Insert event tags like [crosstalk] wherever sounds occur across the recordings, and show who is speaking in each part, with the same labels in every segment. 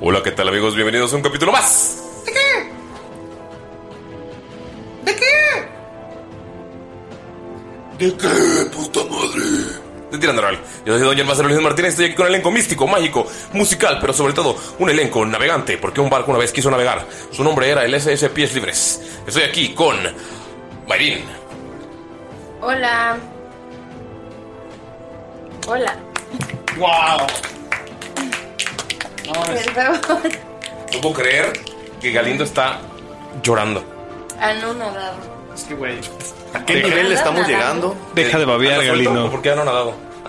Speaker 1: Hola, ¿qué tal amigos? Bienvenidos a un capítulo más.
Speaker 2: ¿De qué? ¿De qué?
Speaker 1: ¿De qué, puta madre? De Tirando Rol. Yo soy Doña Almacén Luis Martínez, estoy aquí con un elenco místico, mágico, musical, pero sobre todo un elenco navegante, porque un barco una vez quiso navegar. Su nombre era el SS Pies Libres. Estoy aquí con Mayrin,
Speaker 2: Hola. Hola.
Speaker 1: ¡Wow!
Speaker 2: Perdón.
Speaker 1: No puedo creer que Galindo está llorando.
Speaker 2: Ah, Anonadado.
Speaker 1: Es que, güey. ¿A
Speaker 3: qué nivel estamos llegando?
Speaker 1: Deja de babear,
Speaker 3: Galindo.
Speaker 1: ¿Por qué no ha nadado?
Speaker 3: [laughs]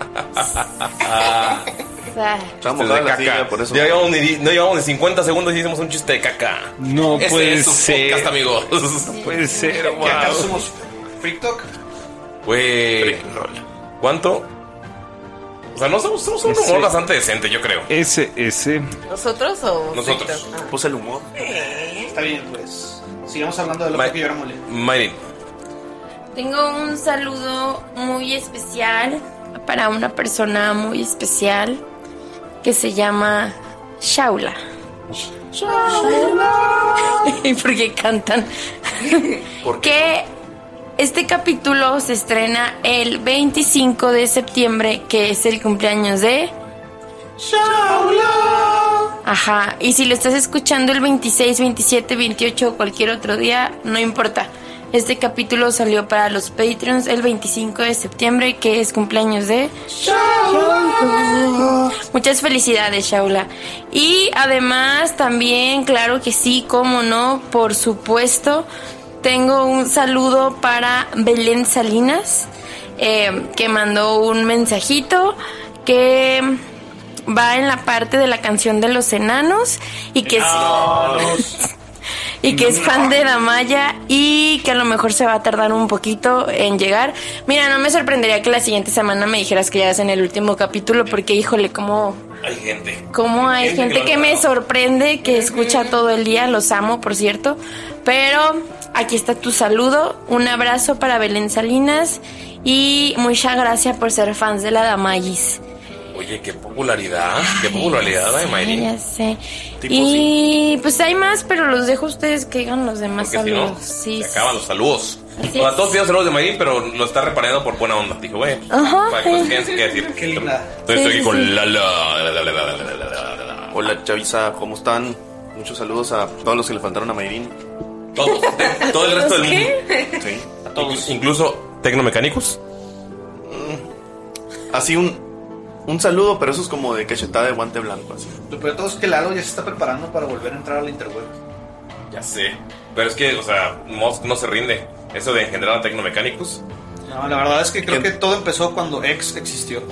Speaker 3: Estamos
Speaker 1: Este de
Speaker 3: a la
Speaker 1: caca.
Speaker 3: silla, por eso.
Speaker 1: Ya llevamos ni, no llevamos ni 50 segundos y hicimos un chiste de caca.
Speaker 4: No
Speaker 1: Este
Speaker 4: puede
Speaker 1: es un
Speaker 4: ser.
Speaker 1: podcast, amigos.
Speaker 4: No puede ser,
Speaker 1: ¿Qué,
Speaker 4: wow.
Speaker 1: acaso somos
Speaker 3: TikTok.
Speaker 1: Güey. ¿Cuánto? O sea, no somos, somos un
Speaker 4: Ese-
Speaker 1: humor bastante decente, yo creo.
Speaker 4: Ese, ese.
Speaker 5: ¿Nosotros o
Speaker 1: Nosotros.
Speaker 5: Víctor?
Speaker 3: Puse el humor.
Speaker 6: Está bien, pues. Sigamos hablando de lo
Speaker 1: Ma-
Speaker 6: que yo era mole.
Speaker 1: Mayrin,
Speaker 2: Tengo un saludo muy especial para una persona muy especial que se llama Shaula. [laughs] ¿Y por qué cantan? Que este capítulo se estrena el 25 de septiembre, que es el cumpleaños de...
Speaker 6: ¡Shaula!
Speaker 2: Ajá, y si lo estás escuchando el 26, 27, 28 o cualquier otro día, no importa. Este capítulo salió para los Patreons el 25 de septiembre, que es cumpleaños de... Muchas felicidades, Shaula. Y además también, claro que sí, cómo no, por supuesto, tengo un saludo para Belén Salinas, eh, que mandó un mensajito que va en la parte de la canción de los enanos y que es... Y que es fan de Damaya y que a lo mejor se va a tardar un poquito en llegar. Mira, no me sorprendería que la siguiente semana me dijeras que ya es en el último capítulo, porque híjole, cómo,
Speaker 1: hay gente.
Speaker 2: cómo hay
Speaker 1: Gente que
Speaker 2: gente
Speaker 1: lo
Speaker 2: que
Speaker 1: ha
Speaker 2: me sorprende, que escucha todo el día, los amo, por cierto. Pero aquí está tu saludo, un abrazo para Belén Salinas y muchas gracias por ser fans de la Damayis.
Speaker 1: Oye, qué popularidad. Qué popularidad de Mayrin.
Speaker 2: Ya sé.
Speaker 1: Tipo
Speaker 2: Y pues hay más, pero los dejo a ustedes que digan los demás
Speaker 1: Porque si no,
Speaker 2: saludos. Sí,
Speaker 1: se acaban los saludos.
Speaker 2: Así
Speaker 1: O sea,
Speaker 2: es.
Speaker 1: todos pidieron saludos de Mayrin, pero lo está reparando por buena onda. Dijo, güey,
Speaker 2: Ajá.
Speaker 7: Oh,
Speaker 1: para que nos queden sin qué decir.
Speaker 6: Qué linda.
Speaker 1: Entonces
Speaker 2: Sí,
Speaker 1: estoy aquí
Speaker 2: sí,
Speaker 1: con
Speaker 2: sí.
Speaker 1: la la la la la la la la la la.
Speaker 3: Hola, Chavisa, ¿cómo están? Muchos saludos a todos los que le faltaron a Mayrin.
Speaker 1: Todos, todo el resto del mundo.
Speaker 3: Sí.
Speaker 1: Incluso Tecnomecánicos.
Speaker 3: Mm, Así un, un saludo, pero eso es como de cachetada de guante blanco. Así.
Speaker 6: Lo peor de todo es que Lalo ya se está preparando para volver a entrar a la interweb.
Speaker 1: Ya sé. Pero es que, o sea, Mosk no se rinde. Eso de engendrar a Tecnomecánicos.
Speaker 6: No, la verdad es que creo que todo empezó cuando X existió.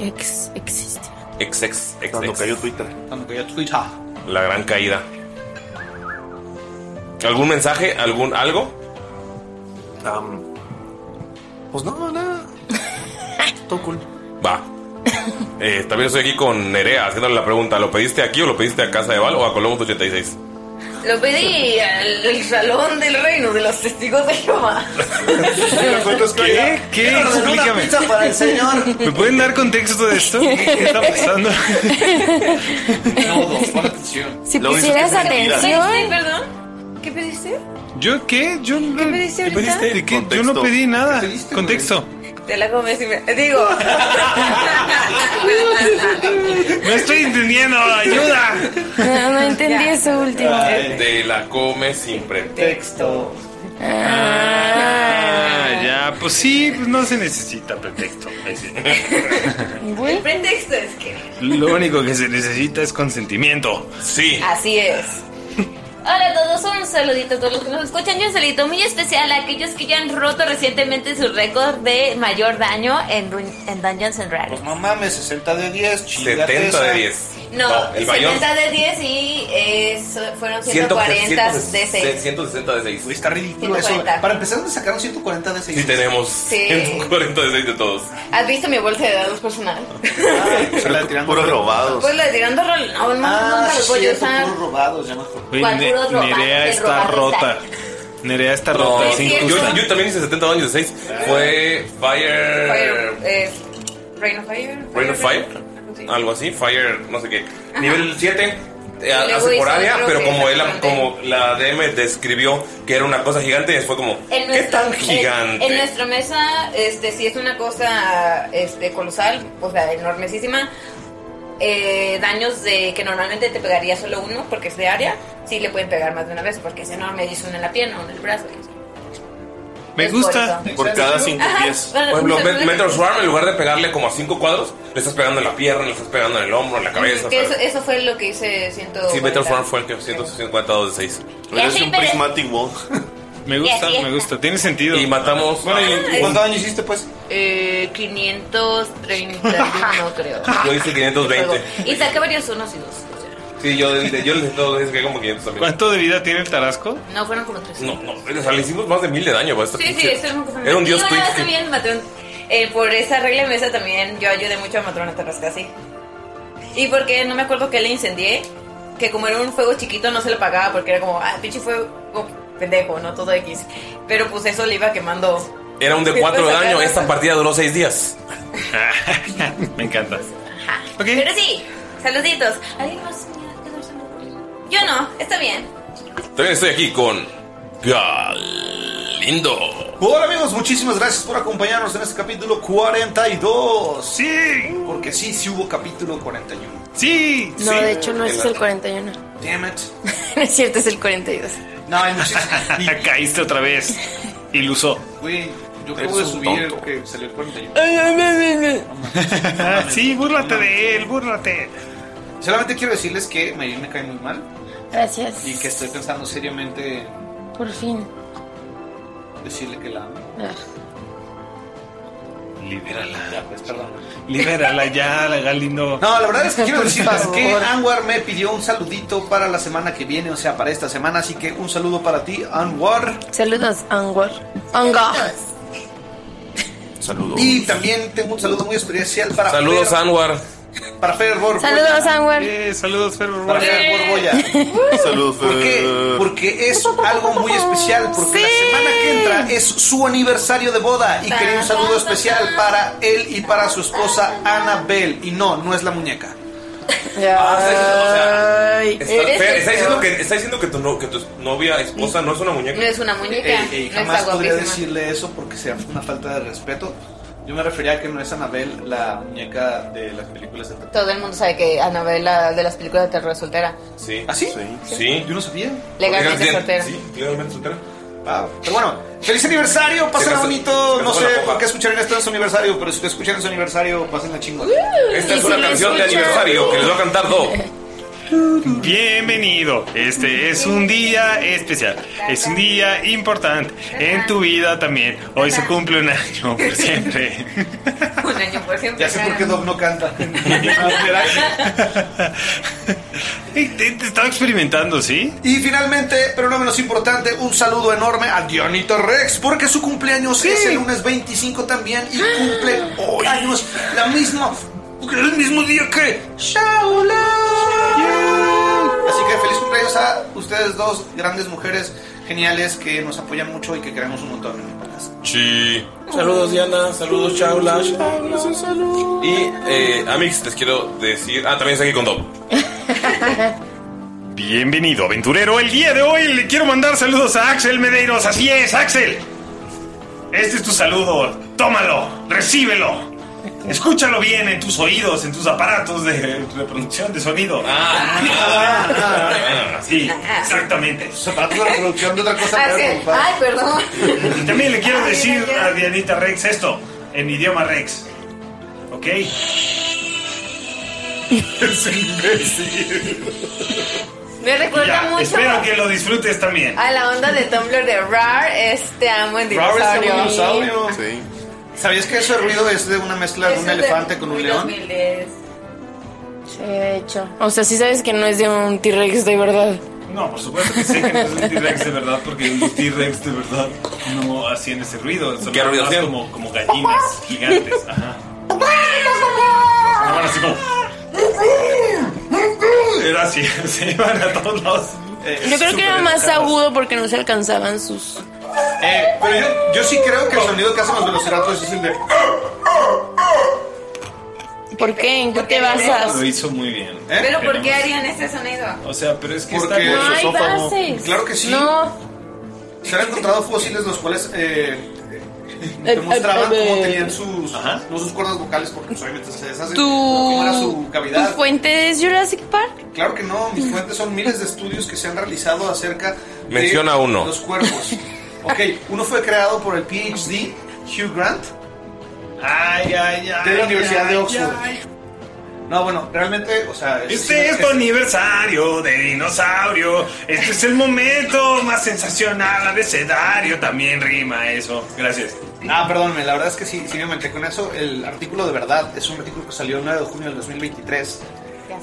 Speaker 8: X existe.
Speaker 1: Ex, ex, ex.
Speaker 3: Cuando cayó Twitter.
Speaker 6: Cuando cayó Twitter.
Speaker 1: La gran caída. ¿Algún mensaje? ¿Algún algo?
Speaker 3: Pues no, nada. Todo cool.
Speaker 1: Va. [laughs] Eh, también estoy aquí con Nerea haciéndole la pregunta. ¿Lo pediste aquí o lo pediste a Casa de Val o a Colombo 86?
Speaker 8: Lo pedí al al salón del reino de los testigos de Jehová.
Speaker 9: ¿Qué? ¿Qué?
Speaker 6: Quiero reservar una
Speaker 9: Explícame.
Speaker 6: pizza para el señor.
Speaker 9: ¿Me pueden dar contexto de esto? ¿Qué
Speaker 6: [laughs]
Speaker 9: está pasando?
Speaker 6: No, pon atención.
Speaker 8: Si
Speaker 3: Lo único
Speaker 8: pusieras
Speaker 3: que se mira.
Speaker 8: atención. ¿Perdón? ¿Qué pediste?
Speaker 9: ¿Yo qué? Yo no- ¿Qué
Speaker 8: pediste ahorita?
Speaker 9: pediste? ¿De qué? Yo
Speaker 3: Contexto.
Speaker 9: no pedí nada.
Speaker 6: ¿Qué pediste, güey?
Speaker 9: contexto.
Speaker 8: Te la comes y me. Digo.
Speaker 9: No estoy entendiendo. ¡Ayuda!
Speaker 8: No, no entendí eso último.
Speaker 1: Te la come sin pretexto.
Speaker 6: Texto.
Speaker 9: Ah, ya, pues sí, pues no se necesita pretexto. Ahí sí.
Speaker 8: El pretexto es que.
Speaker 9: Lo único que se necesita es consentimiento. [laughs]
Speaker 1: Sí.
Speaker 8: Así es.
Speaker 5: Hola a todos, un saludito a todos los que nos escuchan y un saludito muy especial a aquellos que ya han roto recientemente su récord de mayor daño en, Dun- en Dungeons and Dragons.
Speaker 6: Pues no mames, 60 de 10, chingate
Speaker 1: 70 de
Speaker 6: esa.
Speaker 1: 10.
Speaker 5: No,
Speaker 1: el Bayón.
Speaker 5: 70 de 10 y eh, so- fueron 140
Speaker 1: 140
Speaker 5: de 6.
Speaker 1: 160 de 6.
Speaker 6: Güey, está ridículo eso.
Speaker 5: 140.
Speaker 6: Para empezar, me sacaron 140 de 6.
Speaker 1: Sí tenemos
Speaker 8: Sí.
Speaker 1: 140 de 6 de todos.
Speaker 8: ¿Has visto mi bolsa de dados personal?
Speaker 3: Puros robados.
Speaker 8: Pues la de tirando rol. No, no,
Speaker 6: Ah,
Speaker 8: nunca lo
Speaker 6: sí,
Speaker 8: voy a
Speaker 6: cierto,
Speaker 8: usar.
Speaker 6: puros robados, ya me acuerdo.
Speaker 9: Oye,
Speaker 5: ¿Cuál puro robar?
Speaker 9: Nerea
Speaker 5: El
Speaker 9: está
Speaker 5: robar
Speaker 9: rota.
Speaker 5: está-
Speaker 9: Nerea está
Speaker 1: No,
Speaker 9: rota, es
Speaker 5: sí,
Speaker 1: yo,
Speaker 9: injusta.
Speaker 1: yo también hice 70 daños de 6. Fue
Speaker 8: Fire,
Speaker 1: Fire.
Speaker 8: eh, Rain of Fire.
Speaker 1: Rain of Fire.
Speaker 8: Sí.
Speaker 1: Algo así. Fire, no sé qué. Nivel 7. eh,
Speaker 8: luego
Speaker 1: hace por
Speaker 8: hizo
Speaker 1: área,
Speaker 8: otro
Speaker 1: pero
Speaker 8: que
Speaker 1: como,
Speaker 8: está
Speaker 1: él,
Speaker 8: grande.
Speaker 1: como la DM describió que era una cosa gigante, fue como,
Speaker 5: En
Speaker 1: ¿qué
Speaker 5: nuestro-
Speaker 1: tan
Speaker 5: en-
Speaker 1: gigante?
Speaker 8: eh, En nuestra mesa, este, sí es una cosa, este, colosal, o sea, enormesísima. Eh, daños de que normalmente te pegaría solo uno porque es de área, sí le pueden pegar más de una vez porque es enorme y es uno en la pierna, uno en el brazo. y así.
Speaker 9: Me
Speaker 8: Es
Speaker 9: gusta.
Speaker 8: por eso.
Speaker 3: Por cada cinco pies.
Speaker 5: Bueno,
Speaker 1: Por ejemplo,
Speaker 5: muchas
Speaker 1: Met-
Speaker 5: gracias.
Speaker 1: Metal Swarm, en lugar de pegarle como a 5 cuadros, le estás pegando en la pierna, le estás pegando en el hombro, en la cabeza.
Speaker 8: Que
Speaker 1: pero-
Speaker 8: eso, eso fue lo que hice siento
Speaker 1: Sí, Metal Swarm fue el que 150 dados de 6.
Speaker 3: Eres
Speaker 5: así,
Speaker 3: un
Speaker 5: pero-
Speaker 3: prismatic wall.
Speaker 9: [laughs] Me gusta,
Speaker 5: así es.
Speaker 9: me gusta. Tiene sentido.
Speaker 1: Y matamos.
Speaker 9: Bueno,
Speaker 8: Ah,
Speaker 9: y-
Speaker 6: ¿Cuánto daño hiciste, pues?
Speaker 8: Eh, 531
Speaker 1: [laughs]
Speaker 8: creo.
Speaker 1: Yo hice 520.
Speaker 8: Y saqué varios unos y dos. o sea,
Speaker 1: Sí, yo, de- yo les todo que como 500 también.
Speaker 9: ¿Cuánto de vida tiene el Tarasco?
Speaker 8: no fueron como tres.
Speaker 1: No, no, o sea, le hicimos más de 1000 de daño. pues, esta
Speaker 8: Sí, sí,
Speaker 1: pinche-
Speaker 8: eso es una cosa
Speaker 1: Era un dios
Speaker 8: Y bueno,
Speaker 1: Twix.
Speaker 8: también Matrón, eh, por esa regla de mesa también yo ayudé mucho a Matrona Tarrasca, sí. Y porque no me acuerdo que le incendié, que como era un fuego chiquito no se le pagaba porque era como, ah, pinche fuego pendejo, no todo X. Pero pues eso le iba quemando.
Speaker 1: Era un de
Speaker 8: Después
Speaker 1: 4 de
Speaker 8: sacaron-
Speaker 1: daño. Esta partida duró 6 días.
Speaker 9: [laughs] me encanta. Ok.
Speaker 8: Pero sí, saluditos.
Speaker 5: ¿Alguien más tenía que darse una vuelta?
Speaker 8: Yo no, está bien.
Speaker 1: También estoy aquí con. Galindo.
Speaker 6: Pues Hola amigos, muchísimas gracias por acompañarnos en este capítulo 42.
Speaker 9: Sí,
Speaker 6: Porque sí, sí hubo capítulo 41.
Speaker 9: sí,
Speaker 8: No,
Speaker 9: sí.
Speaker 8: de hecho no
Speaker 1: es
Speaker 8: es
Speaker 1: el
Speaker 8: el 41.
Speaker 6: Damn
Speaker 2: [laughs]
Speaker 6: it.
Speaker 8: No es cierto, es el 42.
Speaker 6: No, hay muchas.
Speaker 9: [laughs]
Speaker 6: y-
Speaker 9: Caíste otra vez. Iluso.
Speaker 6: Güey, yo acabo de
Speaker 1: un
Speaker 6: subir el
Speaker 1: tonto.
Speaker 6: que salió el 41.
Speaker 9: Eh, sí, búrlate de él, búrlate.
Speaker 6: Solamente quiero decirles que Mayrin me cae muy mal
Speaker 8: Gracias.
Speaker 6: y que estoy pensando seriamente en
Speaker 8: Por fin.
Speaker 6: decirle que la amo.
Speaker 9: Libérala.
Speaker 6: Ya, pues, perdón.
Speaker 9: Libérala ya, la Galindo.
Speaker 6: No, la verdad es que quiero decirles
Speaker 8: Por
Speaker 6: que
Speaker 8: favor.
Speaker 6: Anwar me pidió un saludito para la semana que viene, o sea, para esta semana. Así que un saludo para ti, Anwar.
Speaker 8: Saludos, Angor. Angor.
Speaker 3: Saludos.
Speaker 6: Y también tengo un saludo muy especial para
Speaker 1: Saludos,
Speaker 6: Fer,
Speaker 1: Anwar.
Speaker 6: para Fer Borbolla.
Speaker 8: Saludos, Angor.
Speaker 9: Eh, saludos, Fer
Speaker 6: Para
Speaker 9: Borbolla.
Speaker 6: Fer Borbolla.
Speaker 3: Saludos.
Speaker 6: ¿Por qué?
Speaker 3: eh.
Speaker 6: Porque es algo muy especial, porque la
Speaker 8: Sí.
Speaker 6: semana que entra es su aniversario de boda y quería un saludo especial para él y para su esposa Annabel. Y no, no es la muñeca.
Speaker 1: Ah, está diciendo, o sea,
Speaker 8: Ay,
Speaker 1: está-
Speaker 8: eres
Speaker 1: Fer,
Speaker 8: el
Speaker 1: está
Speaker 8: peor.
Speaker 1: diciendo que- está diciendo que tu no- que tu novia, esposa, no es una muñeca.
Speaker 8: No es una muñeca,
Speaker 6: Ey, ey,
Speaker 8: no está
Speaker 6: jamás podría
Speaker 8: guapísima.
Speaker 6: decirle eso porque sea una falta de respeto. Yo me refería a que no es Annabelle la muñeca de las películas de terror.
Speaker 10: Todo el mundo sabe que Anabela de las películas de terror es soltera.
Speaker 6: Sí. ¿Ah, sí? Sí. Yo no sabía.
Speaker 10: Legalmente Legalmente, soltera. sí,
Speaker 6: legalmente soltera. Pero bueno, feliz aniversario, pásenla bonito. No sé por qué escucharon esto en su aniversario, pero si lo escuchan en su aniversario, pásenla chingón.
Speaker 1: Esta es una canción de aniversario que les va a cantar Do.
Speaker 9: Bienvenido. Este es un día especial. Es un día importante en tu vida también. Hoy se cumple un año por siempre.
Speaker 8: Un año por siempre.
Speaker 6: Ya sé por qué Doc no
Speaker 9: [laughs]
Speaker 1: [laughs]
Speaker 6: canta.
Speaker 9: Ey, Te, te estaba experimentando, ¿sí?
Speaker 6: Y finalmente, pero no menos importante, un saludo enorme a Dionito Rex, porque su cumpleaños es el lunes 25 también y cumple hoy años, la misma, el mismo día que Shaula. Así que feliz cumpleaños a ustedes dos, grandes mujeres geniales que nos apoyan mucho y que queremos un montón.
Speaker 1: Sí.
Speaker 6: Saludos Diana, saludos Shaula. un saludo.
Speaker 1: Y, eh, Amix, les quiero decir. Ah, también está aquí con Dob.
Speaker 9: Bienvenido, aventurero. El día de hoy le quiero mandar saludos a Axel Medeiros. Así es, Axel. Este es tu saludo. Tómalo, recíbelo. Escúchalo bien en tus oídos, en tus aparatos de reproducción de sonido. sí, exactamente.
Speaker 6: aparatos de reproducción de otra cosa.
Speaker 10: Axel, ay, perdón.
Speaker 9: También le quiero decir a Dianita Rex esto, en idioma Rex. ¿Ok? Es
Speaker 8: Me recuerda mucho
Speaker 9: Espero que lo disfrutes también.
Speaker 8: a la onda de Tumblr de RAR, este amo en
Speaker 6: Rar es el
Speaker 8: dinosaurio.
Speaker 6: dinosaurio. ¿Sabías que ese ruido es de una mezcla de
Speaker 8: Es
Speaker 6: un
Speaker 8: el de
Speaker 6: elefante con un
Speaker 8: muy
Speaker 6: león?
Speaker 8: 2010.
Speaker 2: Sí, de hecho. O sea, sí sabes que no es de un T-Rex de verdad.
Speaker 9: No, por supuesto que sé que no es un T-Rex de verdad, porque los T-Rex de verdad no hacían ese ruido. Son
Speaker 1: ¿Qué ruido
Speaker 9: más
Speaker 1: hacían?
Speaker 9: como, como gallinas gigantes. Ajá. Sonaban así como. Era así, [laughs] se iban a todos lados.
Speaker 2: Yo creo que era más agudo porque no se alcanzaban sus.
Speaker 6: Eh, pero yo, yo sí creo que el sonido que hacen los velociraptors es el de.
Speaker 2: ¿Por qué? ¿En qué te basas?
Speaker 9: Lo hizo muy bien.
Speaker 6: ¿eh?
Speaker 8: ¿Pero por qué
Speaker 9: Tenemos-
Speaker 8: harían ese sonido?
Speaker 9: O sea, pero es que
Speaker 6: Porque
Speaker 9: está con
Speaker 6: No
Speaker 9: su
Speaker 6: hay
Speaker 9: esófago.
Speaker 6: bases. Claro que sí.
Speaker 2: No.
Speaker 6: Se han encontrado fósiles los cuales eh, demostraban
Speaker 2: eh,
Speaker 6: cómo
Speaker 2: eh,
Speaker 6: tenían sus, no sus cuerdas vocales porque pues, obviamente se deshacen.
Speaker 2: Tu-
Speaker 6: ¿Cómo era su
Speaker 2: ¿Tu
Speaker 6: cavidad?
Speaker 2: fuente es Jurassic Park?
Speaker 6: Claro que no, mis fuentes son miles de estudios que se han realizado acerca de
Speaker 1: Menciona uno.
Speaker 6: los cuerpos. ok, uno fue creado por el PhD Hugh Grant
Speaker 9: Ay, ay, ay.
Speaker 6: de la Universidad
Speaker 9: ay,
Speaker 6: de Oxford.
Speaker 9: ay.
Speaker 6: No, bueno, realmente, o sea... es-
Speaker 9: Este es tu aniversario de dinosaurio. Este es el momento más sensacional, abecedario. También rima eso. Gracias.
Speaker 6: Ah, perdóname, la verdad es que sí, sí me manqué con eso. El artículo de verdad es un artículo que salió el 9 de junio del 2023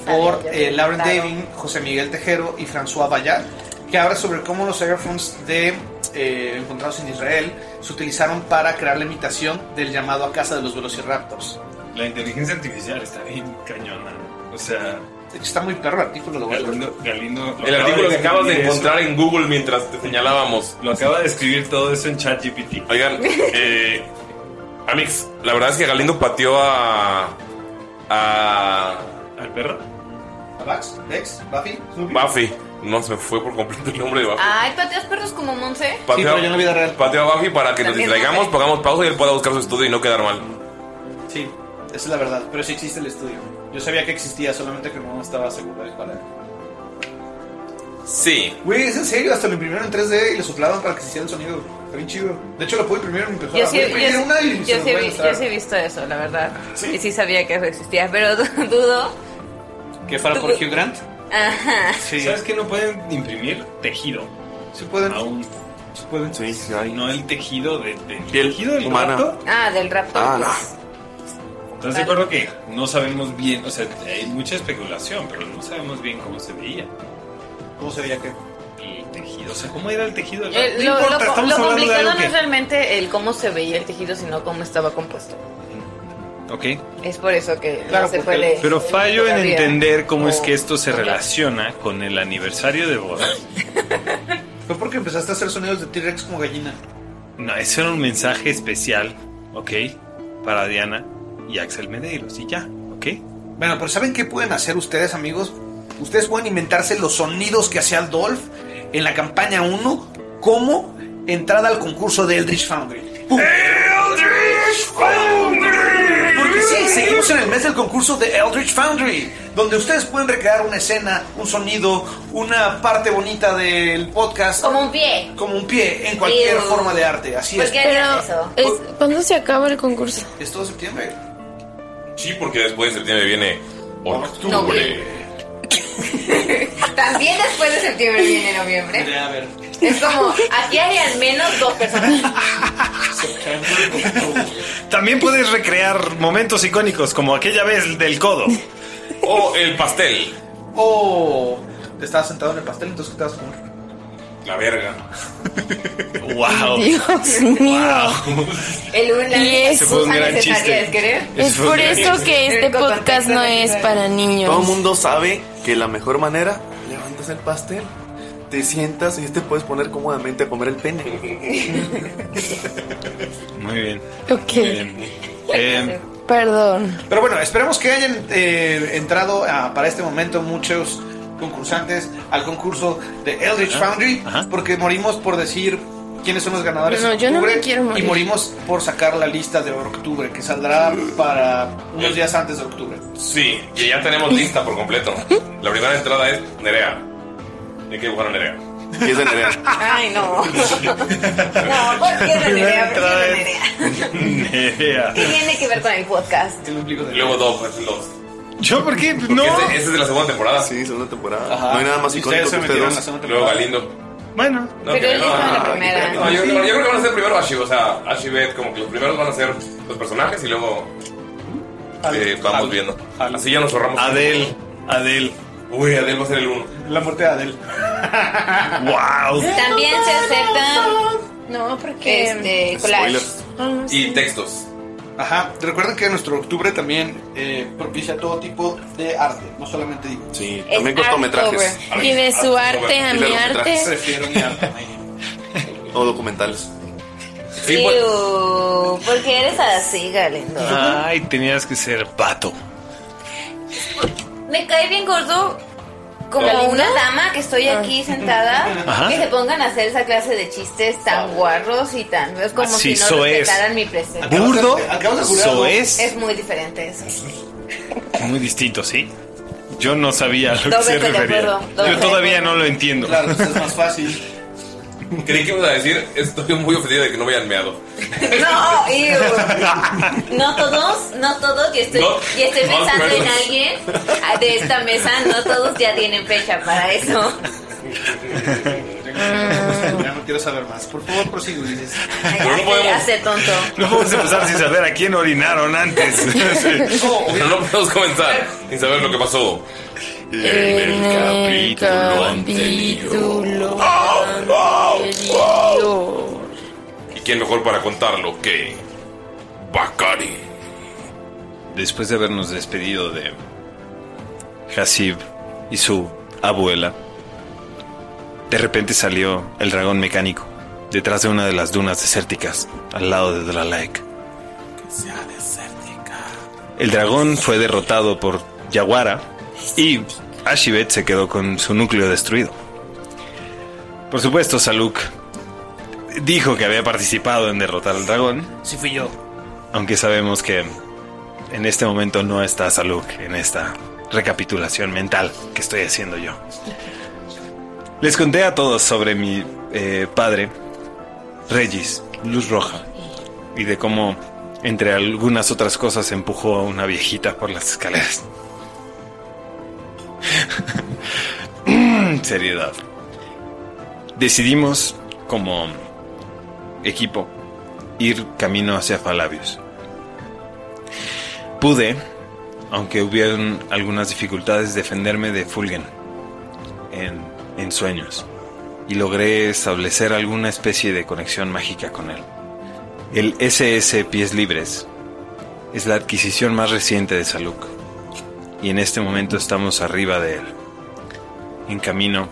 Speaker 6: por eh, Lauren Davin, José Miguel Tejero y François Bayard, que habla sobre cómo los airphones de, eh, encontrados en Israel se utilizaron para crear la imitación del llamado a casa de los velociraptors.
Speaker 9: La inteligencia artificial está bien cañona. O sea.
Speaker 6: Está muy perro el artículo, lo voy a
Speaker 9: Galindo, Galindo-
Speaker 1: El
Speaker 9: lo
Speaker 1: artículo
Speaker 9: acaba
Speaker 1: que acabas de
Speaker 9: escribir
Speaker 1: encontrar
Speaker 9: eso.
Speaker 1: en Google mientras te señalábamos.
Speaker 9: Lo acaba de escribir todo eso en
Speaker 1: [laughs]
Speaker 9: ChatGPT.
Speaker 1: Oigan, eh, Amix, la verdad es que Galindo pateó a. a.
Speaker 9: ¿Al perro?
Speaker 6: ¿A Bax? ¿Dex? ¿Buffy? ¿Snoopy?
Speaker 1: Buffy. No se me fue por completo el nombre de Buffy.
Speaker 8: Ay, pateas perros como Monse.
Speaker 1: Pateó, pateó a Buffy para que nos
Speaker 8: También
Speaker 1: distraigamos, pongamos pausa y él pueda buscar su estudio y no quedar mal.
Speaker 6: Sí, esa es la verdad, pero sí existe el estudio. Yo sabía que existía, solamente que no estaba seguro de cuál era.
Speaker 1: Sí.
Speaker 6: Güey, es en serio, hasta lo imprimieron en 3D y lo soplaban para que se hiciera el sonido. Está bien chido. De hecho, lo puedo imprimir en mi
Speaker 8: Yo
Speaker 6: computadora.
Speaker 8: sí,
Speaker 6: Voy a
Speaker 8: yo,
Speaker 6: imprimir
Speaker 8: sí-
Speaker 6: una
Speaker 8: yo
Speaker 6: y se los
Speaker 8: sí
Speaker 6: voy a
Speaker 8: vi-
Speaker 6: mostrar.
Speaker 8: yo sí he visto eso, la verdad. Y sí sabía que eso existía, pero [laughs] dudo.
Speaker 6: ¿Que fuera por Hugh Grant?
Speaker 8: Ajá.
Speaker 9: ¿Sabes que no pueden imprimir tejido?
Speaker 6: Se pueden.
Speaker 9: Aún.
Speaker 6: Se pueden.
Speaker 1: Sí, sí,
Speaker 9: No el tejido de, de-
Speaker 1: Piel
Speaker 9: tejido del
Speaker 1: humana.
Speaker 9: gato.
Speaker 8: Ah, del raptor.
Speaker 9: Entonces de acuerdo que no sabemos bien, o sea, hay mucha especulación, pero no sabemos bien cómo se veía
Speaker 6: ¿Cómo se veía qué?
Speaker 9: el tejido. O sea, cómo era el tejido. del
Speaker 10: Eh,
Speaker 9: gato.
Speaker 10: lo,
Speaker 9: no
Speaker 10: lo-
Speaker 9: importa, estamos
Speaker 10: lo
Speaker 9: hablando de
Speaker 10: complicado
Speaker 9: algo
Speaker 10: no es realmente el cómo se veía el tejido, sino cómo estaba compuesto.
Speaker 9: que... Ok.
Speaker 10: Es por eso que no
Speaker 6: Claro,
Speaker 10: se
Speaker 6: porque-
Speaker 10: puede.
Speaker 9: Pero fallo en
Speaker 10: todavía. Oh.
Speaker 9: entender cómo es
Speaker 10: O-
Speaker 9: que esto se relaciona con el aniversario de bodas.
Speaker 6: Fue porque empezaste a hacer sonidos de T-Rex como gallina.
Speaker 9: No, ese era un mensaje especial, ¿ok? Para Diana y Axel Medeiros, y ya, [laughs] ¿ok?
Speaker 6: Bueno, pero ¿saben qué pueden hacer ustedes, amigos? Ustedes pueden inventarse los sonidos que hacía Dolph en la campaña 1 como entrada al concurso de Eldritch Foundry. ¡Eldritch Foundry! Sí, seguimos en el mes del concurso de Eldritch Foundry, donde ustedes pueden recrear una escena, un sonido, una parte bonita del podcast. Como
Speaker 8: un pie.
Speaker 6: Como un pie, en cualquier
Speaker 8: Ew.
Speaker 6: forma de arte. Así es.
Speaker 2: Pero, es- ¿cuándo se acaba el concurso?
Speaker 6: Es todo septiembre.
Speaker 1: Sí, porque después de septiembre viene octubre.
Speaker 8: También después de septiembre viene noviembre.
Speaker 1: A ver.
Speaker 8: Es como, aquí hay al menos dos personas.
Speaker 9: También puedes recrear momentos icónicos como aquella vez del codo.
Speaker 1: O el pastel.
Speaker 6: Oh, te estabas sentado en el pastel, entonces ¿qué te vas a comer?
Speaker 1: La [laughs] verga.
Speaker 9: wow.
Speaker 2: Dios mío.
Speaker 8: El una
Speaker 2: Y es-
Speaker 3: Ese fue un gran chiste.
Speaker 8: de querer.
Speaker 3: Ese
Speaker 2: Es
Speaker 3: fue un
Speaker 2: por
Speaker 3: gran
Speaker 2: eso
Speaker 3: chiste.
Speaker 2: que este podcast no es para
Speaker 3: Todo el
Speaker 2: niños.
Speaker 3: mundo sabe que la mejor manera, levantas el pastel, te sientas y te puedes poner cómodamente a comer
Speaker 1: [laughs]
Speaker 3: el pene.
Speaker 9: Muy bien.
Speaker 2: Ok,
Speaker 8: [laughs]
Speaker 2: perdón.
Speaker 6: Pero bueno, esperemos que hayan eh, entrado ah, para este momento muchos concursantes al concurso de Eldritch
Speaker 9: Ajá,
Speaker 6: Foundry, porque morimos por decir quiénes son los ganadores
Speaker 2: No,
Speaker 6: en
Speaker 2: yo no me
Speaker 6: octubre
Speaker 2: quiero morir.
Speaker 6: y morimos por sacar la lista de octubre que saldrá para unos días antes de octubre.
Speaker 1: Sí, y ya tenemos lista por completo. La primera entrada es Nerea. Hay que dibujar a Nerea.
Speaker 3: Y es de Nerea.
Speaker 11: Ay, no.
Speaker 8: No, porque es de Nerea, porque es de
Speaker 1: [laughs]
Speaker 8: Nerea.
Speaker 9: Nerea.
Speaker 8: ¿Qué tiene que ver con el podcast?
Speaker 1: Y luego dos, pues, los.
Speaker 9: ¿Yo por qué?
Speaker 1: No. Ese, ese es de la segunda temporada.
Speaker 3: Sí, segunda temporada.
Speaker 1: Ajá.
Speaker 3: No hay nada más
Speaker 1: Y
Speaker 3: icónico
Speaker 1: ustedes se
Speaker 3: que ustedes
Speaker 1: metieron en la
Speaker 3: dos.
Speaker 1: segunda Luego Galindo.
Speaker 9: Bueno.
Speaker 1: No,
Speaker 8: Pero
Speaker 1: que
Speaker 8: él estaba en la
Speaker 1: ah,
Speaker 8: primera.
Speaker 1: no, yo, yo creo que van a ser primero Ashi, o sea, Ashi Bet, como que los primeros van a ser los personajes y luego eh, vamos viendo. Así ya nos ahorramos.
Speaker 9: Adel, Adel.
Speaker 1: Uy, Adel va a ser el uno.
Speaker 6: La muerte
Speaker 2: [laughs]
Speaker 6: de Adel.
Speaker 9: wow.
Speaker 8: También se aceptan.
Speaker 2: No, porque.
Speaker 8: Este, collage.
Speaker 1: Y textos.
Speaker 6: Ajá, recuerden que nuestro octubre también eh, propicia todo tipo de arte, no solamente dibujo.
Speaker 3: Sí,
Speaker 2: Es también cortometrajes. art over. Y de su arte a
Speaker 3: Y
Speaker 2: mi
Speaker 3: largometrajes.
Speaker 2: arte.
Speaker 6: Prefiero mi arte.
Speaker 3: O documentales.
Speaker 1: Sí,
Speaker 9: pues.
Speaker 8: Ew, porque eres así, Galindo.
Speaker 9: Ay, tenías que ser pato.
Speaker 8: Me cae bien gordo como
Speaker 2: ¿Galindo?
Speaker 8: una dama que estoy
Speaker 1: Ah.
Speaker 8: aquí sentada
Speaker 9: Ajá.
Speaker 8: que se pongan a hacer esa clase de chistes
Speaker 1: Ah.
Speaker 8: tan guarros y tan es como
Speaker 9: Así
Speaker 8: si no
Speaker 9: soez.
Speaker 8: respetaran mi presencia.
Speaker 9: Burdo,
Speaker 6: Acabas de jurar algo.
Speaker 9: soez.
Speaker 8: Es muy diferente eso.
Speaker 9: Muy distinto, ¿sí? Yo no sabía a lo que se
Speaker 8: Doblemente de
Speaker 9: refería.
Speaker 8: acuerdo,
Speaker 9: Yo
Speaker 8: doblemente
Speaker 9: todavía no lo entiendo.
Speaker 6: Claro, es más fácil.
Speaker 1: Creí que ibas a decir, estoy muy ofendido de que no me hayan meado.
Speaker 8: No, ew. no todos, no todos, y estoy,
Speaker 1: No,
Speaker 8: y estoy
Speaker 1: no,
Speaker 8: pensando en
Speaker 1: perdón.
Speaker 8: alguien ah, de esta mesa, no todos ya tienen fecha para eso.
Speaker 6: Ya no quiero saber más. Por favor, prosigue, Ulises.
Speaker 1: Pero no podemos-
Speaker 8: Hace tonto.
Speaker 9: [laughs] No vamos a empezar sin saber a quién
Speaker 8: [laughs]
Speaker 9: orinaron antes. [laughs] Sí.
Speaker 1: Pero no podemos comenzar sin saber lo que pasó.
Speaker 2: En el capítulo
Speaker 6: Oh,
Speaker 2: anterior.
Speaker 1: ¿Y quién mejor para contarlo que Bakari?
Speaker 9: Después de habernos despedido de Hasib y su abuela, de repente salió el dragón mecánico detrás de una de las dunas desérticas al lado de Dralaek. El dragón fue derrotado por Yaguara y Ashibet se quedó con su núcleo destruido. Por supuesto, Saluk dijo que había participado en derrotar al dragón,
Speaker 6: Sí fui yo.
Speaker 9: aunque sabemos que en este momento no está Saluk en esta recapitulación mental que estoy haciendo yo. Les conté a todos sobre mi eh, padre, Regis, Luz Roja, y de cómo, entre algunas otras cosas, empujó a una viejita por las escaleras. [laughs] Seriedad. Decidimos, como equipo, ir camino hacia Falabius. Pude, aunque hubieron algunas dificultades, defenderme de Fulgen en, en sueños y logré establecer alguna especie de conexión mágica con él. El SS Pies Libres es la adquisición más reciente de Saluk y en este momento estamos arriba de él, en camino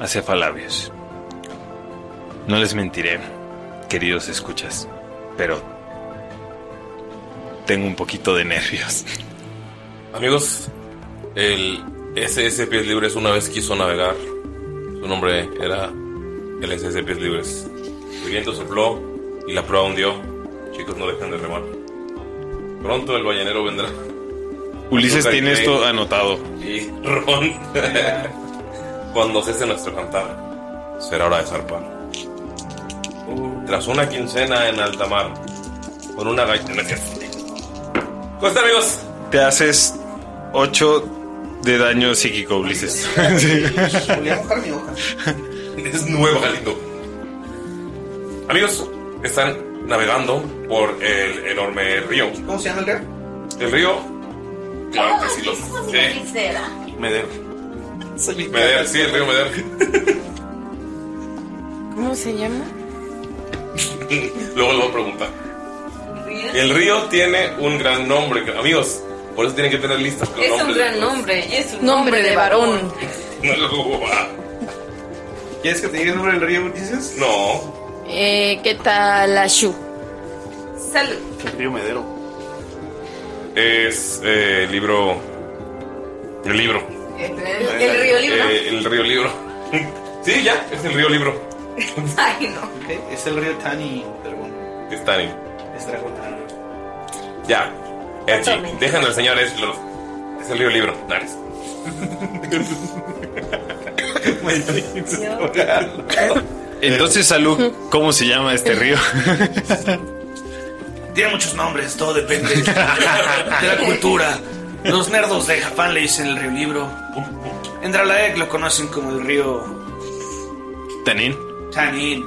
Speaker 9: hacia Falabius. No les mentiré, queridos escuchas, pero tengo un poquito de nervios.
Speaker 1: Amigos, el SS Pies Libres una vez quiso navegar. Su nombre era el SS Pies Libres. El viento sopló y la proa hundió. Chicos, no dejan de remar. Pronto el ballenero vendrá.
Speaker 9: Ulises
Speaker 1: Nunca
Speaker 9: tiene
Speaker 1: cree.
Speaker 9: esto anotado.
Speaker 1: Y Ron, [laughs] cuando cese nuestro cantar, será hora de zarpar. Tras una quincena en alta mar, con una gaita. No es cierto. ¿Cómo están, amigos?
Speaker 9: Te haces 8 de daño psíquico, Ulises. Sí.
Speaker 1: Es nuevo, Galindo. Amigos, están navegando por el enorme río.
Speaker 6: ¿Cómo se llama el río?
Speaker 1: El río. Claro que sí,
Speaker 8: Ah,
Speaker 1: lo- sí. Meder. Meder, sí, el río Meder. [laughs]
Speaker 2: ¿Cómo se llama?
Speaker 1: Luego lo voy a preguntar. El río tiene un gran nombre, que- amigos. Por eso tienen que tener listas con
Speaker 8: Es un
Speaker 1: nombres. [laughs]
Speaker 8: gran nombre. Es un
Speaker 2: Nombre
Speaker 8: nombre
Speaker 2: de
Speaker 8: de varón.
Speaker 1: ¿Quieres que te diga el nombre del río, dices? No.
Speaker 2: Eh, ¿Qué tal Ashu? Salud.
Speaker 1: El río Medero. Es eh, el libro. El libro.
Speaker 8: El, el río libro.
Speaker 1: Eh, el río libro. [laughs] sí, ya, es el río libro.
Speaker 8: Ay, no.
Speaker 6: Es el río Tani Dragón.
Speaker 1: Es Tani.
Speaker 6: Es Dragón.
Speaker 1: Ya. Edgy,
Speaker 6: Exactamente.
Speaker 1: déjenlo al señor Edgy, lo- Es el río libro. Nares.
Speaker 9: Entonces, Salud, ¿cómo se llama este río?
Speaker 6: Tiene muchos nombres, todo depende de la cultura. Los nerdos de Japón le dicen el río Libro. En Dralaek lo conocen como el río
Speaker 9: Tanin.
Speaker 6: Tanin.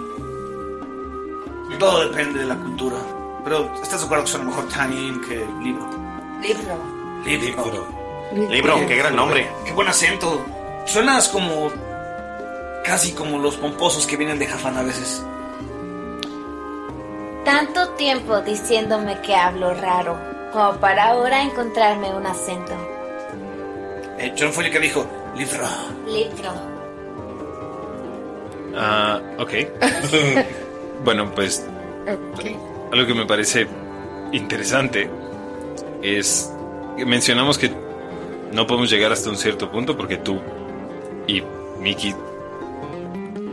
Speaker 6: Todo depende de la cultura. Pero estás de acuerdo que son mejor Tanin que Libro.
Speaker 8: Libro.
Speaker 6: Libro.
Speaker 3: Libro, qué gran nombre.
Speaker 6: Qué buen acento. Suenas como. casi como los pomposos que vienen de Jafán a veces.
Speaker 5: Tanto tiempo diciéndome que hablo raro, como para ahora encontrarme un acento.
Speaker 6: Eh, John fue el que dijo: Libro.
Speaker 5: Libro.
Speaker 9: [laughs] Ah, ok. [laughs] bueno, pues algo que me parece interesante es que mencionamos que no podemos llegar hasta un cierto punto porque tú y Mickey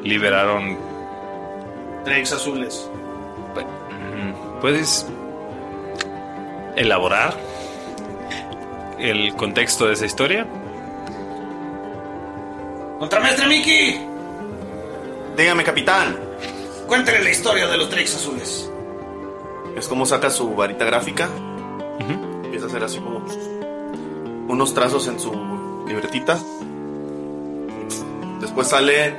Speaker 9: liberaron.
Speaker 6: Drakes azules.
Speaker 9: Mm, ¿Puedes elaborar el contexto de esa historia?
Speaker 6: ¡Contramaestre Mickey!
Speaker 3: Dígame, capitán.
Speaker 6: Cuéntale la historia de los Drakes azules.
Speaker 3: Es como saca su varita gráfica. Empieza a hacer así como unos trazos en su libretita. Después sale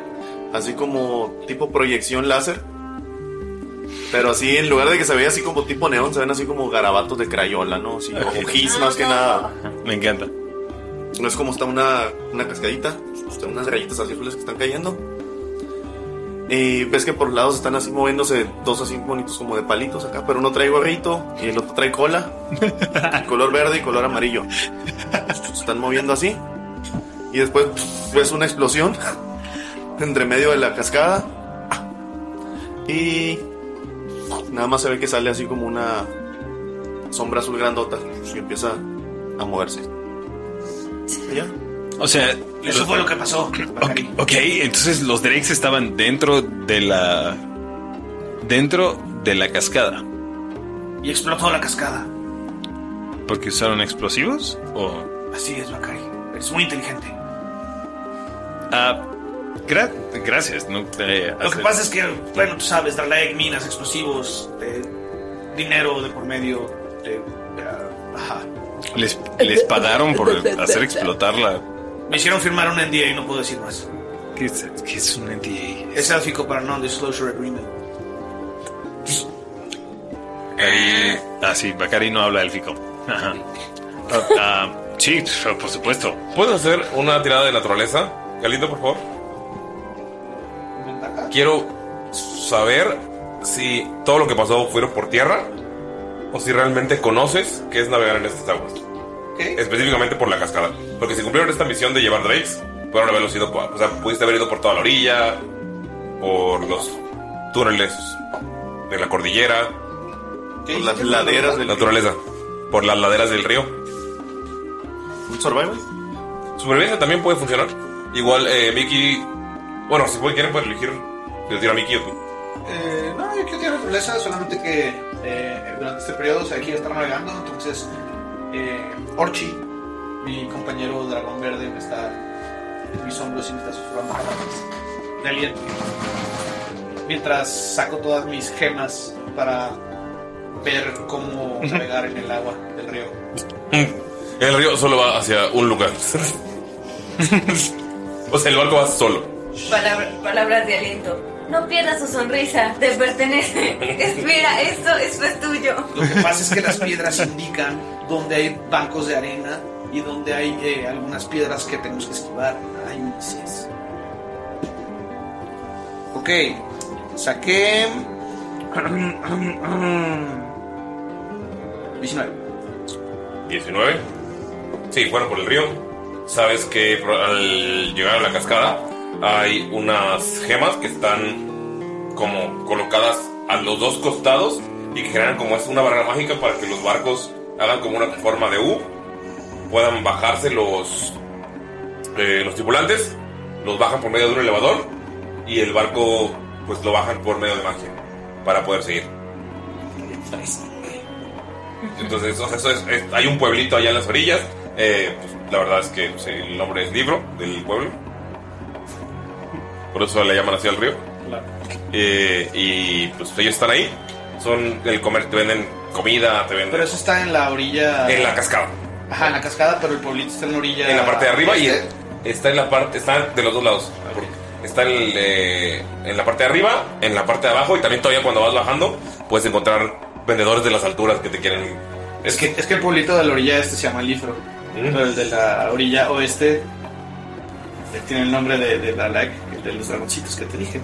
Speaker 3: así como tipo proyección láser. Pero así, en lugar de que se vea así como tipo neón, se ven así como garabatos de crayola, ¿no? Así,
Speaker 9: Ok.
Speaker 3: o gis más que nada.
Speaker 9: Me encanta.
Speaker 3: No es como está una, una cascadita, están unas rayitas así azules que están cayendo. Y ves que por los lados están así moviéndose dos así bonitos como de palitos acá, pero uno trae gorrito y el otro trae cola, y color verde y color amarillo. Se están moviendo así. Y después pff, ves una explosión [laughs] entre medio de la cascada. Y nada más se ve que sale así como una sombra azul grandota pues, y empieza a moverse.
Speaker 9: O sea,
Speaker 6: Eso fue lo que pasó.
Speaker 9: Ok, entonces los Drakes estaban dentro de la. dentro de la cascada.
Speaker 6: Y explotó la cascada.
Speaker 9: ¿Porque usaron explosivos? ¿O.?
Speaker 6: Así es, Bakari. Eres muy inteligente.
Speaker 9: Ah, gra- gracias. No, Eh, te-
Speaker 6: Lo que pasa es que, bueno, tú sabes, Dralaek, minas, explosivos, eh, dinero de por medio. eh, ah, ajá.
Speaker 9: Les, les pagaron por
Speaker 6: [laughs]
Speaker 9: hacer explotarla.
Speaker 6: Me hicieron firmar un NDA y no puedo decir más.
Speaker 9: ¿Qué es, qué es un NDA?
Speaker 6: Es élfico para Non-Disclosure Agreement. Eh.
Speaker 9: Bacari- ah, sí, Bacari no habla élfico. Ajá. Ah, ah, sí, por supuesto.
Speaker 1: ¿Puedes hacer una tirada de naturaleza? Galindo, por favor. Quiero saber si todo lo que pasó fueron por tierra o si realmente conoces qué es navegar en estas aguas. Específicamente por la cascada. Porque si cumplieron esta misión de llevar Drakes, pudieron haberlo sido. por- O sea, pudiste haber ido por toda la orilla, por los túneles de la cordillera,
Speaker 3: Por las laderas del
Speaker 1: naturaleza, por las laderas del río.
Speaker 3: ¿Un survival?
Speaker 1: Supervivencia también puede funcionar. Igual, eh, Mickey. Bueno, si pueden, quieren, pueden elegir. Yo tiro a Mickey o tú.
Speaker 6: Eh, no, yo quiero tirar fortaleza, solamente que eh, durante este periodo se hay que estar navegando, entonces eh, Orchi, mi compañero dragón verde, me está en mis hombros y me está susurrando palabras de aliento. Mientras saco todas mis gemas para ver cómo navegar en el agua del río.
Speaker 1: Mm. El río solo va hacia un lugar. o sea, el barco va solo.
Speaker 5: Palabra- palabras de aliento. No pierdas su sonrisa, te pertenece. Espera, esto, esto es tuyo.
Speaker 6: Lo que pasa es que las piedras indican dónde hay bancos de arena y dónde hay eh, algunas piedras que tenemos que esquivar. Hay índices. Ok, saqué. [clears throat] 19.
Speaker 1: 19. Sí, bueno, por el río. Sabes que pro- al llegar a la cascada hay unas gemas que están como colocadas a los dos costados y que generan como es una barrera mágica para que los barcos hagan como una forma de U, puedan bajarse los eh, los tripulantes, los bajan por medio de un elevador y el barco pues lo bajan por medio de magia para poder seguir. Entonces, o sea, eso es- es- hay un pueblito allá en las orillas. eh, pues, la verdad es que pues, el nombre es Libro del pueblo. Por eso le llaman así al río. Eh, y pues ellos están ahí. Son el comer, te venden comida, te venden
Speaker 6: Pero eso está en la orilla.
Speaker 1: en la cascada.
Speaker 6: Ajá, en la cascada, pero el pueblito está en la orilla.
Speaker 1: En la parte de arriba y
Speaker 6: este.
Speaker 1: está en la parte, está de los dos lados. Está el, eh, en la parte de arriba, en la parte de abajo y también todavía cuando vas bajando puedes encontrar vendedores de las alturas que te quieren.
Speaker 6: Es que, es que el pueblito de la orilla este se llama Lifro.
Speaker 1: Mm.
Speaker 6: Pero el de la orilla oeste eh, tiene el nombre de, de la lag, el de los dragoncitos que te dije.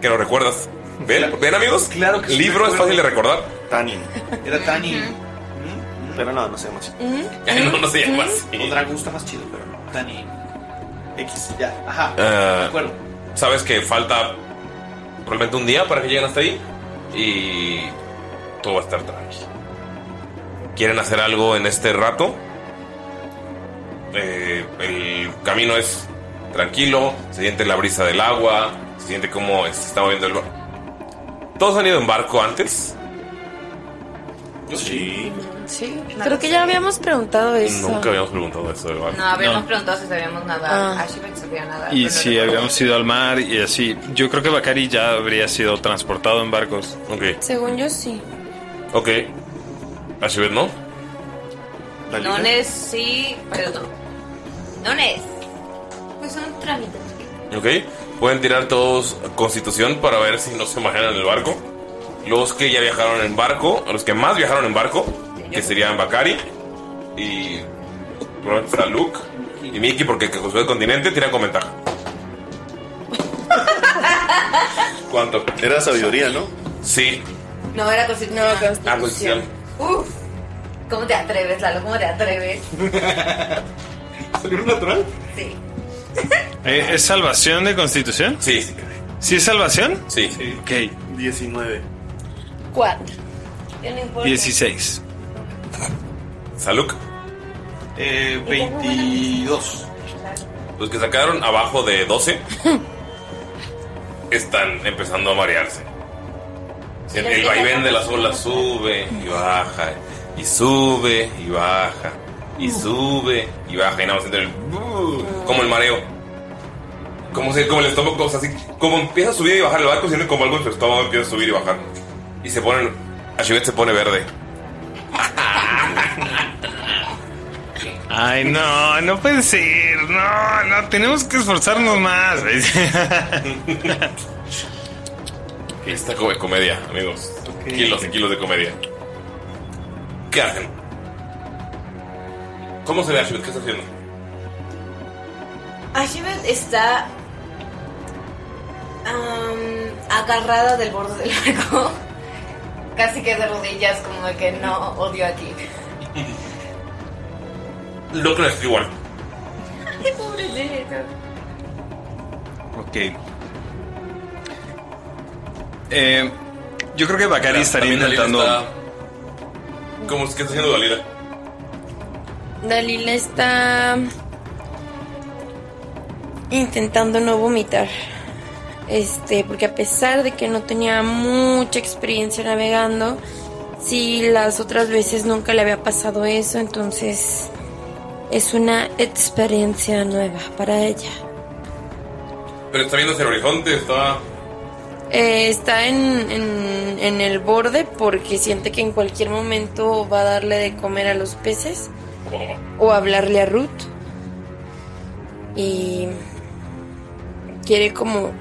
Speaker 1: que lo recuerdas. ¿Ven, ¿ven amigos?
Speaker 6: Claro que sí,
Speaker 1: Libro es
Speaker 6: recuerdo.
Speaker 1: fácil de recordar.
Speaker 3: Tanin.
Speaker 6: Era Tani.
Speaker 3: Pero no, no se llama así.
Speaker 1: no, no se llama así.
Speaker 6: O Dragon está más chido, pero no. Tani. X, ya. Ajá.
Speaker 1: Ah,
Speaker 6: de acuerdo.
Speaker 1: Sabes que falta realmente un día para que lleguen hasta ahí y todo va a estar tranquilo. ¿Quieren hacer algo en este rato? Eh, el camino es tranquilo, se siente la brisa del agua, se siente como se está moviendo el barco. ¿Todos han ido en barco antes? Yo sí.
Speaker 8: Sí,
Speaker 2: Creo que ya habíamos preguntado eso.
Speaker 1: Nunca habíamos preguntado eso del barco.
Speaker 8: No, habíamos
Speaker 9: No.
Speaker 8: preguntado si sabíamos nada.
Speaker 2: Ah.
Speaker 8: Ashibet sabía nada.
Speaker 9: Y eh. si habíamos ido al mar y así. Yo creo que Bakari ya habría sido transportado en barcos.
Speaker 1: Ok.
Speaker 2: Según yo, sí.
Speaker 1: Ok. Ashibet, ¿no?
Speaker 8: No es sí, pero no.
Speaker 5: No es. Pues son trámites.
Speaker 1: Ok, pueden tirar todos Constitución para ver si no se imaginan el barco. Los que ya viajaron en barco, los que más viajaron en barco, que serían Bakari y probablemente será Luke y Mickey, porque que construyó el continente tiran con
Speaker 3: [laughs]
Speaker 1: ventaja. ¿Cuánto?
Speaker 3: Era sabiduría, ¿no?
Speaker 1: Sí,
Speaker 8: No era constitución.
Speaker 1: ah, Constitución.
Speaker 8: Uf, ¿cómo te atreves, Lalo? ¿Cómo te atreves?
Speaker 3: ¿Salió natural?
Speaker 8: Sí.
Speaker 9: Eh, ¿Es salvación de constitución?
Speaker 1: Sí.
Speaker 9: ¿Sí es salvación?
Speaker 1: Sí.
Speaker 9: Ok,
Speaker 3: 19.
Speaker 2: Cuatro.
Speaker 9: 16.
Speaker 1: Saluk.
Speaker 6: Eh, 22.
Speaker 1: Los que sacaron abajo de 12 están empezando a marearse. El, el vaivén de las olas sube y baja, y sube y baja, y sube y baja, y nada más sienten
Speaker 6: Uh.
Speaker 1: el- como el mareo. Como, se, como el estómago, o sea, así, como empieza a subir y bajar el barco, sienten como algo en su estómago empieza a subir y bajar. Y se ponen, Ashibet se pone verde.
Speaker 9: Ay, no, no puede ser. No, no, tenemos que esforzarnos más.
Speaker 1: Esta co- comedia, amigos. Kilos y kilos de comedia. ¿Qué hacen? ¿Cómo se ve Ashbeth? ¿Qué está haciendo?
Speaker 5: Ashibet está am, agarrada del borde del arco.
Speaker 8: Casi que de rodillas, como de que no odio aquí.
Speaker 1: Lo que es igual.
Speaker 8: Ay, pobre neta.
Speaker 9: Ok. Eh, yo creo que Bakari estaría
Speaker 1: También Dalila
Speaker 9: intentando.
Speaker 1: está- ¿Cómo es que está haciendo Dalila?
Speaker 2: Dalila está intentando no vomitar. Este, porque a pesar de que no tenía mucha experiencia navegando, sí las otras veces nunca le había pasado eso, entonces es una experiencia nueva para ella.
Speaker 1: Pero está viendo hacia el horizonte, está.
Speaker 2: Eh, está en, en- en el borde porque siente que en cualquier momento va a darle de comer a los peces o hablarle a Ruth. Y quiere como,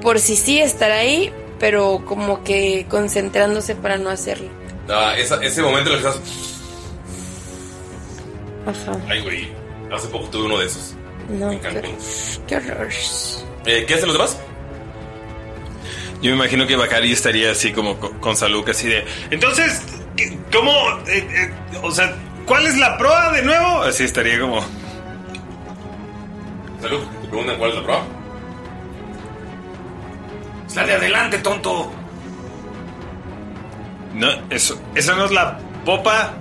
Speaker 2: por si sí, estar ahí, pero como que concentrándose para no hacerlo.
Speaker 1: Ah, esa- ese momento en el que estás.
Speaker 2: Ajá.
Speaker 1: Ay, güey. Hace poco tuve uno de esos.
Speaker 2: No,
Speaker 1: En Cancún.
Speaker 2: qué horror.
Speaker 1: [laughs] Eh, ¿Qué hacen los demás?
Speaker 9: Yo me imagino que Bacari estaría así como co- con Saluk, así de.
Speaker 4: Entonces, ¿qué- ¿cómo? eh, eh, o sea, ¿cuál es la proa de nuevo?
Speaker 9: Así estaría como.
Speaker 1: Salud, te preguntan cuál es la prueba.
Speaker 4: Es la de adelante, tonto.
Speaker 9: No, eso, esa no es la popa.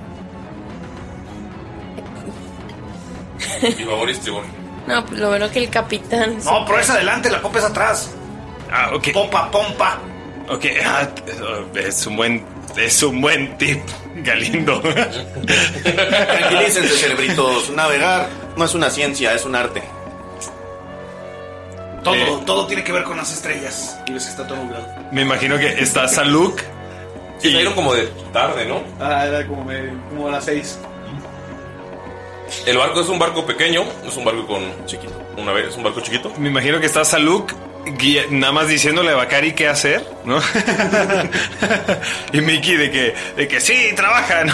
Speaker 1: Y favor, estribor.
Speaker 2: No, pues lo bueno que el capitán...
Speaker 6: No, pero es adelante, la popa es atrás.
Speaker 9: Ah, ok.
Speaker 6: Pompa, pompa.
Speaker 9: Ok, ah, es un buen. Es un buen tip, Galindo. [laughs]
Speaker 3: Tranquilícense, cerebritos. Navegar no es una ciencia, es un arte.
Speaker 6: Todo, todo tiene que ver con las estrellas. Y ves que está todo nublado.
Speaker 9: Me imagino que está Saluk.
Speaker 1: Sí, salieron como de tarde, ¿no?
Speaker 12: Ah, era como, me- como a las seis.
Speaker 1: El barco es un barco pequeño, es un barco con chiquito. Una vez, es un barco chiquito.
Speaker 9: Me imagino que está Saluk guía- nada más diciéndole a Bakari qué hacer, ¿no? [laughs] y Mickey de que, de que sí, trabaja, ¿no?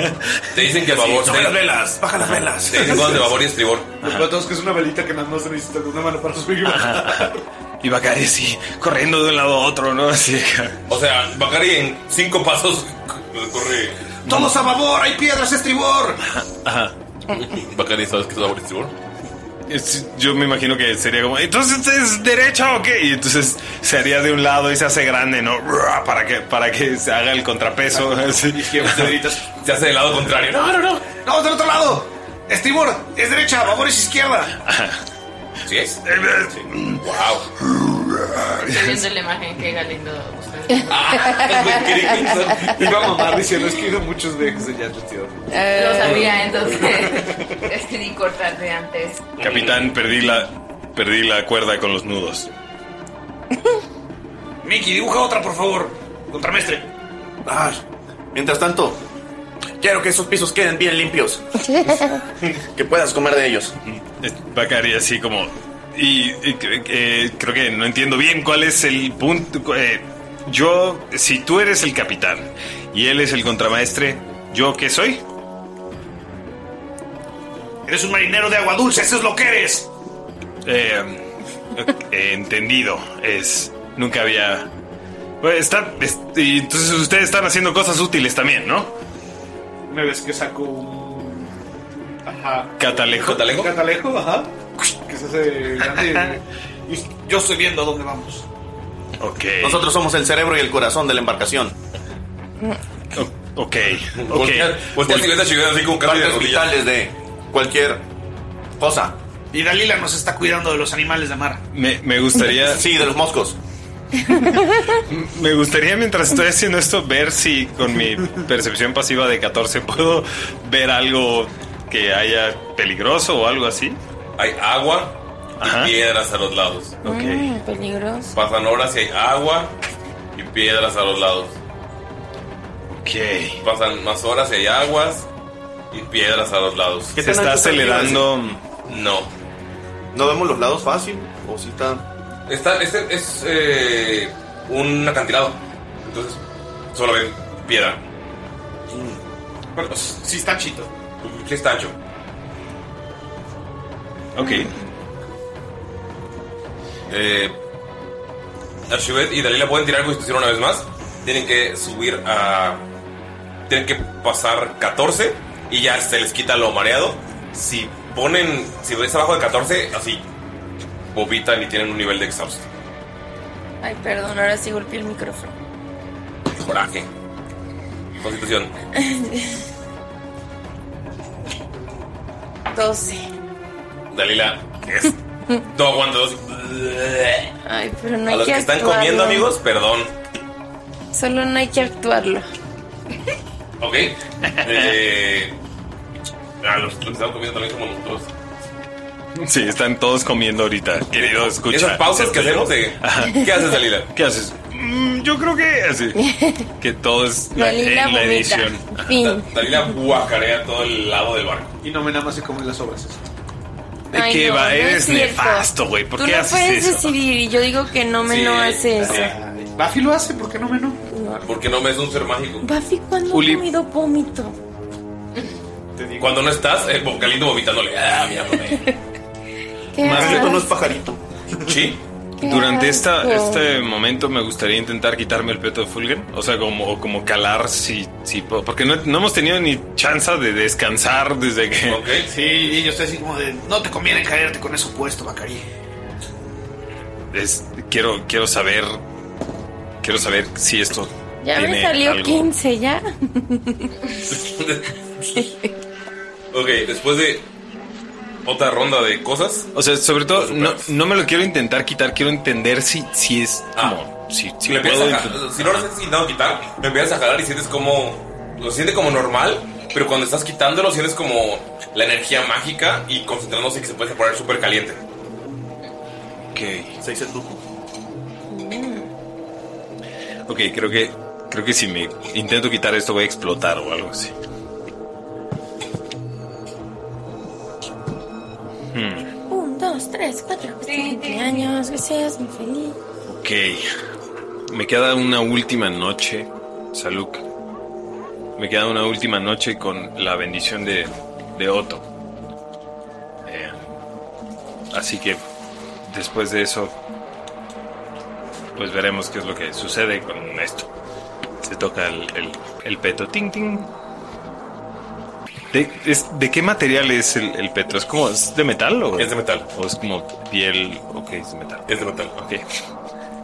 Speaker 1: [laughs] Te dicen que el
Speaker 9: Sí,
Speaker 1: babor.
Speaker 9: sobre
Speaker 1: te-
Speaker 9: las velas, baja las velas.
Speaker 1: Te dicen cosas de babor y estribor.
Speaker 9: [laughs]
Speaker 12: Los platos que es una velita que nada más se necesita con una mano para subir.
Speaker 9: y Bakari sí, corriendo de un lado a otro, ¿no? Así
Speaker 1: O sea, Bacari en cinco pasos corre.
Speaker 6: Todos a babor, hay piedras estribor.
Speaker 1: [laughs]
Speaker 9: Ajá.
Speaker 1: Bacari, ¿sabes qué es babor y estribor?
Speaker 9: Es- Yo me imagino que sería como, entonces es derecha o qué? Y entonces se haría de un lado y se hace grande, ¿no? [laughs] Ruah, Para que, para que se haga el contrapeso.
Speaker 1: Se hace del lado contrario.
Speaker 6: No, no, no. No, del otro lado. Estribor es derecha, babor es izquierda.
Speaker 1: ¿Sí
Speaker 12: Eh,
Speaker 1: es? ¡Wow!
Speaker 8: Estoy viendo la imagen que Galindo ustedes.
Speaker 12: [laughs] Iba a mamar diciendo, es que he ido a muchos viajes de Jazz
Speaker 8: Lo sabía, entonces decidí cortar de antes.
Speaker 9: Capitán, perdí la, perdí la cuerda con los nudos.
Speaker 6: Miki, dibuja otra, por favor. Contramestre.
Speaker 3: Ah, mientras tanto, quiero que esos pisos queden bien limpios. que puedas comer de ellos.
Speaker 9: Bacari así como... Y, y cre- eh, creo que no entiendo bien cuál es el punto... cu- eh, yo, si tú eres el capitán y él es el contramaestre, ¿yo qué soy?
Speaker 6: Eres un marinero de agua dulce, eso es lo que eres.
Speaker 9: Eh, eh, entendido. Es. Nunca había. Bueno, está. es- y entonces ustedes están haciendo cosas útiles también, ¿no?
Speaker 12: Una vez que saco un. Ajá.
Speaker 9: Catalejo.
Speaker 12: ¿Un catalejo? Ajá. Que se hace grande.
Speaker 6: [laughs] Y yo estoy viendo a dónde vamos.
Speaker 9: Ok.
Speaker 3: Nosotros somos el cerebro y el corazón de la embarcación.
Speaker 9: Mm. Ok.
Speaker 3: Voltea- voltea
Speaker 1: Vol-
Speaker 3: silueta chilena así con cara de
Speaker 6: Partes
Speaker 3: rodilla.
Speaker 6: vitales de
Speaker 3: cualquier cosa.
Speaker 6: Y Dalila nos está cuidando de los animales de mar.
Speaker 9: Me,
Speaker 1: [laughs]
Speaker 9: me gustaría.
Speaker 3: Sí, de los moscos.
Speaker 9: Me gustaría mientras estoy haciendo esto ver si con mi percepción pasiva de 14 puedo ver algo que haya peligroso o algo así.
Speaker 1: Hay agua y piedras a los lados.
Speaker 2: Mm, peligros.
Speaker 1: Pasan horas y hay agua y piedras a los lados.
Speaker 9: Ok.
Speaker 1: Pasan más horas y hay aguas y piedras a los lados.
Speaker 9: ¿Qué Se tan está alto está el río, acelerando.
Speaker 1: No.
Speaker 3: ¿No vemos los lados fácil? ¿O si está.?
Speaker 1: Está, este es eh, un acantilado. Entonces, solo ven piedra. Bueno, sí está chito. Sí está ancho.
Speaker 9: Ok.
Speaker 1: Eh, Archibald y Dalila pueden tirar constitución una vez más. Tienen que subir a. Tienen que pasar 14 y ya se les quita lo mareado. Si ponen. Si ves abajo de 14, así. Bobitan y tienen un nivel de exhausto.
Speaker 2: Ay, perdón, ahora sí golpeé el micrófono.
Speaker 1: Coraje. Constitución.
Speaker 2: 12. [laughs]
Speaker 1: Dalila es. No aguanta dos.
Speaker 2: Ay, pero no
Speaker 1: A
Speaker 2: hay
Speaker 1: los que están
Speaker 2: actuarlo.
Speaker 1: comiendo, amigos, perdón.
Speaker 2: Solo no hay que actuarlo.
Speaker 1: Ok. Eh, a los los que están comiendo también como nosotros.
Speaker 9: Sí, están todos comiendo ahorita, querido, escucha.
Speaker 1: Esas pausas que hacemos de-
Speaker 9: Ajá.
Speaker 1: ¿Qué haces, Dalila?
Speaker 9: ¿Qué haces? Mm, yo creo que
Speaker 2: [laughs]
Speaker 9: así. Que todo es la-
Speaker 2: Dalila
Speaker 9: en la
Speaker 2: vomita.
Speaker 9: edición.
Speaker 2: Fin.
Speaker 1: Dalila guacarea todo el lado del barco.
Speaker 12: Y no me nada más se comen las obras. esas.
Speaker 9: ¿De
Speaker 2: Ay,
Speaker 9: qué
Speaker 2: no,
Speaker 9: va?
Speaker 2: no
Speaker 9: Eres
Speaker 2: es cierto.
Speaker 9: nefasto, güey. ¿Por
Speaker 2: Tú
Speaker 9: qué
Speaker 2: no
Speaker 9: haces
Speaker 2: puedes
Speaker 9: eso?
Speaker 2: decidir y yo digo que no me no hace eso.
Speaker 12: Buffy lo hace, ¿por qué no me no?
Speaker 1: Porque no me es un ser mágico.
Speaker 2: Buffy, ¿cuándo
Speaker 1: Uli-
Speaker 2: ha comido vómito?
Speaker 1: Cuando no estás, el vocalito vomitándole. Ah, mira,
Speaker 2: ¿Qué haces?
Speaker 1: es pajarito. Sí.
Speaker 2: Qué
Speaker 9: Durante esta,
Speaker 2: asco.
Speaker 9: este momento me gustaría intentar quitarme el peto de Fulgen, o sea, como, como calar si, si puedo, porque no, no hemos tenido ni chance de descansar desde que...
Speaker 6: Sí, y yo estoy así como de. No te conviene caerte con eso puesto, Bacari.
Speaker 9: Es- quiero, quiero saber, quiero saber si esto...
Speaker 2: Ya me
Speaker 9: tiene
Speaker 2: salió
Speaker 9: algo.
Speaker 2: 15,
Speaker 9: [laughs]
Speaker 2: ya. [laughs]
Speaker 1: Ok, después de otra ronda de cosas.
Speaker 9: O sea, sobre todo, no, no me lo quiero intentar quitar, quiero entender si, si es como... Si, si
Speaker 1: le
Speaker 9: puedo
Speaker 1: empiezas a ja-
Speaker 9: intent-
Speaker 1: Ah. si no lo has intentado quitar, lo empiezas a jalar y sientes como. Lo sientes como normal, pero cuando estás quitándolo sientes como la energía mágica y concentrándose que se puede poner súper caliente.
Speaker 9: Ok. Se dice tú. Ok, creo que, creo que si me intento quitar esto voy a explotar o algo así. Hmm.
Speaker 2: Un, dos, tres, cuatro, feliz cumpleaños, que seas muy feliz.
Speaker 9: Ok. Me queda una última noche, Salud. Me queda una última noche con la bendición de, de Otto. Eh, así que después de eso, pues veremos qué es lo que sucede con esto. Se toca el, el- el peto. Ting, ting. ¿De, es- ¿de qué material es el, el petro? ¿Es como es de metal o es de
Speaker 1: metal?
Speaker 9: ¿O es como piel? Ok, es de metal.
Speaker 1: Es de metal.
Speaker 9: Ok.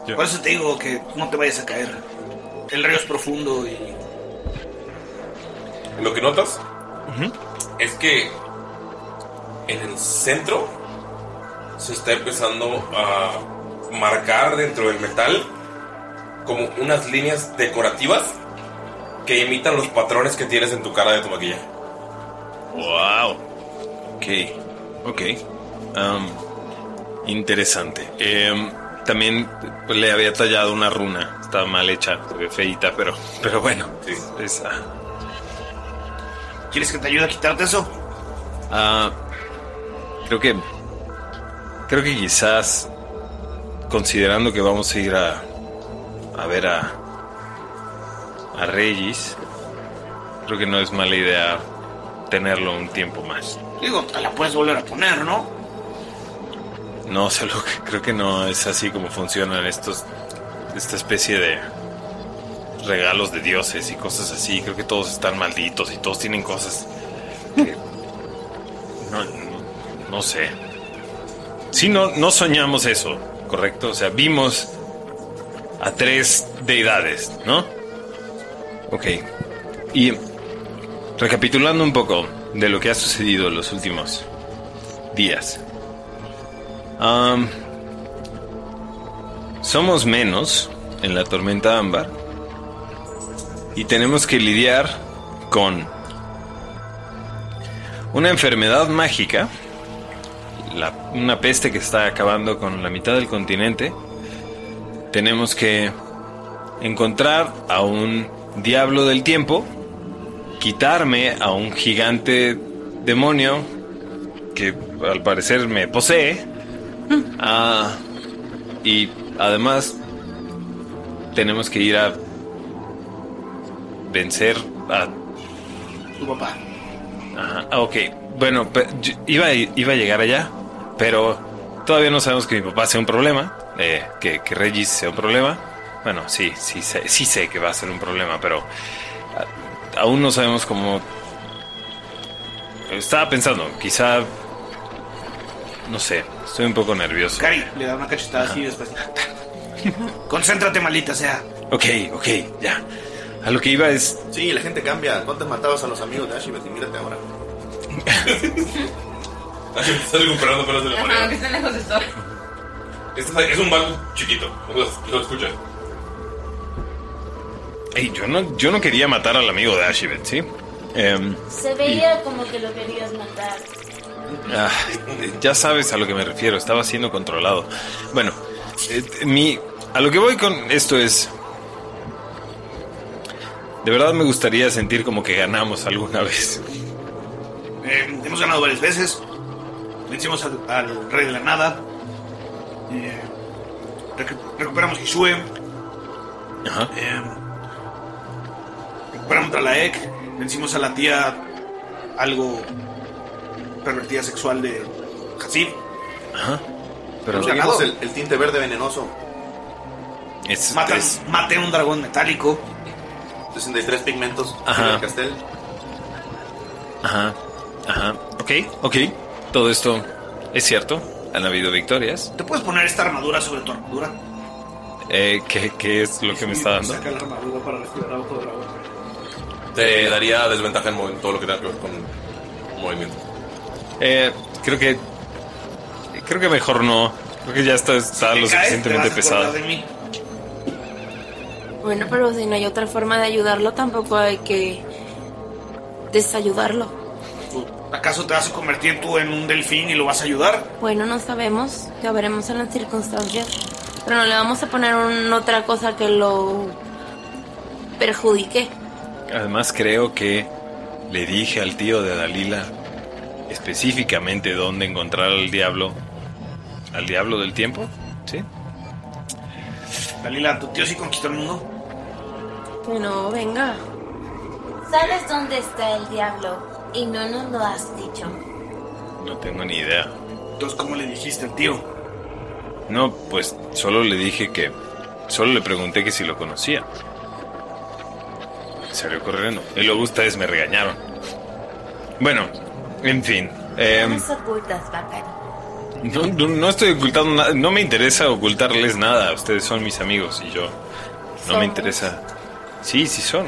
Speaker 9: Yo-
Speaker 6: Por eso te digo que no te vayas a caer. El río es profundo y.
Speaker 1: Lo que notas es que en el centro se está empezando a marcar dentro del metal como unas líneas decorativas que imitan los patrones que tienes en tu cara de tu maquillaje. [laughs]
Speaker 9: Wow. Ok, ok. Am, interesante. Em, también le había tallado una runa. Está mal hecha, se ve feita, pero, pero bueno. Es- ah.
Speaker 6: ¿Quieres que te ayude a quitarte eso?
Speaker 9: Ah, creo que. Creo que quizás. Considerando que vamos a ir a. A ver a. A Regis. Creo que no es mala idea tenerlo un tiempo más.
Speaker 6: Digo, te la puedes volver a poner, ¿no?
Speaker 9: No, [laughs] solo que creo que no es así como funcionan estos esta especie de regalos de dioses y cosas así. Creo que todos están malditos y todos tienen cosas que [laughs] no, no- no sé. Sí, no, no soñamos eso, correcto. O sea, vimos a tres deidades, ¿no? Ok. Y recapitulando un poco de lo que ha sucedido en los últimos días. Am, somos menos en la tormenta ámbar y tenemos que lidiar con una enfermedad mágica, la- una peste que está acabando con la mitad del continente. Tenemos que encontrar a un diablo del tiempo, quitarme a un gigante demonio que al parecer me posee. Ah, y además tenemos que ir a vencer a...
Speaker 6: Tu papá.
Speaker 9: Ajá, ah, ok, bueno, pe- yo iba, a- iba a llegar allá, pero todavía no sabemos que mi papá sea un problema, eh, que, que Regis sea un problema. Bueno, sí, sí, sé- sí sé que va a ser un problema, pero a- aún no sabemos cómo... Estaba pensando, quizá... No sé, estoy un poco nervioso.
Speaker 6: Cari le da una cachetada así después.
Speaker 9: [laughs]
Speaker 6: Concéntrate, maldita sea.
Speaker 9: Ok, ok, ya. A lo que iba es.
Speaker 3: Sí, la gente cambia. ¿Cuánto matabas a los amigos de Ashibet? Y mírate ahora.
Speaker 1: Estás recuperando pelos de la
Speaker 8: Ajá, que están lejos de todo.
Speaker 1: Es, es un mago chiquito. Lo, lo escucha.
Speaker 9: Ey, yo no, yo no quería matar al amigo de Ashibet, ¿sí? Em,
Speaker 5: Se veía como que lo querías matar.
Speaker 9: Ah, ya sabes a lo que me refiero, estaba siendo controlado. Bueno, eh, mi, a lo que voy con esto es... De verdad me gustaría sentir como que ganamos alguna vez.
Speaker 6: Eh, hemos ganado varias veces. Vencimos al, al rey de la nada. Eh, recu- recuperamos Hishue.
Speaker 9: Ajá.
Speaker 6: Eh, recuperamos Tralaek. Vencimos a la tía algo pervertida sexual de Hasib.
Speaker 9: Ajá. Pero
Speaker 6: Hemos ganado.
Speaker 3: el, el tinte verde venenoso.
Speaker 9: Es,
Speaker 6: Matan- maté a un dragón metálico.
Speaker 3: 63 pigmentos.
Speaker 9: Ajá.
Speaker 3: En el Ah. castel.
Speaker 9: Ajá, ajá. Ok, ok. Todo esto es cierto. Han habido victorias.
Speaker 6: ¿Te puedes poner esta armadura sobre tu armadura?
Speaker 9: Eh, ¿qué, qué es lo que me está dando?
Speaker 6: Saca la armadura para respirar a otro dragón.
Speaker 1: Te daría desventaja en, mo- en todo lo que tenga que ver con movimiento.
Speaker 9: Eh, creo que... Creo que mejor no. Creo que ya está, está lo
Speaker 6: caes,
Speaker 9: suficientemente
Speaker 6: te vas a acordar
Speaker 9: pesado.
Speaker 6: de mí.
Speaker 2: Bueno, pero si no hay otra forma de ayudarlo, tampoco hay que desayudarlo.
Speaker 6: ¿Acaso te vas a convertir tú en un delfín y lo vas a ayudar?
Speaker 2: Bueno, no sabemos, ya veremos en las circunstancias. Pero no le vamos a poner un- otra cosa que lo perjudique.
Speaker 9: Además creo que le dije al tío de Dalila específicamente dónde encontrar al diablo. ¿Al diablo del tiempo? ¿Sí?
Speaker 6: Dalila, tu tío sí conquistó el mundo.
Speaker 2: Bueno, venga.
Speaker 5: ¿Sabes dónde está el diablo? Y no nos lo has dicho.
Speaker 9: No tengo ni idea.
Speaker 6: Entonces, ¿cómo le dijiste al tío?
Speaker 9: No, pues solo le dije que... Solo le pregunté que si lo conocía. Salió corriendo. Y luego ustedes me regañaron. Bueno, en fin.
Speaker 5: No
Speaker 9: em,
Speaker 5: nos ocultas, Bacari.
Speaker 9: No, no, no estoy ocultando nada, no me interesa ocultarles nada, ustedes son mis amigos y yo no
Speaker 5: Somos.
Speaker 9: me interesa. Sí, sí son.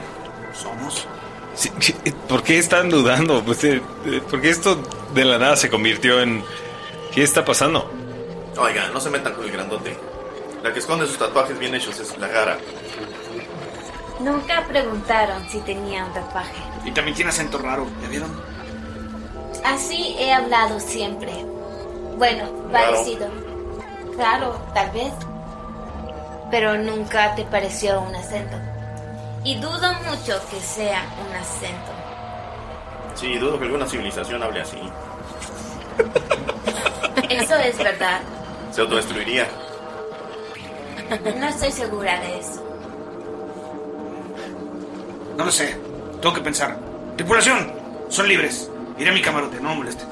Speaker 6: ¿Somos?
Speaker 9: Sí, sí, eh, ¿Por qué están dudando? Pues, eh, eh, ¿Por qué esto de la nada se convirtió en... ¿Qué está pasando?
Speaker 3: Oigan, no se metan con el grandote. La que esconde sus tatuajes bien hechos es la cara.
Speaker 5: Nunca preguntaron si tenía un tatuaje.
Speaker 6: Y también tiene acento raro, ¿ya vieron?
Speaker 5: Así he hablado siempre. Bueno,
Speaker 6: Claro.
Speaker 5: parecido. Claro, tal vez. Pero nunca te pareció un acento. Y dudo mucho que sea un acento.
Speaker 3: Sí, dudo que alguna civilización hable así.
Speaker 5: Eso es verdad.
Speaker 3: Se autodestruiría.
Speaker 5: No estoy segura de eso.
Speaker 6: No lo sé, tengo que pensar. Tripulación, son libres. Iré a mi camarote, no me molesten.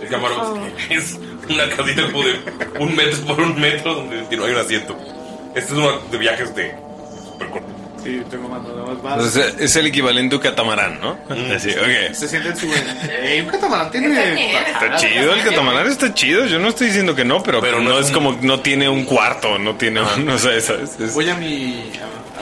Speaker 1: El camarote
Speaker 12: Oh.
Speaker 6: [laughs]
Speaker 1: es una casita como de un metro por un metro donde no hay un asiento. Este es uno de viajes de super corto.
Speaker 12: Sí, tengo más, nada más.
Speaker 9: O sea, es el equivalente a un catamarán, ¿no? Así, ok.
Speaker 12: Se siente en su.
Speaker 6: eh,
Speaker 9: [laughs]
Speaker 12: Ey, un catamarán tiene.
Speaker 9: Está chido, el catamarán está chido, yo no estoy diciendo que no, pero, no, es como, no tiene un cuarto, no tiene, [laughs] no sé, ¿sabes? Es-
Speaker 12: Voy a mi.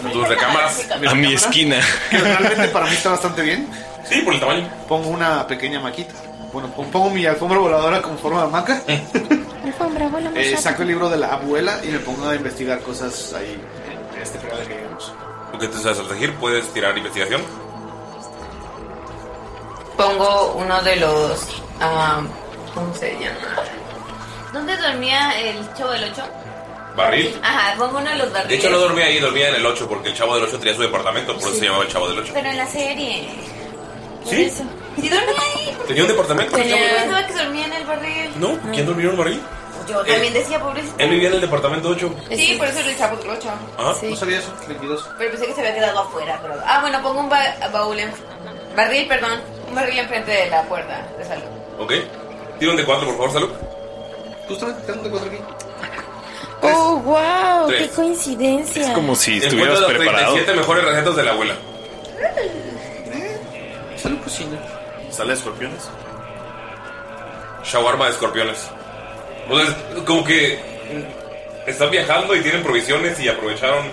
Speaker 12: A,
Speaker 1: tus
Speaker 9: recámaras. A mi esquina.
Speaker 12: Que realmente para mí está bastante bien.
Speaker 1: Sí, por el tamaño.
Speaker 12: Pongo una pequeña maquita. Bueno, pon- pongo mi alfombra voladora con forma de hamaca. Eh, saco el libro de la abuela y me pongo a investigar cosas ahí en este fregado que llevamos.
Speaker 1: Porque te sabes elegir, puedes tirar investigación.
Speaker 8: Pongo uno de los. ah, ¿Cómo se llama?
Speaker 5: ¿Dónde dormía el chavo del 8?
Speaker 1: Barril.
Speaker 5: Ajá, pongo uno de los
Speaker 1: De
Speaker 5: barriles.
Speaker 1: hecho, no dormía ahí, dormía en el 8, porque el chavo del 8 tenía su departamento, por eso se llamaba el chavo del 8.
Speaker 5: Pero en la serie.
Speaker 1: ¿Sí?
Speaker 5: Eso. ¿Sí dormía ahí?
Speaker 1: ¿Tenía un departamento? el
Speaker 5: Yo
Speaker 1: chavo del ocho?
Speaker 5: pensaba que dormía en el barril.
Speaker 1: No,
Speaker 12: Ah.
Speaker 1: ¿quién dormía en un barril?
Speaker 5: Yo
Speaker 9: Eh,
Speaker 5: también decía, pobrecito.
Speaker 1: Él vivía en el departamento Ah. 8.
Speaker 12: Eh,
Speaker 5: Sí, por eso lo echaba por el 8.
Speaker 1: Ajá.
Speaker 5: Sí. No
Speaker 12: sabía eso, 22.
Speaker 5: Pero pensé que se había quedado afuera, pero... Ah, bueno, pongo un ba- baúl en...
Speaker 8: Barril, perdón. Un barril enfrente de la puerta de salud.
Speaker 1: Ok. Tira un de 4, por favor, salud.
Speaker 12: Justamente tengo un de 4 aquí.
Speaker 2: Oh, wow,
Speaker 1: Tres.
Speaker 2: qué coincidencia.
Speaker 9: Es como si
Speaker 1: Encuentra
Speaker 9: estuvieras
Speaker 1: las
Speaker 9: preparado.
Speaker 1: 37 mejores recetas de la abuela.
Speaker 12: Salud cocina.
Speaker 1: ¿Sale de escorpiones? Shawarma de escorpiones. O sea, es como que mm, están viajando y tienen provisiones y aprovecharon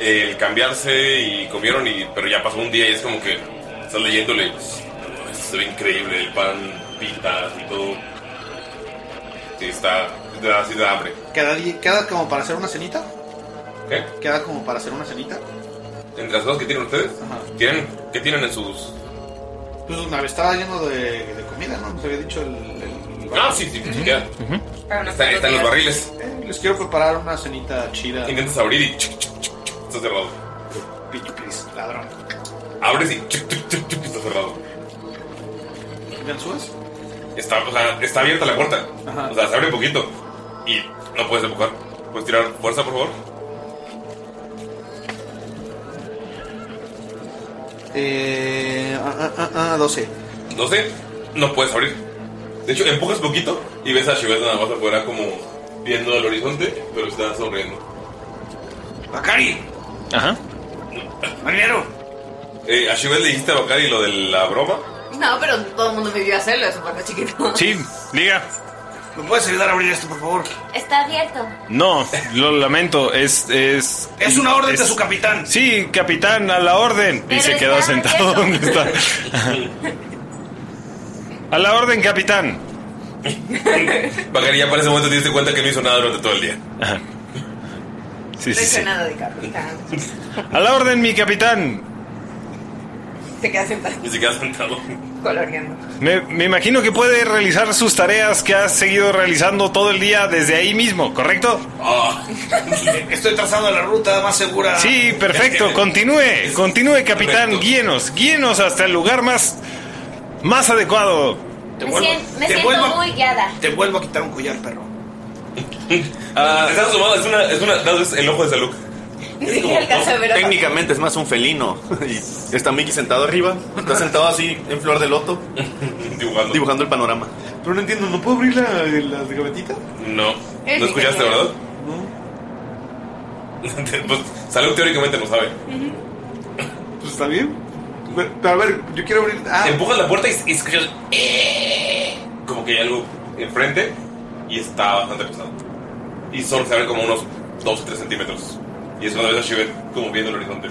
Speaker 1: eh, el cambiarse y comieron, y, pero ya pasó un día y es como que están leyéndole. "No, Esto se ve increíble, el pan, pitas y todo. Sí, está Si te da, si te da hambre.
Speaker 12: Queda, di- queda como para hacer una cenita.
Speaker 1: ¿Qué?
Speaker 12: Queda como para hacer una cenita.
Speaker 1: Entre las cosas que tienen ustedes, ¿tienen, ¿qué tienen en sus...?
Speaker 12: Pues una vez estaba lleno de, de comida, ¿no? Nos había dicho el. el, el
Speaker 1: Ah, sí, sí, sí, queda. Está- están los barriles.
Speaker 12: Eh, les quiero preparar una cenita chida.
Speaker 1: Intentas abrir y... chuc, chuc, chuc, chuc, está cerrado.
Speaker 12: Ladrón.
Speaker 1: Abres y... chuc, chuc, chuc, chuc, está cerrado.
Speaker 12: ¿Me subes?
Speaker 1: Está, o sea, está abierta la puerta. O sea, se abre un poquito. Y no puedes empujar. ¿Puedes tirar fuerza, por favor?
Speaker 12: Eh, ah, ah, ah, ah, 12.
Speaker 1: 12, no puedes abrir. De hecho, empujas poquito y ves a Shivet nada más afuera como viendo al horizonte, pero está sonriendo.
Speaker 4: ¡Bakari!
Speaker 9: Ajá.
Speaker 4: ¡Marinero!
Speaker 1: Eh, a Shivet le dijiste a Bakari lo de la broma.
Speaker 8: No, pero todo el mundo me vio hacerlo, eso cuando era chiquito.
Speaker 9: Sí, diga.
Speaker 4: ¿Me puedes ayudar a abrir esto, por favor?
Speaker 5: Está abierto.
Speaker 9: No, lo lamento, es... Es,
Speaker 4: Es una orden de su capitán.
Speaker 9: Sí, capitán, a la orden. Y
Speaker 5: Pero
Speaker 9: se quedó
Speaker 5: está
Speaker 9: sentado
Speaker 5: abierto.
Speaker 9: donde está. A la orden, capitán.
Speaker 1: Bakari ya para ese momento te diste cuenta que no hizo nada durante todo el día.
Speaker 9: Ajá. Sí,
Speaker 8: no
Speaker 9: sí,
Speaker 8: hice
Speaker 9: sí.
Speaker 8: nada de capitán.
Speaker 9: A la orden, mi capitán.
Speaker 8: Se queda sentado,
Speaker 1: Y se queda sentado.
Speaker 8: coloreando.
Speaker 9: Me, me imagino que puede realizar sus tareas que ha seguido realizando todo el día desde ahí mismo, ¿correcto?
Speaker 12: [laughs]
Speaker 6: Estoy trazando la ruta más segura.
Speaker 9: Sí, perfecto. Continúe, continúe, capitán. Guíenos, guíenos hasta el lugar más, más adecuado.
Speaker 5: Me, sien- me siento muy guiada.
Speaker 6: Te vuelvo a quitar un collar, perro.
Speaker 1: Ah, estás asomado, es una, es una, no, es el ojo de Saluk.
Speaker 8: Sí,
Speaker 5: [laughs]
Speaker 8: alcanza a ver a-
Speaker 3: Técnicamente es más un felino. [laughs] Y está Mickey sentado arriba. Está sentado así en flor de loto.
Speaker 1: [laughs] dibujando.
Speaker 3: el panorama.
Speaker 12: Pero no entiendo, ¿no puedo abrir la, la gavetita?
Speaker 1: No,
Speaker 12: Es
Speaker 1: no escuchaste,
Speaker 12: mi
Speaker 1: ¿verdad? No. [laughs] pues Saluk teóricamente lo sabe.
Speaker 12: Pues está bien. Pero, pero a ver, yo quiero abrir. Ah,
Speaker 1: Empujas la puerta y, y escuchas "Eh", como que hay algo enfrente y está bastante pesado. Y solo se abre como unos 2 o 3 centímetros. Y es cuando ves a Shivet como viendo el horizonte.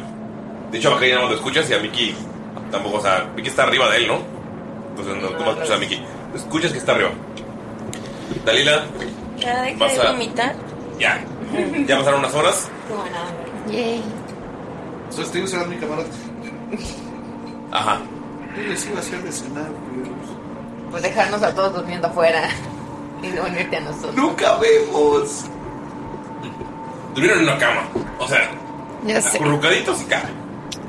Speaker 1: De hecho, a Bakari ya no lo escuchas y a Mickey tampoco. O sea, Mickey está arriba de él, ¿no? Entonces no, tú más escuchas a Mickey. Escuchas que está arriba. Dalila,
Speaker 2: Ya
Speaker 1: Vas
Speaker 2: dejé
Speaker 1: a-
Speaker 2: de vomitar.
Speaker 1: ya. Ya pasaron unas horas.
Speaker 2: Yay.
Speaker 12: so estoy usando mi cámara.
Speaker 1: Ajá.
Speaker 12: Les iba a hacer de cenar,
Speaker 8: Pues dejarnos a todos durmiendo afuera y no unirte a nosotros.
Speaker 12: Nunca vemos.
Speaker 1: Durmieron en una cama. O sea,
Speaker 8: Ya sé.
Speaker 1: acurrucaditos y cara.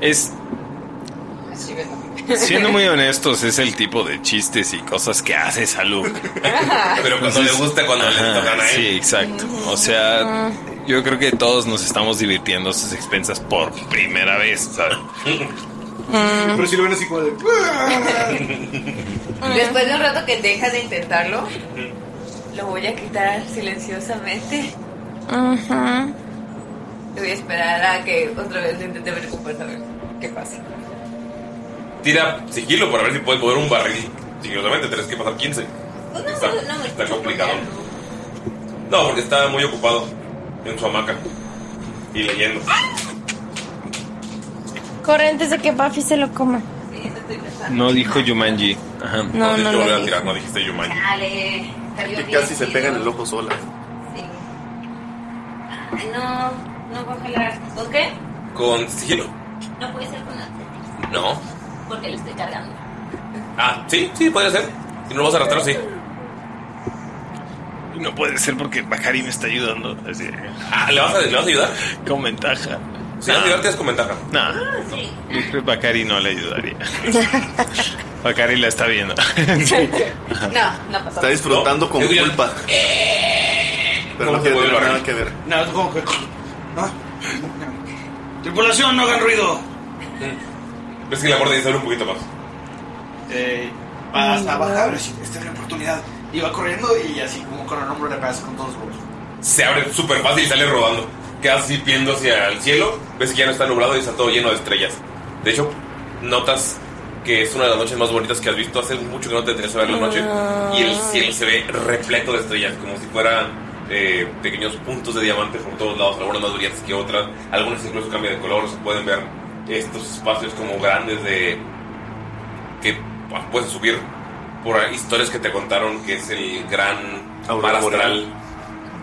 Speaker 9: Es, siendo muy honestos, es el tipo de chistes y cosas que hace Salud.
Speaker 1: Pero cuando le gusta, cuando le tocan a él.
Speaker 9: Sí, exacto. O sea, yo creo que todos nos estamos divirtiendo a sus expensas por primera vez, ¿sabes?
Speaker 12: Pero si lo ven así
Speaker 1: [laughs]
Speaker 12: como de.
Speaker 6: "Ah".
Speaker 8: Después de un rato que dejas de intentarlo, lo voy a quitar silenciosamente.
Speaker 2: Ajá.
Speaker 8: Y voy a esperar a que otra vez lo intente ver para saber qué pasa.
Speaker 1: Tira sigilo para ver si puedes mover un barril sigilosamente. Tienes que pasar 15.
Speaker 5: Pues
Speaker 1: está,
Speaker 8: no, me
Speaker 1: está complicado. No, porque está muy ocupado en su hamaca y leyendo.
Speaker 2: Corre antes de que Buffy se lo coma.
Speaker 9: No dijo Yumanji. Ajá.
Speaker 2: No, no, no.
Speaker 1: tirar, no dijiste Yumanji.
Speaker 5: Dale. Cayó
Speaker 3: Que
Speaker 5: bien.
Speaker 3: casi se pega en el ojo sola.
Speaker 5: Ay, No, no voy a jalar. ¿Con qué?
Speaker 1: Con sigilo.
Speaker 5: No puede ser con nada.
Speaker 1: No.
Speaker 5: Porque lo estoy cargando.
Speaker 1: Ah, sí, sí, podría ser. Si no lo vas a arrastrar, sí.
Speaker 9: No puede ser porque Bakari me está ayudando. Así.
Speaker 1: Ah, ¿le vas a, le vas a ayudar?
Speaker 9: Con ventaja.
Speaker 1: Si vas a ayudarte es con ventaja. Ah,
Speaker 9: No. Yo creo que Bakari no
Speaker 1: [laughs]
Speaker 9: le ayudaría. Bakari la está viendo.
Speaker 8: No, no pasó.
Speaker 3: Está disfrutando con culpa. Pero no tiene nada que ver.
Speaker 6: No, es como que. No. Tripulación, no hagan ruido.
Speaker 1: Ves que la puerta ya se abre un poquito más.
Speaker 6: Eh, vas a bajar. Esta es la oportunidad. Y va corriendo y así como con el hombro le pegas con todos los huevos.
Speaker 1: Se abre súper fácil y sale rodando. Quedas así viendo hacia el cielo. Ves que ya no está nublado y está todo lleno de estrellas. De hecho, notas que es una de las noches más bonitas que has visto. Hace mucho que no te tenías a ver la noche. Y el cielo se ve repleto de estrellas, como si fueran eh, pequeños puntos de diamantes por todos lados, algunas más brillantes que otras. Algunas incluso cambian de color. Se pueden ver estos espacios como grandes de que puedes subir por historias que te contaron, que es el gran mar
Speaker 3: boreal.
Speaker 1: astral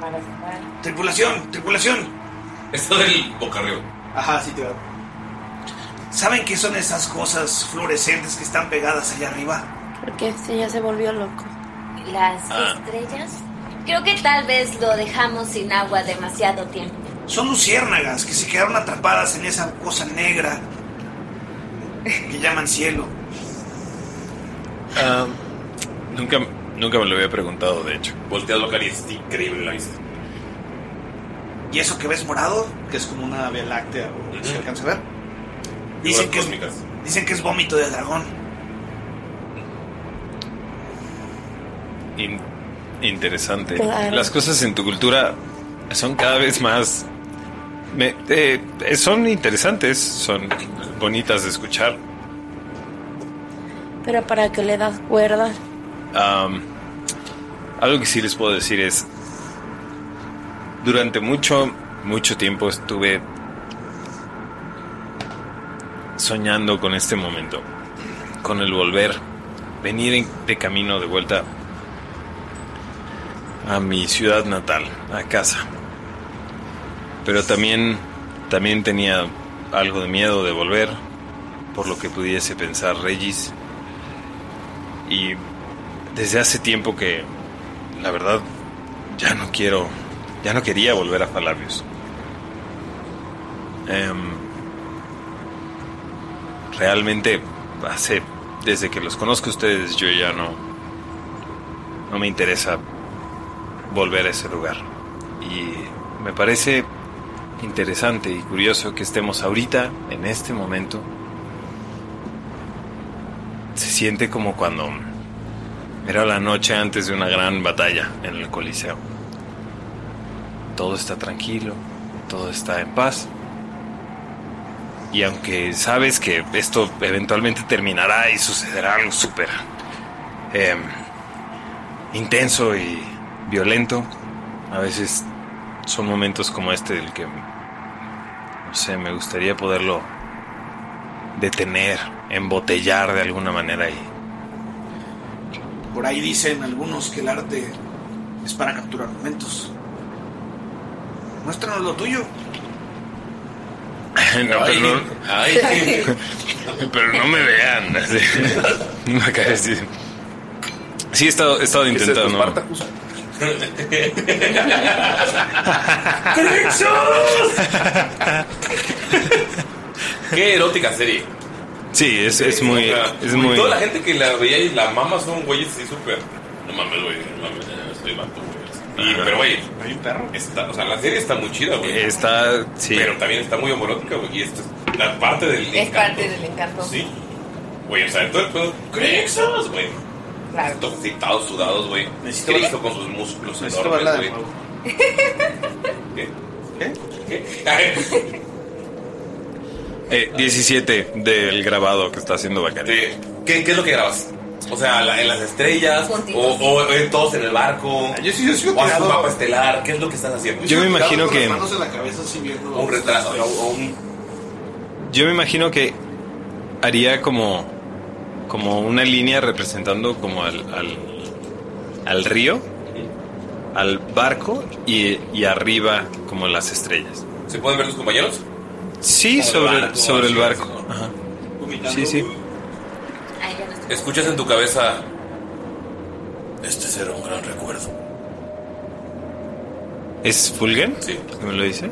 Speaker 8: malas, malas.
Speaker 4: Tripulación, tripulación.
Speaker 1: Está del boca arriba.
Speaker 4: Ajá, sí, claro. ¿Saben qué son esas cosas fluorescentes que están pegadas allá arriba?
Speaker 2: Porque este ya se volvió loco.
Speaker 5: Las
Speaker 4: Ah.
Speaker 5: estrellas. Creo que tal vez lo dejamos sin agua demasiado tiempo.
Speaker 4: Son luciérnagas que se quedaron atrapadas en esa cosa negra que llaman cielo.
Speaker 9: Ah, nunca, nunca me lo había preguntado, de hecho.
Speaker 1: Volteado acá y es increíble la vista.
Speaker 4: ¿Y eso que ves morado?
Speaker 6: Que es como una vía láctea, o se alcanza a ver.
Speaker 4: Dicen que, es, dicen que es vómito de dragón.
Speaker 9: In- interesante.
Speaker 4: Claro.
Speaker 9: Las cosas en tu cultura son cada vez más... me- eh, eh, son interesantes, son bonitas de escuchar.
Speaker 2: Pero para que le das cuerda.
Speaker 9: Am, algo que sí les puedo decir es, durante mucho, mucho tiempo estuve soñando con este momento, con el volver, venir en- de camino de vuelta a mi ciudad natal, a casa. Pero también, también tenía algo de miedo de volver, por lo que pudiese pensar Regis. Y desde hace tiempo que la verdad ya no quiero ya no quería volver a Falabius Em, realmente hace desde que los conozco a ustedes yo ya no no me interesa volver a ese lugar y me parece interesante y curioso que estemos ahorita en este momento se siente como cuando era la noche antes de una gran batalla en el Coliseo. Todo está tranquilo, todo está en paz. Y aunque sabes que esto eventualmente terminará y sucederá algo súper em, intenso y violento, a veces son momentos como este del que, no sé, me gustaría poderlo detener, embotellar de alguna manera y
Speaker 6: Por ahí dicen algunos que el arte es para capturar momentos. Muéstranos lo tuyo.
Speaker 9: [laughs] No, pero no, [laughs] pero no me vean.
Speaker 1: [laughs]
Speaker 9: así. Una cara así. Sí, he estado, he estado intentando.
Speaker 1: Qué erótica serie.
Speaker 9: Sí, es, es muy. Es
Speaker 1: Y
Speaker 9: muy
Speaker 1: Toda la gente que la veía y la mama son güeyes así súper. No mames, güey. No mames, ya estoy vato, güey. Y,
Speaker 9: Ajá.
Speaker 1: pero, güey, está- o sea, la serie está muy chida, güey.
Speaker 9: Está, sí.
Speaker 1: Pero también está muy homorótica, güey. Y esto es la parte del.
Speaker 8: Es parte del encanto.
Speaker 1: Sí. Güey, o sea, todo el pedo. Crixos, güey. Todos excitados, sudados, güey. Cristo con sus músculos
Speaker 6: Necesito
Speaker 1: enormes,
Speaker 6: verla
Speaker 1: güey.
Speaker 6: de nuevo.
Speaker 9: eh, 17 del grabado que está haciendo Bacari.
Speaker 1: [laughs] ¿Qué, qué es lo que grabas? O sea, la- en las estrellas, o,
Speaker 9: Juntitos.
Speaker 1: o en todos en el barco, Ah, yo sí, yo sigo o haces un
Speaker 9: tirado.
Speaker 1: mapa estelar, ¿qué es lo que estás haciendo?
Speaker 9: Yo me imagino que.
Speaker 1: Un retraso, o, o un...
Speaker 9: Yo me imagino que haría como. Como una línea representando como al. al, al río, al barco y, y arriba como las estrellas.
Speaker 1: ¿Se pueden ver los compañeros? Como
Speaker 9: Sí,
Speaker 1: el
Speaker 9: sobre,
Speaker 1: barco,
Speaker 9: sobre el
Speaker 1: así,
Speaker 9: barco. Ajá. Sí, sí.
Speaker 1: Escuchas en tu cabeza... Este será un gran recuerdo.
Speaker 9: ¿Es Fulgen?
Speaker 1: Sí.
Speaker 9: ¿Que me lo dice?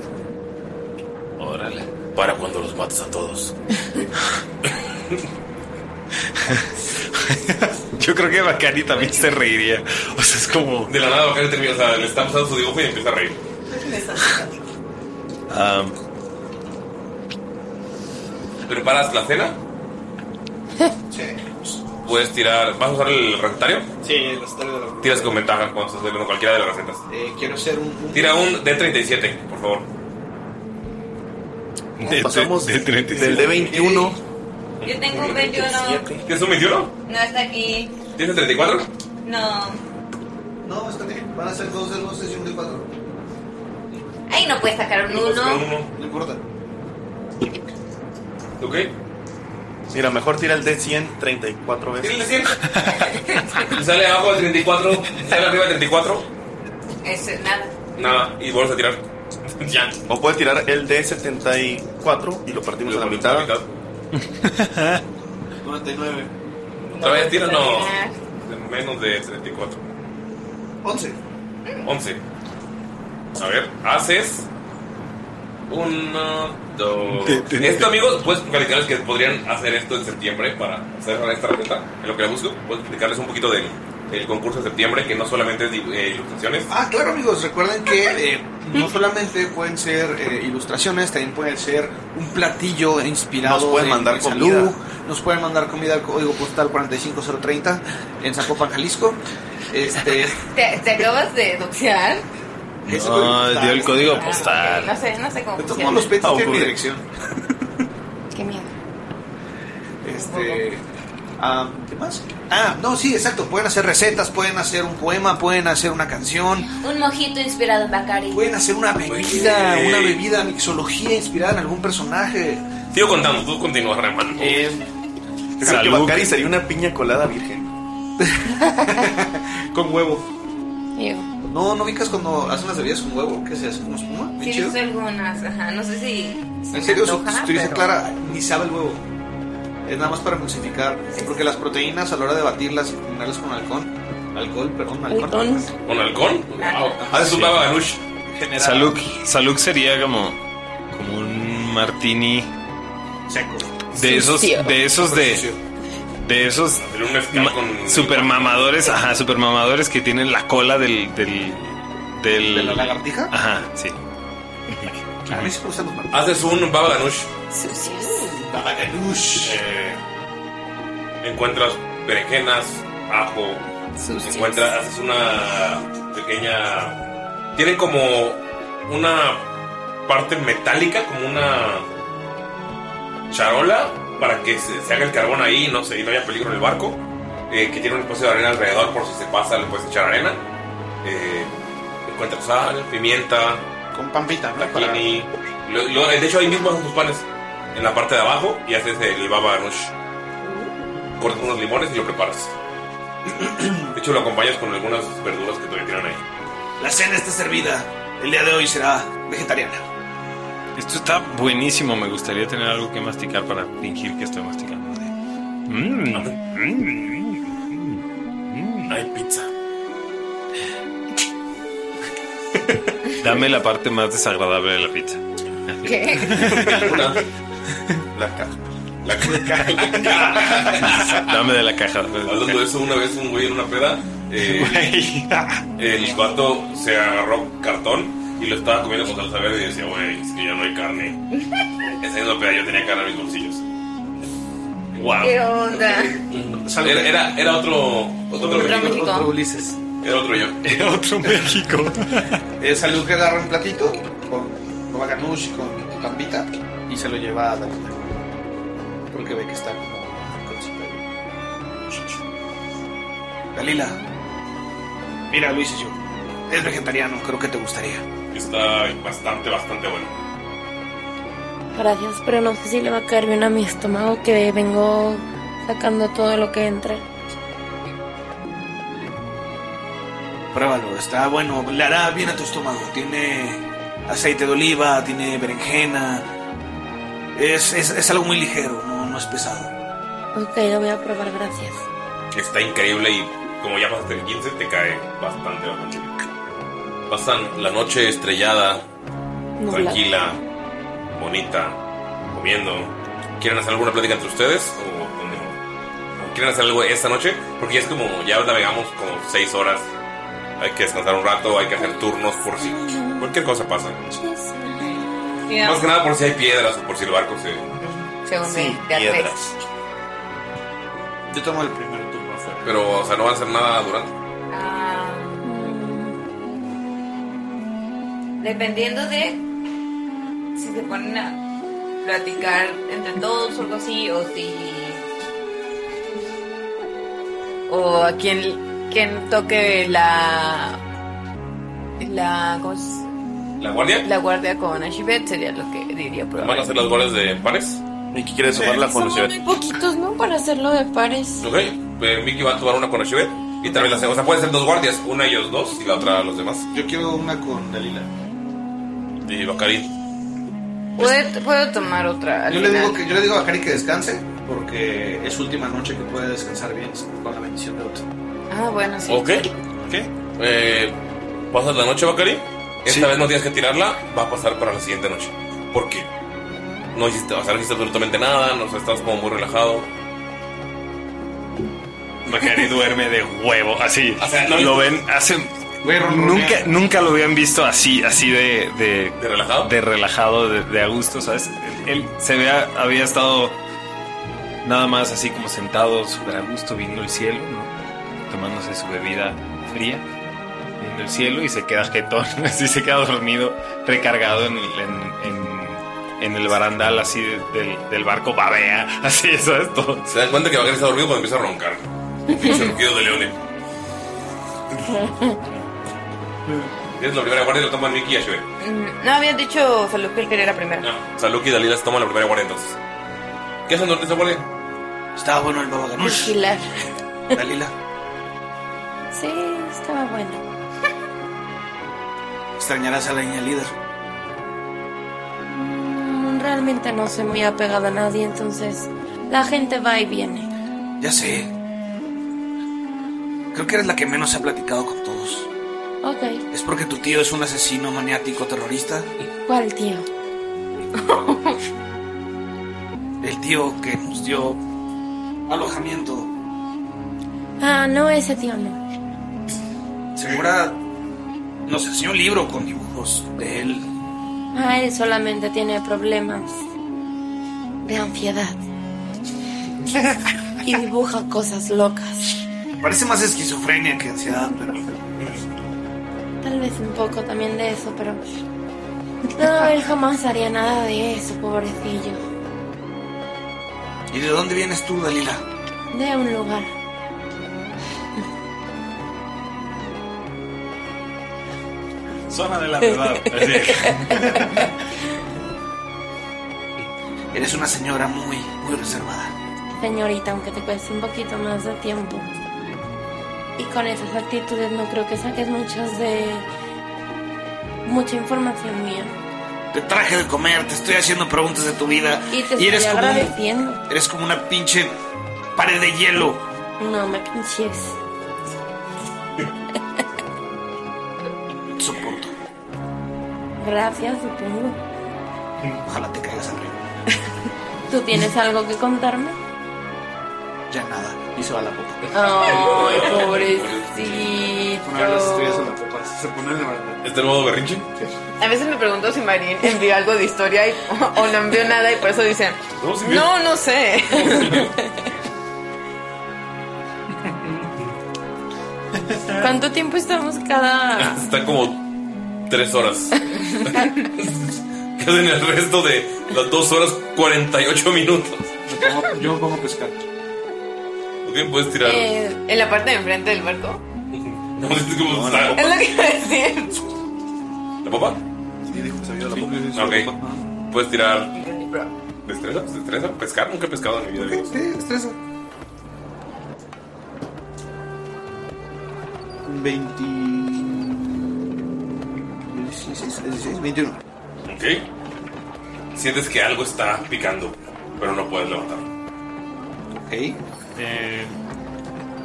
Speaker 1: Órale. Para cuando los mates a todos.
Speaker 9: [laughs] Yo creo que Bacari también se reiría. O sea, es como.
Speaker 1: De la nada, Bacari termina, o sea, le está pasando su dibujo y empieza a reír.
Speaker 9: Ah,
Speaker 1: ¿Preparas la cena? ¿Puedes tirar? ¿Vas a usar el recetario?
Speaker 6: Sí, el estadio de la
Speaker 1: Tiras con ventaja cuando estás con cualquiera de las recetas.
Speaker 6: Eh, quiero hacer un. un-
Speaker 1: Tira un D37, por favor.
Speaker 9: de-
Speaker 6: pasamos
Speaker 9: de- de 37.
Speaker 6: del D21.
Speaker 8: Yo tengo un 21.
Speaker 1: ¿Tienes un 21?
Speaker 8: No está aquí.
Speaker 1: ¿Tienes el 34?
Speaker 8: No.
Speaker 6: No, está bien. Van a ser dos del 12 y un del 4.
Speaker 5: Ay, no puedes sacar un uno.
Speaker 6: No importa.
Speaker 1: ¿Ok?
Speaker 3: Mira, mejor tira el D100 34 veces.
Speaker 1: ¿Tira el D100? sale abajo el 34, sale arriba el 34.
Speaker 8: Es nada.
Speaker 1: Nada, y vuelves a tirar. ya.
Speaker 3: O puede tirar el de 74 y lo partimos a la mitad.
Speaker 6: 99.
Speaker 1: Otra vez tira, no. Menos de 34.
Speaker 6: 11.
Speaker 1: 11. A ver, haces. Uno, dos.
Speaker 9: Te- te-
Speaker 1: Esto,
Speaker 9: te-
Speaker 1: amigos, puedes platicarles que podrían hacer esto en septiembre para hacer esta receta. En lo que la busco, puedes explicarles un poquito del, del concurso de septiembre, que no solamente es de eh, ilustraciones.
Speaker 6: Ah, claro, amigos, recuerden que eh, no solamente pueden ser eh, ilustraciones, también pueden ser un platillo inspirado.
Speaker 3: Nos pueden
Speaker 6: en
Speaker 3: mandar
Speaker 6: San
Speaker 3: comida.
Speaker 6: Lu, nos pueden mandar comida al código postal 45030 en Zapopan, Jalisco. Este,
Speaker 8: ¿Te, te acabas de doxear?
Speaker 9: [laughs] No, dio el código
Speaker 6: Ah,
Speaker 9: postal.
Speaker 8: No sé, no sé cómo.
Speaker 6: De todos
Speaker 8: funciona.
Speaker 6: modos, los pets tienen mi
Speaker 9: Aburre.
Speaker 6: dirección.
Speaker 8: Qué miedo.
Speaker 6: Este, ah, ¿Qué más? Ah, no, sí, exacto. Pueden hacer recetas, pueden hacer un poema, pueden hacer una canción.
Speaker 5: Un mojito inspirado en Bacari.
Speaker 6: Pueden hacer una bebida, una bebida mixología inspirada en algún personaje.
Speaker 1: Sigo contando, tú continúas, Ramán.
Speaker 3: Yo creo Eh, que
Speaker 1: Salud.
Speaker 3: Bacari sería una piña colada virgen.
Speaker 6: Con huevo. No, no ubicas cuando hacen las bebidas con huevo, que se hace como espuma. Bien
Speaker 8: Sí, he
Speaker 6: chido.
Speaker 8: visto algunas, ajá. No sé si. si
Speaker 6: En serio,
Speaker 8: me
Speaker 6: su
Speaker 8: antoja,
Speaker 6: dice
Speaker 8: pero-
Speaker 6: Clara, ni sabe el huevo. Es nada más para emulsificar. Porque las proteínas a la hora de batirlas y combinarlas con alcohol. Alcohol, Ah, perdón, alcohol.
Speaker 1: ¿Con halcón? Haces un baba ganoush.
Speaker 9: Salud, salud sería como, como un martini
Speaker 6: seco.
Speaker 9: De esos, de esos de. De esos ma- super mamadores, ajá, super mamadores que tienen la cola del. del, del-
Speaker 6: ¿De la lagartija?
Speaker 9: Ajá, sí.
Speaker 6: A mí sí me gustan los martinis.
Speaker 1: Haces un baba ganoush. Eh,
Speaker 6: Baba ganoush.
Speaker 1: encuentras berenjenas, ajo.
Speaker 9: Sucios.
Speaker 1: Encuentras, haces una pequeña. Tiene como una parte metálica, como una charola para que se, se haga el carbón ahí no sé, y no haya peligro en el barco. eh, que tiene un espacio de arena alrededor por si se pasa, le puedes echar arena. Eh, encuentras sal, pimienta,
Speaker 6: Con pampita, ¿no?
Speaker 1: Tahini. Lo- lo- de hecho, ahí mismo hacen sus panes. En la parte de abajo y haces el baba ganoush. Cortas unos limones y lo preparas. De hecho, lo acompañas con algunas verduras que todavía tienen ahí.
Speaker 6: La cena está servida. El día de hoy será vegetariana.
Speaker 9: Esto está buenísimo. Me gustaría tener algo que masticar para fingir que estoy masticando. Mm.
Speaker 1: Mm. Hay pizza.
Speaker 9: [laughs] Dame la parte más desagradable de la pizza.
Speaker 1: [laughs]
Speaker 8: ¿Qué?
Speaker 1: La caja. La caja.
Speaker 9: Ah, Dame de la caja.
Speaker 1: Hablando de eso, una vez un güey en una peda. eh, el vato se agarró cartón y lo estaba comiendo con salsa verde y decía, güey, es que ya no hay carne. Esa misma peda yo tenía carne en mis bolsillos. Wow.
Speaker 8: ¿Qué onda?
Speaker 1: Era, era, era otro, otro,
Speaker 8: México. Otro
Speaker 6: Ulises.
Speaker 1: Era otro
Speaker 6: [laughs]
Speaker 1: yo.
Speaker 9: Era
Speaker 1: [laughs]
Speaker 9: otro México.
Speaker 6: Eh, salud que agarra un platito con baba ganoush, con pampita y se lo lleva a Dalila. Porque ve que está como con su pelo. Dalila, mira Luis y yo. Es vegetariano, creo que te gustaría.
Speaker 1: Está bastante, bastante bueno.
Speaker 2: Gracias, pero no sé si le va a caer bien a mi estómago que vengo sacando todo lo que entra.
Speaker 6: Pruébalo, está bueno, le hará bien a tu estómago. Tiene aceite de oliva, tiene berenjena. Es, es- es algo muy ligero, no, no es pesado.
Speaker 2: Ok, lo voy a probar, gracias.
Speaker 1: Está increíble y como ya pasaste el 15, te cae bastante, bastante bien. Pasan la noche estrellada,
Speaker 2: Nublado.
Speaker 1: tranquila, bonita, comiendo. ¿Quieren hacer alguna plática entre ustedes? ¿O, o quieren hacer algo esta noche? Porque ya es como, ya navegamos como 6 horas. Hay que descansar un rato, hay que hacer turnos por si cualquier cosa pasa. Más que nada por si hay piedras o por si el barco se...
Speaker 8: Según
Speaker 1: Sí,
Speaker 8: de Atrex.
Speaker 1: piedras.
Speaker 6: Yo tomo el primer turno afuera.
Speaker 1: Pero, o sea, no van a hacer nada durante.
Speaker 8: Dependiendo de si se ponen a platicar entre todos o algo así, o si. O a quien, quien toque la. La. ¿cómo se-
Speaker 1: ¿La guardia?
Speaker 8: La guardia con Ashibet sería lo que
Speaker 1: ¿Van
Speaker 8: diría
Speaker 1: a
Speaker 8: probablemente.
Speaker 1: hacer las guardias de pares?
Speaker 3: Miki quiere
Speaker 1: tomar la [laughs]
Speaker 2: Son muy poquitos, ¿no? Para Pues hacerlo de pares.
Speaker 1: Ok, eh, Mickey va a tomar una con Ashibet. Y tal vez las. O sea, pueden ser dos guardias, una ellos dos y la otra los demás.
Speaker 6: Yo quiero una con Dalila.
Speaker 1: Y Bacari.
Speaker 8: Puedo, puedo tomar otra. al
Speaker 6: Yo le,
Speaker 8: final.
Speaker 6: digo que, yo le digo a Cari que descanse porque es su última noche que puede descansar bien con la bendición de otro.
Speaker 8: Ah, bueno, sí.
Speaker 1: Ok. Eh, pasas la noche, Bacari. Esta vez no tienes que tirarla, va a pasar para la siguiente noche. Porque no hiciste, o sea, no hiciste absolutamente nada, no, o sea, estabas como muy relajado.
Speaker 9: Bacari duerme de huevo, así.
Speaker 1: sea, ¿no
Speaker 9: lo
Speaker 1: viste?
Speaker 9: ven, hace. nunca, nunca lo habían visto así, así de. ¿De,
Speaker 1: relajado?
Speaker 9: De relajado, de, de a gusto, ¿sabes? Él, él se vea, había estado nada más así como sentado, súper a gusto, viendo el cielo, ¿no? Tomándose su bebida fría, viendo el cielo y se queda jetón, [laughs] así se queda dormido, recargado en, el- en- en- en el barandal así de- del, del barco, babea, [laughs] así, ¿sabes? Todo.
Speaker 1: Se dan cuenta que Bacari está dormido cuando empieza a roncar. Pinche ronquido de leones. Tienes la primera guardia y la toman Mickey y Ashwin.
Speaker 8: Mm, No habían dicho Salud que él quería la primera.
Speaker 1: O sea, Luke y Dalila se toman la primera guardia entonces. ¿Qué hacen durante esa guardia?
Speaker 6: Estaba bueno el baba ganoush.
Speaker 8: Vigilar.
Speaker 6: Dalila.
Speaker 2: Sí, estaba bueno.
Speaker 6: Extrañarás a la niña líder.
Speaker 2: Mm, Realmente no soy muy apegada a nadie, entonces la gente va y viene.
Speaker 6: Ya sé. Creo que eres la que menos ha platicado con todos.
Speaker 2: Ok,
Speaker 6: ¿Es porque tu tío es un asesino maniático terrorista?
Speaker 2: ¿cuál tío? [laughs]
Speaker 6: El tío que nos dio alojamiento.
Speaker 2: Ah, no, ese tío no.
Speaker 6: Segura nos enseñó un libro con dibujos de él.
Speaker 2: Ah, él solamente tiene problemas de ansiedad. Y dibuja cosas locas.
Speaker 6: Parece más esquizofrenia que ansiedad, pero...
Speaker 2: Tal vez un poco también de eso, pero... No, él jamás haría nada de eso, pobrecillo.
Speaker 6: ¿Y de dónde vienes tú, Dalila?
Speaker 2: De un lugar.
Speaker 9: Zona de la verdad.
Speaker 6: Eres una señora muy, muy reservada.
Speaker 2: Señorita, aunque te cueste un poquito más de tiempo. Y con esas actitudes no creo que saques muchas de... Mucha información mía.
Speaker 6: Te traje de comer, te estoy haciendo preguntas de tu vida.
Speaker 2: Y te estoy
Speaker 6: eres, como un-
Speaker 2: agradeciendo.
Speaker 6: eres como una pinche pared de hielo.
Speaker 2: No me pinches.
Speaker 6: Soporto.
Speaker 2: Gracias, supongo.
Speaker 6: Ojalá te caigas al río.
Speaker 2: ¿Tú tienes algo que contarme?
Speaker 6: Ya nada. Y se va la popa.
Speaker 2: Ay,
Speaker 6: Una vez las estrellas
Speaker 8: pobrecito.
Speaker 6: en la popa. Se pone en la verdad.
Speaker 1: ¿Este nuevo berrinche?
Speaker 8: A veces me pregunto si Marín envió algo de historia y- o no envió nada y por eso dicen,
Speaker 1: No, sí,
Speaker 8: no, no sé.
Speaker 2: ¿Cuánto tiempo estamos cada...?
Speaker 1: [laughs] Están como tres horas. ¿Qué hacen el resto de las dos horas 48 minutos?
Speaker 6: Yo me pongo a pescar.
Speaker 1: Ok, puedes tirar.
Speaker 8: Eh. en la parte de enfrente del barco.
Speaker 1: No, es como está-
Speaker 8: Es lo que iba a decir.
Speaker 1: ¿La popa?
Speaker 6: Sí, dijo que se había la popa.
Speaker 1: Ah, Ok. Puedes tirar. ¿Destreza? ¿Destreza? ¿Pescar? Nunca he pescado en mi vida. amigos.
Speaker 6: Sí, destreza. 20. 16, 16, 21.
Speaker 1: Ok. Sientes que algo está picando, pero no puedes levantarlo.
Speaker 6: Ok. Eh,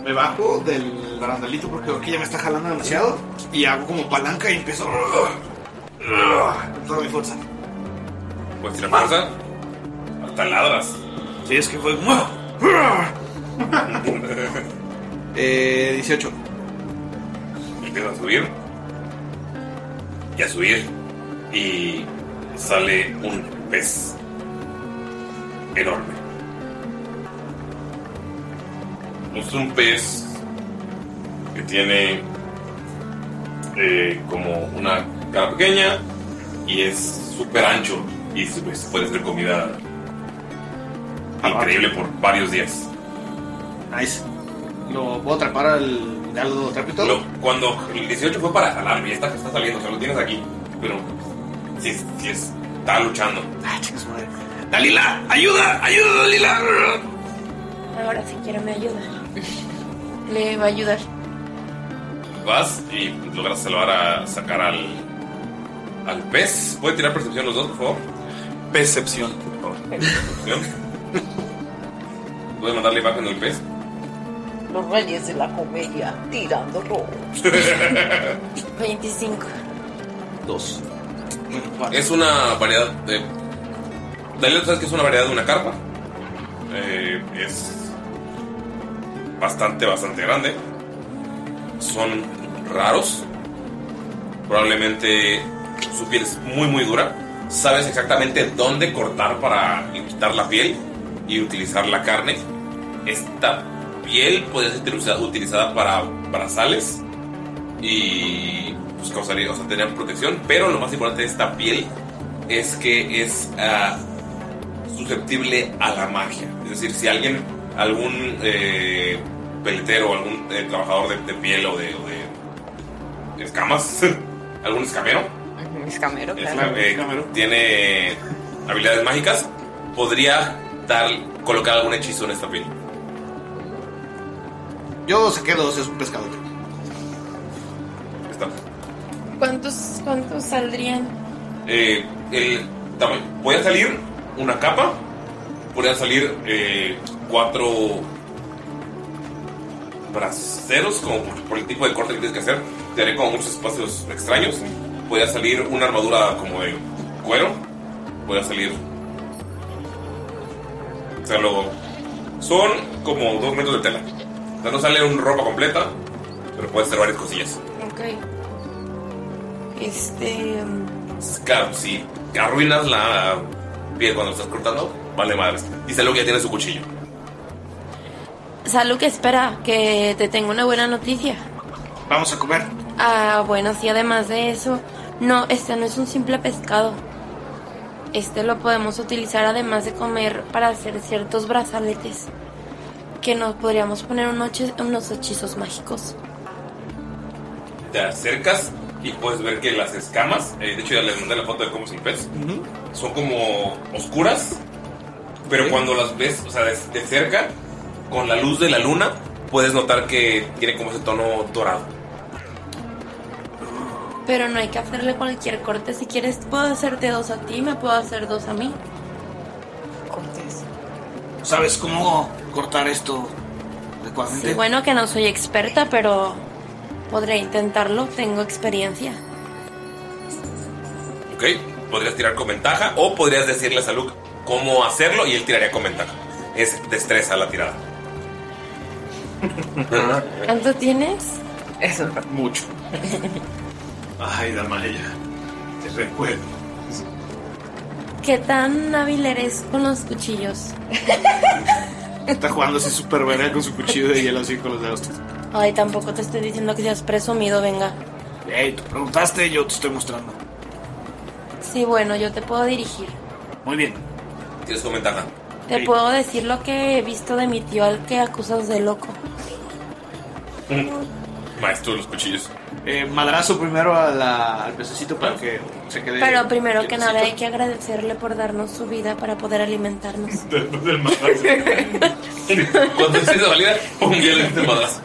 Speaker 6: me bajo del barandalito porque veo que ya me está jalando demasiado. Y hago como palanca y empiezo. Con toda mi fuerza.
Speaker 1: Puedes tirar Pues fuerza. Hasta ladras.
Speaker 6: Sí, es que fue. eh, 18.
Speaker 1: [laughs] Empieza a subir. Y a subir. Y sale un pez enorme. Es un pez que tiene eh, como una cara pequeña y es súper ancho y se- pues, puede ser comida increíble por varios días.
Speaker 6: Nice. ¿Lo puedo atrapar al galgo trapito?
Speaker 1: No, cuando el 18 fue para jalarme, ya está, está saliendo, o sea, lo tienes aquí. Pero si, si está luchando.
Speaker 6: Ah, chicas, madre. ¡Dalila! ¡Ayuda! ¡Ayuda, Dalila!
Speaker 2: Ahora si quiero me ayuda. Le va a ayudar.
Speaker 1: vas y logras salvar a sacar al, al pez. ¿Pueden tirar percepción los dos, por favor? Percepción, por favor. ¿Puedes mandar la imagen del pez?
Speaker 13: Los reyes de la comedia tirando robo.
Speaker 2: 25.
Speaker 1: Dos. Es una variedad de. Daniel, ¿tú ¿sabes que es una variedad de una carpa? Eh, es bastante, bastante grande. Son raros. Probablemente su piel es muy, muy dura. Sabes exactamente dónde cortar para quitar la piel y utilizar la carne. Esta piel puede ser utiliza- utilizada para brazales y pues, causaría, o sea, tener protección. Pero lo más importante de esta piel es que es ah, susceptible a la magia. Es decir, si alguien, algún eh, peletero, algún eh, trabajador de, de piel o de, o de escamas, [laughs] algún escamero,
Speaker 13: Escamero,
Speaker 1: es-
Speaker 13: claro.
Speaker 1: eh, tiene habilidades mágicas, podría dar, colocar algún hechizo en esta piel.
Speaker 12: Yo saqué dos, es un pescador.
Speaker 1: Está.
Speaker 2: ¿Cuántos, cuántos saldrían?
Speaker 1: Eh, el tamaño. Podían salir una capa, podían salir eh, cuatro braceros, como por, por el tipo de corte que tienes que hacer, te haré como muchos espacios extraños. Podía salir una armadura como de cuero, podía salir. O sea, lo- son como dos metros de tela. O sea, no sale una ropa completa, pero puede ser varias cosillas.
Speaker 2: Ok. Este. mm,
Speaker 1: Claro, si arruinas la piel cuando estás cortando, vale madres. Y Salud ya tiene su cuchillo.
Speaker 2: Salud, que espera, que te tengo una buena noticia.
Speaker 12: Vamos a comer.
Speaker 2: Ah, bueno, sí, además de eso, no, este no es un simple pescado. Este lo podemos utilizar además de comer para hacer ciertos brazaletes que nos podríamos poner unos hechi- unos hechizos mágicos.
Speaker 1: Te acercas y puedes ver que las escamas, eh, de hecho ya les mandé la foto de cómo se pez, son como oscuras, pero cuando las ves, o sea, de, de cerca, con la luz de la luna, puedes notar que tiene como ese tono dorado.
Speaker 2: Pero no hay que hacerle cualquier corte. Si quieres, puedo hacerte dos a ti, me puedo hacer dos a mí.
Speaker 6: ¿Sabes cómo cortar esto
Speaker 2: Sí,
Speaker 6: adecuadamente?
Speaker 2: bueno, que no soy experta, pero podré intentarlo. Tengo experiencia.
Speaker 1: ¿Ok? Podrías tirar con ventaja o podrías decirle a Salud cómo hacerlo y él tiraría con ventaja. Es destreza la tirada.
Speaker 2: ¿Cuánto tienes?
Speaker 13: Eso.
Speaker 9: Mucho. Ay, Damaya. Te recuerdo.
Speaker 2: [laughs] ¿Qué tan hábil eres con los cuchillos?
Speaker 12: Está jugando así súper verga con su cuchillo de hielo así con los dedos.
Speaker 2: Ay, tampoco te estoy diciendo que seas presumido, venga.
Speaker 6: Ey, tú preguntaste, yo te estoy mostrando.
Speaker 2: Sí, bueno, yo te puedo dirigir.
Speaker 6: Muy bien.
Speaker 1: Tienes con ventaja.
Speaker 2: Te puedo decir lo que he visto de mi tío al que acusas de loco.
Speaker 1: Maestro de los cuchillos.
Speaker 12: Eh, madrazo primero a la- al pececito para que se quede.
Speaker 2: Pero primero que nada hay
Speaker 12: quietecito.
Speaker 2: que agradecerle por darnos su vida para poder
Speaker 6: [laughs]
Speaker 2: alimentarnos.
Speaker 9: Después del madrazo.
Speaker 1: Cuando estés de valida, pum, ya le metes el este madrazo.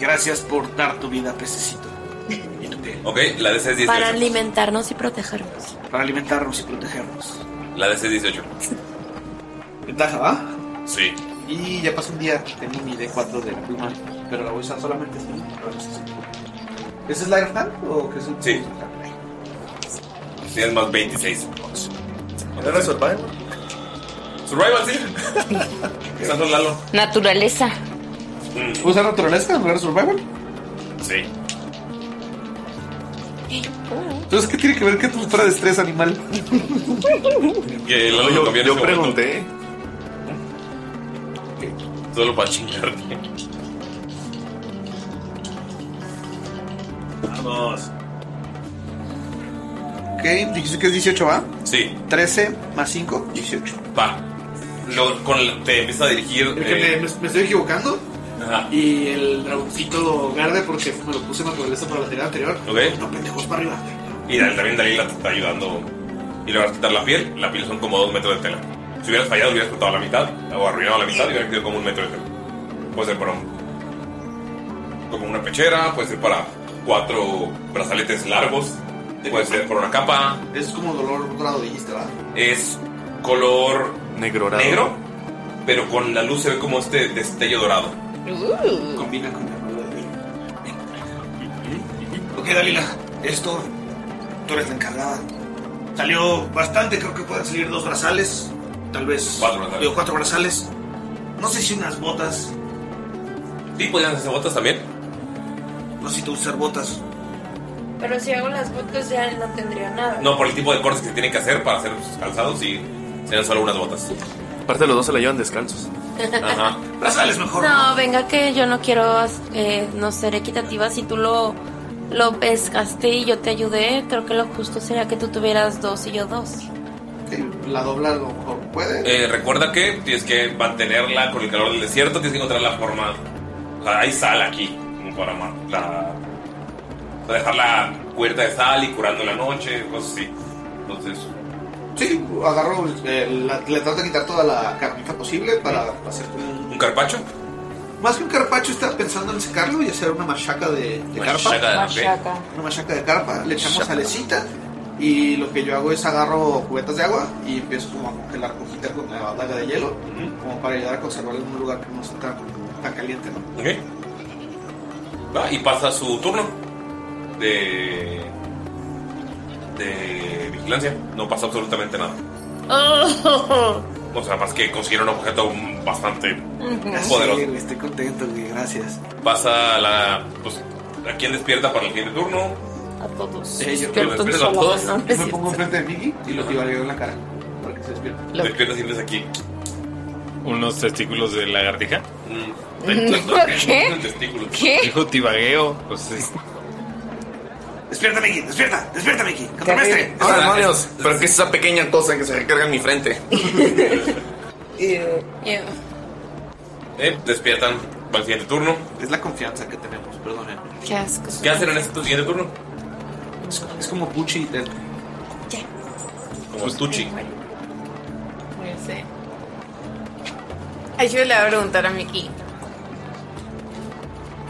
Speaker 6: Gracias por dar tu vida, pececito.
Speaker 1: Ok, la DC es 18.
Speaker 2: Para alimentarnos y protegernos.
Speaker 6: Para alimentarnos y protegernos.
Speaker 1: La DC es 18.
Speaker 12: Ventaja, ¿va?
Speaker 1: Sí.
Speaker 12: Y ya pasó un día. Tengo mi D4 de la pluma. Pero la voy a usar solamente si. ¿Ese es Life Hand o qué es un.?
Speaker 1: Sí. Tienes más 26.
Speaker 3: ¿Era Survival?
Speaker 1: Survival, sí. [laughs] Estás con Lalo.
Speaker 13: Naturaleza.
Speaker 12: ¿Usa naturaleza en lugar de survival?
Speaker 1: Mm. Sí.
Speaker 12: Entonces, ¿qué tiene que ver que tú fuera destreza animal?
Speaker 1: Que Lalo
Speaker 3: Yo-
Speaker 1: lo cambió en ese
Speaker 3: yo
Speaker 1: momento.
Speaker 3: pregunté.
Speaker 1: Solo para chingar.
Speaker 9: Vamos.
Speaker 12: Ok, dijiste que es 18, ¿va?
Speaker 1: Sí.
Speaker 12: 13 más 5, 18.
Speaker 1: Va. Lo- con el- te empieza a dirigir.
Speaker 12: El que
Speaker 1: eh,
Speaker 12: me, me- me estoy equivocando.
Speaker 1: Ajá.
Speaker 12: Y el dragoncito verde, porque me lo puse en naturaleza para la tirada anterior.
Speaker 1: Ok.
Speaker 12: No, pendejos para arriba.
Speaker 1: Y Dal- también Dalila te está ayudando. Y logras quitar la piel. La piel son como dos metros de tela. Si hubieras fallado, hubieras cortado la mitad. O arruinado la mitad y hubiera quedado como un metro de tela. Puede ser por un. corto como una pechera, puede ser para cuatro brazaletes largos, puede ser para una capa.
Speaker 6: Es como dolor dorado, dijiste, ¿verdad?
Speaker 1: Es color negro, negro pero con la luz se ve como este destello dorado.
Speaker 6: Combina con la rueda de Ok, Dalila, esto, tú eres la encargada. Salió bastante, creo que pueden salir dos brazales, tal vez. Cuatro brazales. Digo, cuatro brazales. No sé si unas botas.
Speaker 1: Sí, podrían hacer botas también.
Speaker 6: No sé si te usar botas.
Speaker 14: Pero si hago las botas ya no tendría nada.
Speaker 1: No, por el tipo de cortes que tienen que hacer para hacer sus calzados y serían solo unas botas.
Speaker 15: Aparte, los dos se la llevan descalzos.
Speaker 14: [laughs]
Speaker 1: Ajá.
Speaker 6: Brazales mejor.
Speaker 2: No, venga que yo no quiero eh, no ser equitativa si tú lo, lo pescaste y yo te ayudé. Creo que lo justo sería que tú tuvieras dos y yo dos.
Speaker 6: La dobla a lo mejor [laughs] puede.
Speaker 1: Eh, recuerda que tienes que mantenerla con el calor del desierto, tienes que encontrar la forma. O sea, hay sal aquí, como para ma- la- para dejarla cubierta de sal y curando en la noche, cosas así. Entonces,
Speaker 6: Sí, agarro, eh, la- le trato de quitar toda la carnita posible para hacer como un...
Speaker 1: ¿un carpacho?
Speaker 6: Más que un carpacho, estaba pensando en secarlo y hacer una machaca de, de
Speaker 1: Machaca de-
Speaker 6: carpa.
Speaker 1: Machaca.
Speaker 6: Una machaca de carpa, le echamos
Speaker 1: Machaca.
Speaker 6: salecita y lo que yo hago es agarro cubetas de agua y empiezo como a congelar cojita con la daga de hielo, como para ayudar a conservarla en un lugar que no esté tan, tan caliente, ¿no?
Speaker 1: Ok. Va y pasa su turno de. de vigilancia. No pasa absolutamente nada.
Speaker 2: Oh.
Speaker 1: O sea, más que conseguir un objeto bastante poderoso.
Speaker 6: Sí, güey, estoy contento, güey, gracias.
Speaker 1: Pasa la. Pues, ¿A quién despierta para el siguiente turno?
Speaker 6: A todos.
Speaker 1: Sí, yo creo que Despiertas a solo, todos. ¿no?
Speaker 6: Yo me pongo enfrente de Miki y lo tiro en la cara. Porque se despierta.
Speaker 1: Despiertas y ves aquí.
Speaker 9: ¿Unos testículos de lagartija?
Speaker 1: Mm. [laughs] ¿Qué? Testículos.
Speaker 9: ¿Qué? Dijo tibagueo. Pues sí.
Speaker 16: Despierta, Miki, despierta, despierta, Miki.
Speaker 9: Contramestre.
Speaker 16: Contramestre.
Speaker 9: Ahora,
Speaker 3: Ah, demonios! ¿Pero qué es esa pequeña cosa que se recarga en mi frente?
Speaker 1: Eh, despiertan para el siguiente turno.
Speaker 6: Es la confianza que tenemos, perdonen.
Speaker 2: Qué asco.
Speaker 1: ¿Qué hacen en este tu siguiente turno?
Speaker 6: Es, es como Puchi de
Speaker 1: Como Tucci.
Speaker 14: No sé. Ay, yo le voy a preguntar a Miki.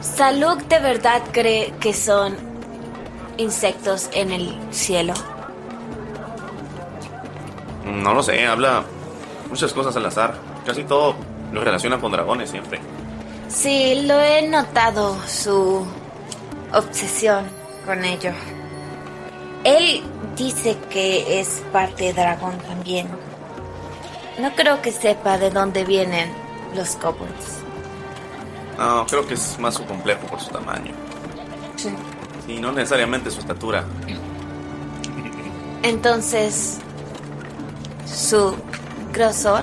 Speaker 5: ¿Saluk de verdad cree que son insectos en el cielo?
Speaker 3: No lo sé, habla muchas cosas al azar. Casi todo lo relaciona con dragones siempre.
Speaker 5: Sí, lo he notado, su obsesión con ello. Él dice que es parte dragón también. No creo que sepa de dónde vienen los kobolds.
Speaker 3: No, creo que es más su complejo por su tamaño. Y no necesariamente su estatura.
Speaker 5: Entonces, su grosor,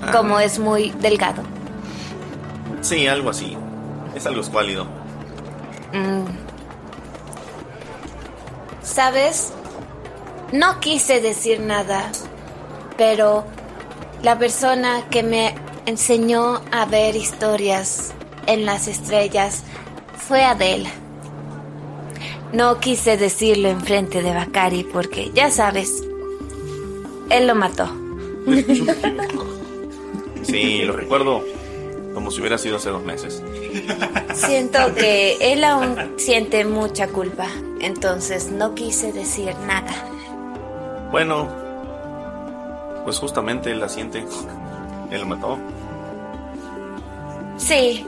Speaker 3: Ah.
Speaker 5: como es muy delgado.
Speaker 3: Sí, algo así. Es algo escuálido.
Speaker 5: Mm. ¿Sabes? No quise decir nada, pero la persona que me enseñó a ver historias en las estrellas fue Adela. No quise decirlo enfrente de Bakari porque, ya sabes, él lo mató.
Speaker 3: Sí, lo recuerdo como si hubiera sido hace dos meses.
Speaker 5: Siento que él aún siente mucha culpa, entonces no quise decir nada.
Speaker 3: Bueno, pues justamente él la siente. [laughs] Él la mató.
Speaker 5: Sí,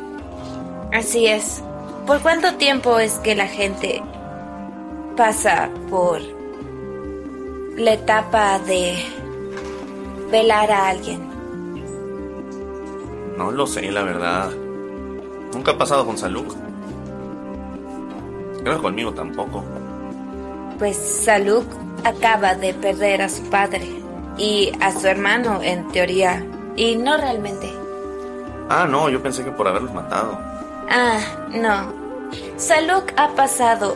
Speaker 5: así es. ¿Por cuánto tiempo es que la gente pasa por la etapa de velar a alguien?
Speaker 3: No lo sé, la verdad. Nunca ha pasado con Saluk. Creo que conmigo tampoco.
Speaker 5: Pues Saluk acaba de perder a su padre y a su hermano en teoría, y no realmente.
Speaker 3: Ah, no, yo pensé que por haberlos matado.
Speaker 5: Ah, no. Saluk ha pasado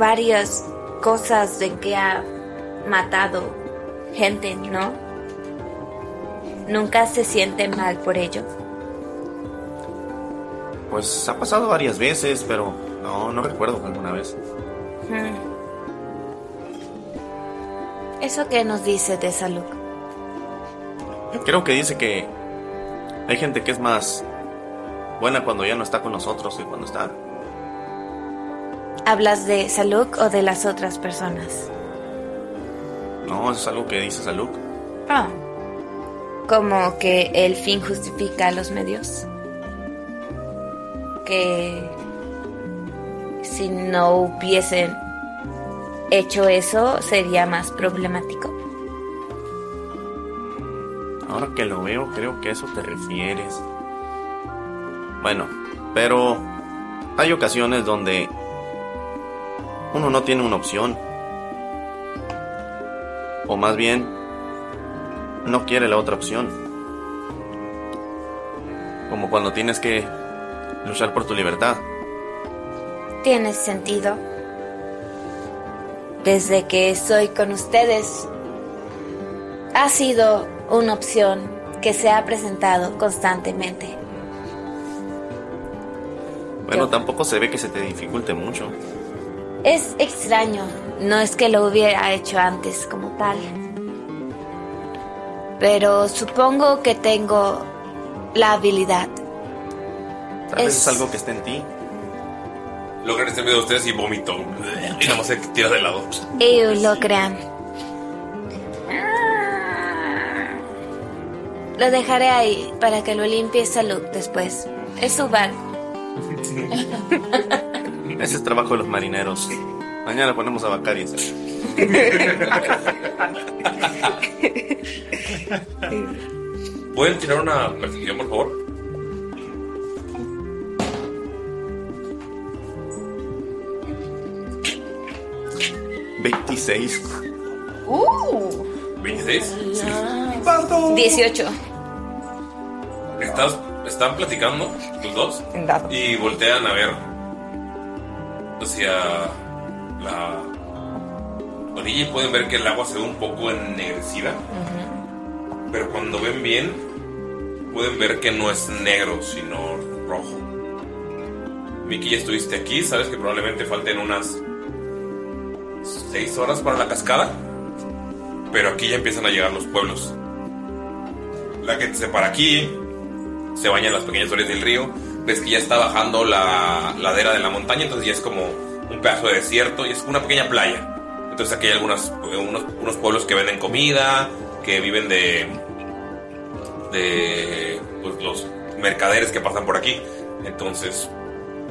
Speaker 5: varias cosas de que ha matado gente, ¿no? Nunca se siente mal por ello.
Speaker 3: Pues ha pasado varias veces, pero no, no recuerdo alguna vez.
Speaker 5: Hmm. ¿Eso qué nos dice de Saluk?
Speaker 3: Creo que dice que hay gente que es más buena cuando ya no está con nosotros y cuando está.
Speaker 5: ¿Hablas de Saluk o de las otras personas?
Speaker 3: No, eso es algo que dice Saluk.
Speaker 5: Ah. Como que el fin justifica a los medios. Que si no hubiesen hecho eso sería más problemático.
Speaker 3: Ahora que lo veo, creo que a eso te refieres. Bueno, pero hay ocasiones donde uno no tiene una opción. O más bien, no quiere la otra opción. Como cuando tienes que luchar por tu libertad.
Speaker 5: Tiene sentido. Desde que estoy con ustedes, ha sido una opción que se ha presentado constantemente.
Speaker 3: Bueno, tampoco se ve que se te dificulte mucho.
Speaker 5: Es extraño, no es que lo hubiera hecho antes como tal. Pero supongo que tengo la habilidad.
Speaker 3: Tal vez es algo que está en ti.
Speaker 1: Logran este video de ustedes y vomito. Y nada más se tira de lado.
Speaker 5: Y lo crean. Lo dejaré ahí para que lo limpie Salud después. Es su bar.
Speaker 3: Ese es trabajo de los marineros. Mañana ponemos a Bacari a hacer.
Speaker 1: ¿Pueden tirar una percepción, por favor?
Speaker 3: ¿26?
Speaker 13: ¡Uh!
Speaker 1: ¿26?
Speaker 13: ¡Pato!
Speaker 5: 18.
Speaker 1: Estás- están platicando los dos y voltean a ver hacia la orilla y pueden ver que el agua se ve un poco ennegrecida,
Speaker 17: Mm-hmm.
Speaker 1: pero cuando ven bien pueden ver que no es negro sino rojo. Vicky, ya estuviste aquí, sabes que probablemente falten unas 6 horas para la cascada, pero aquí ya empiezan a llegar los pueblos. La gente se para aquí, se bañan las pequeñas orillas del río, ves que ya está bajando la ladera de la montaña, entonces ya es como un pedazo de desierto y es una pequeña playa. Entonces aquí hay algunas, unos, unos pueblos que venden comida, que viven de, de pues, los mercaderes que pasan por aquí. Entonces,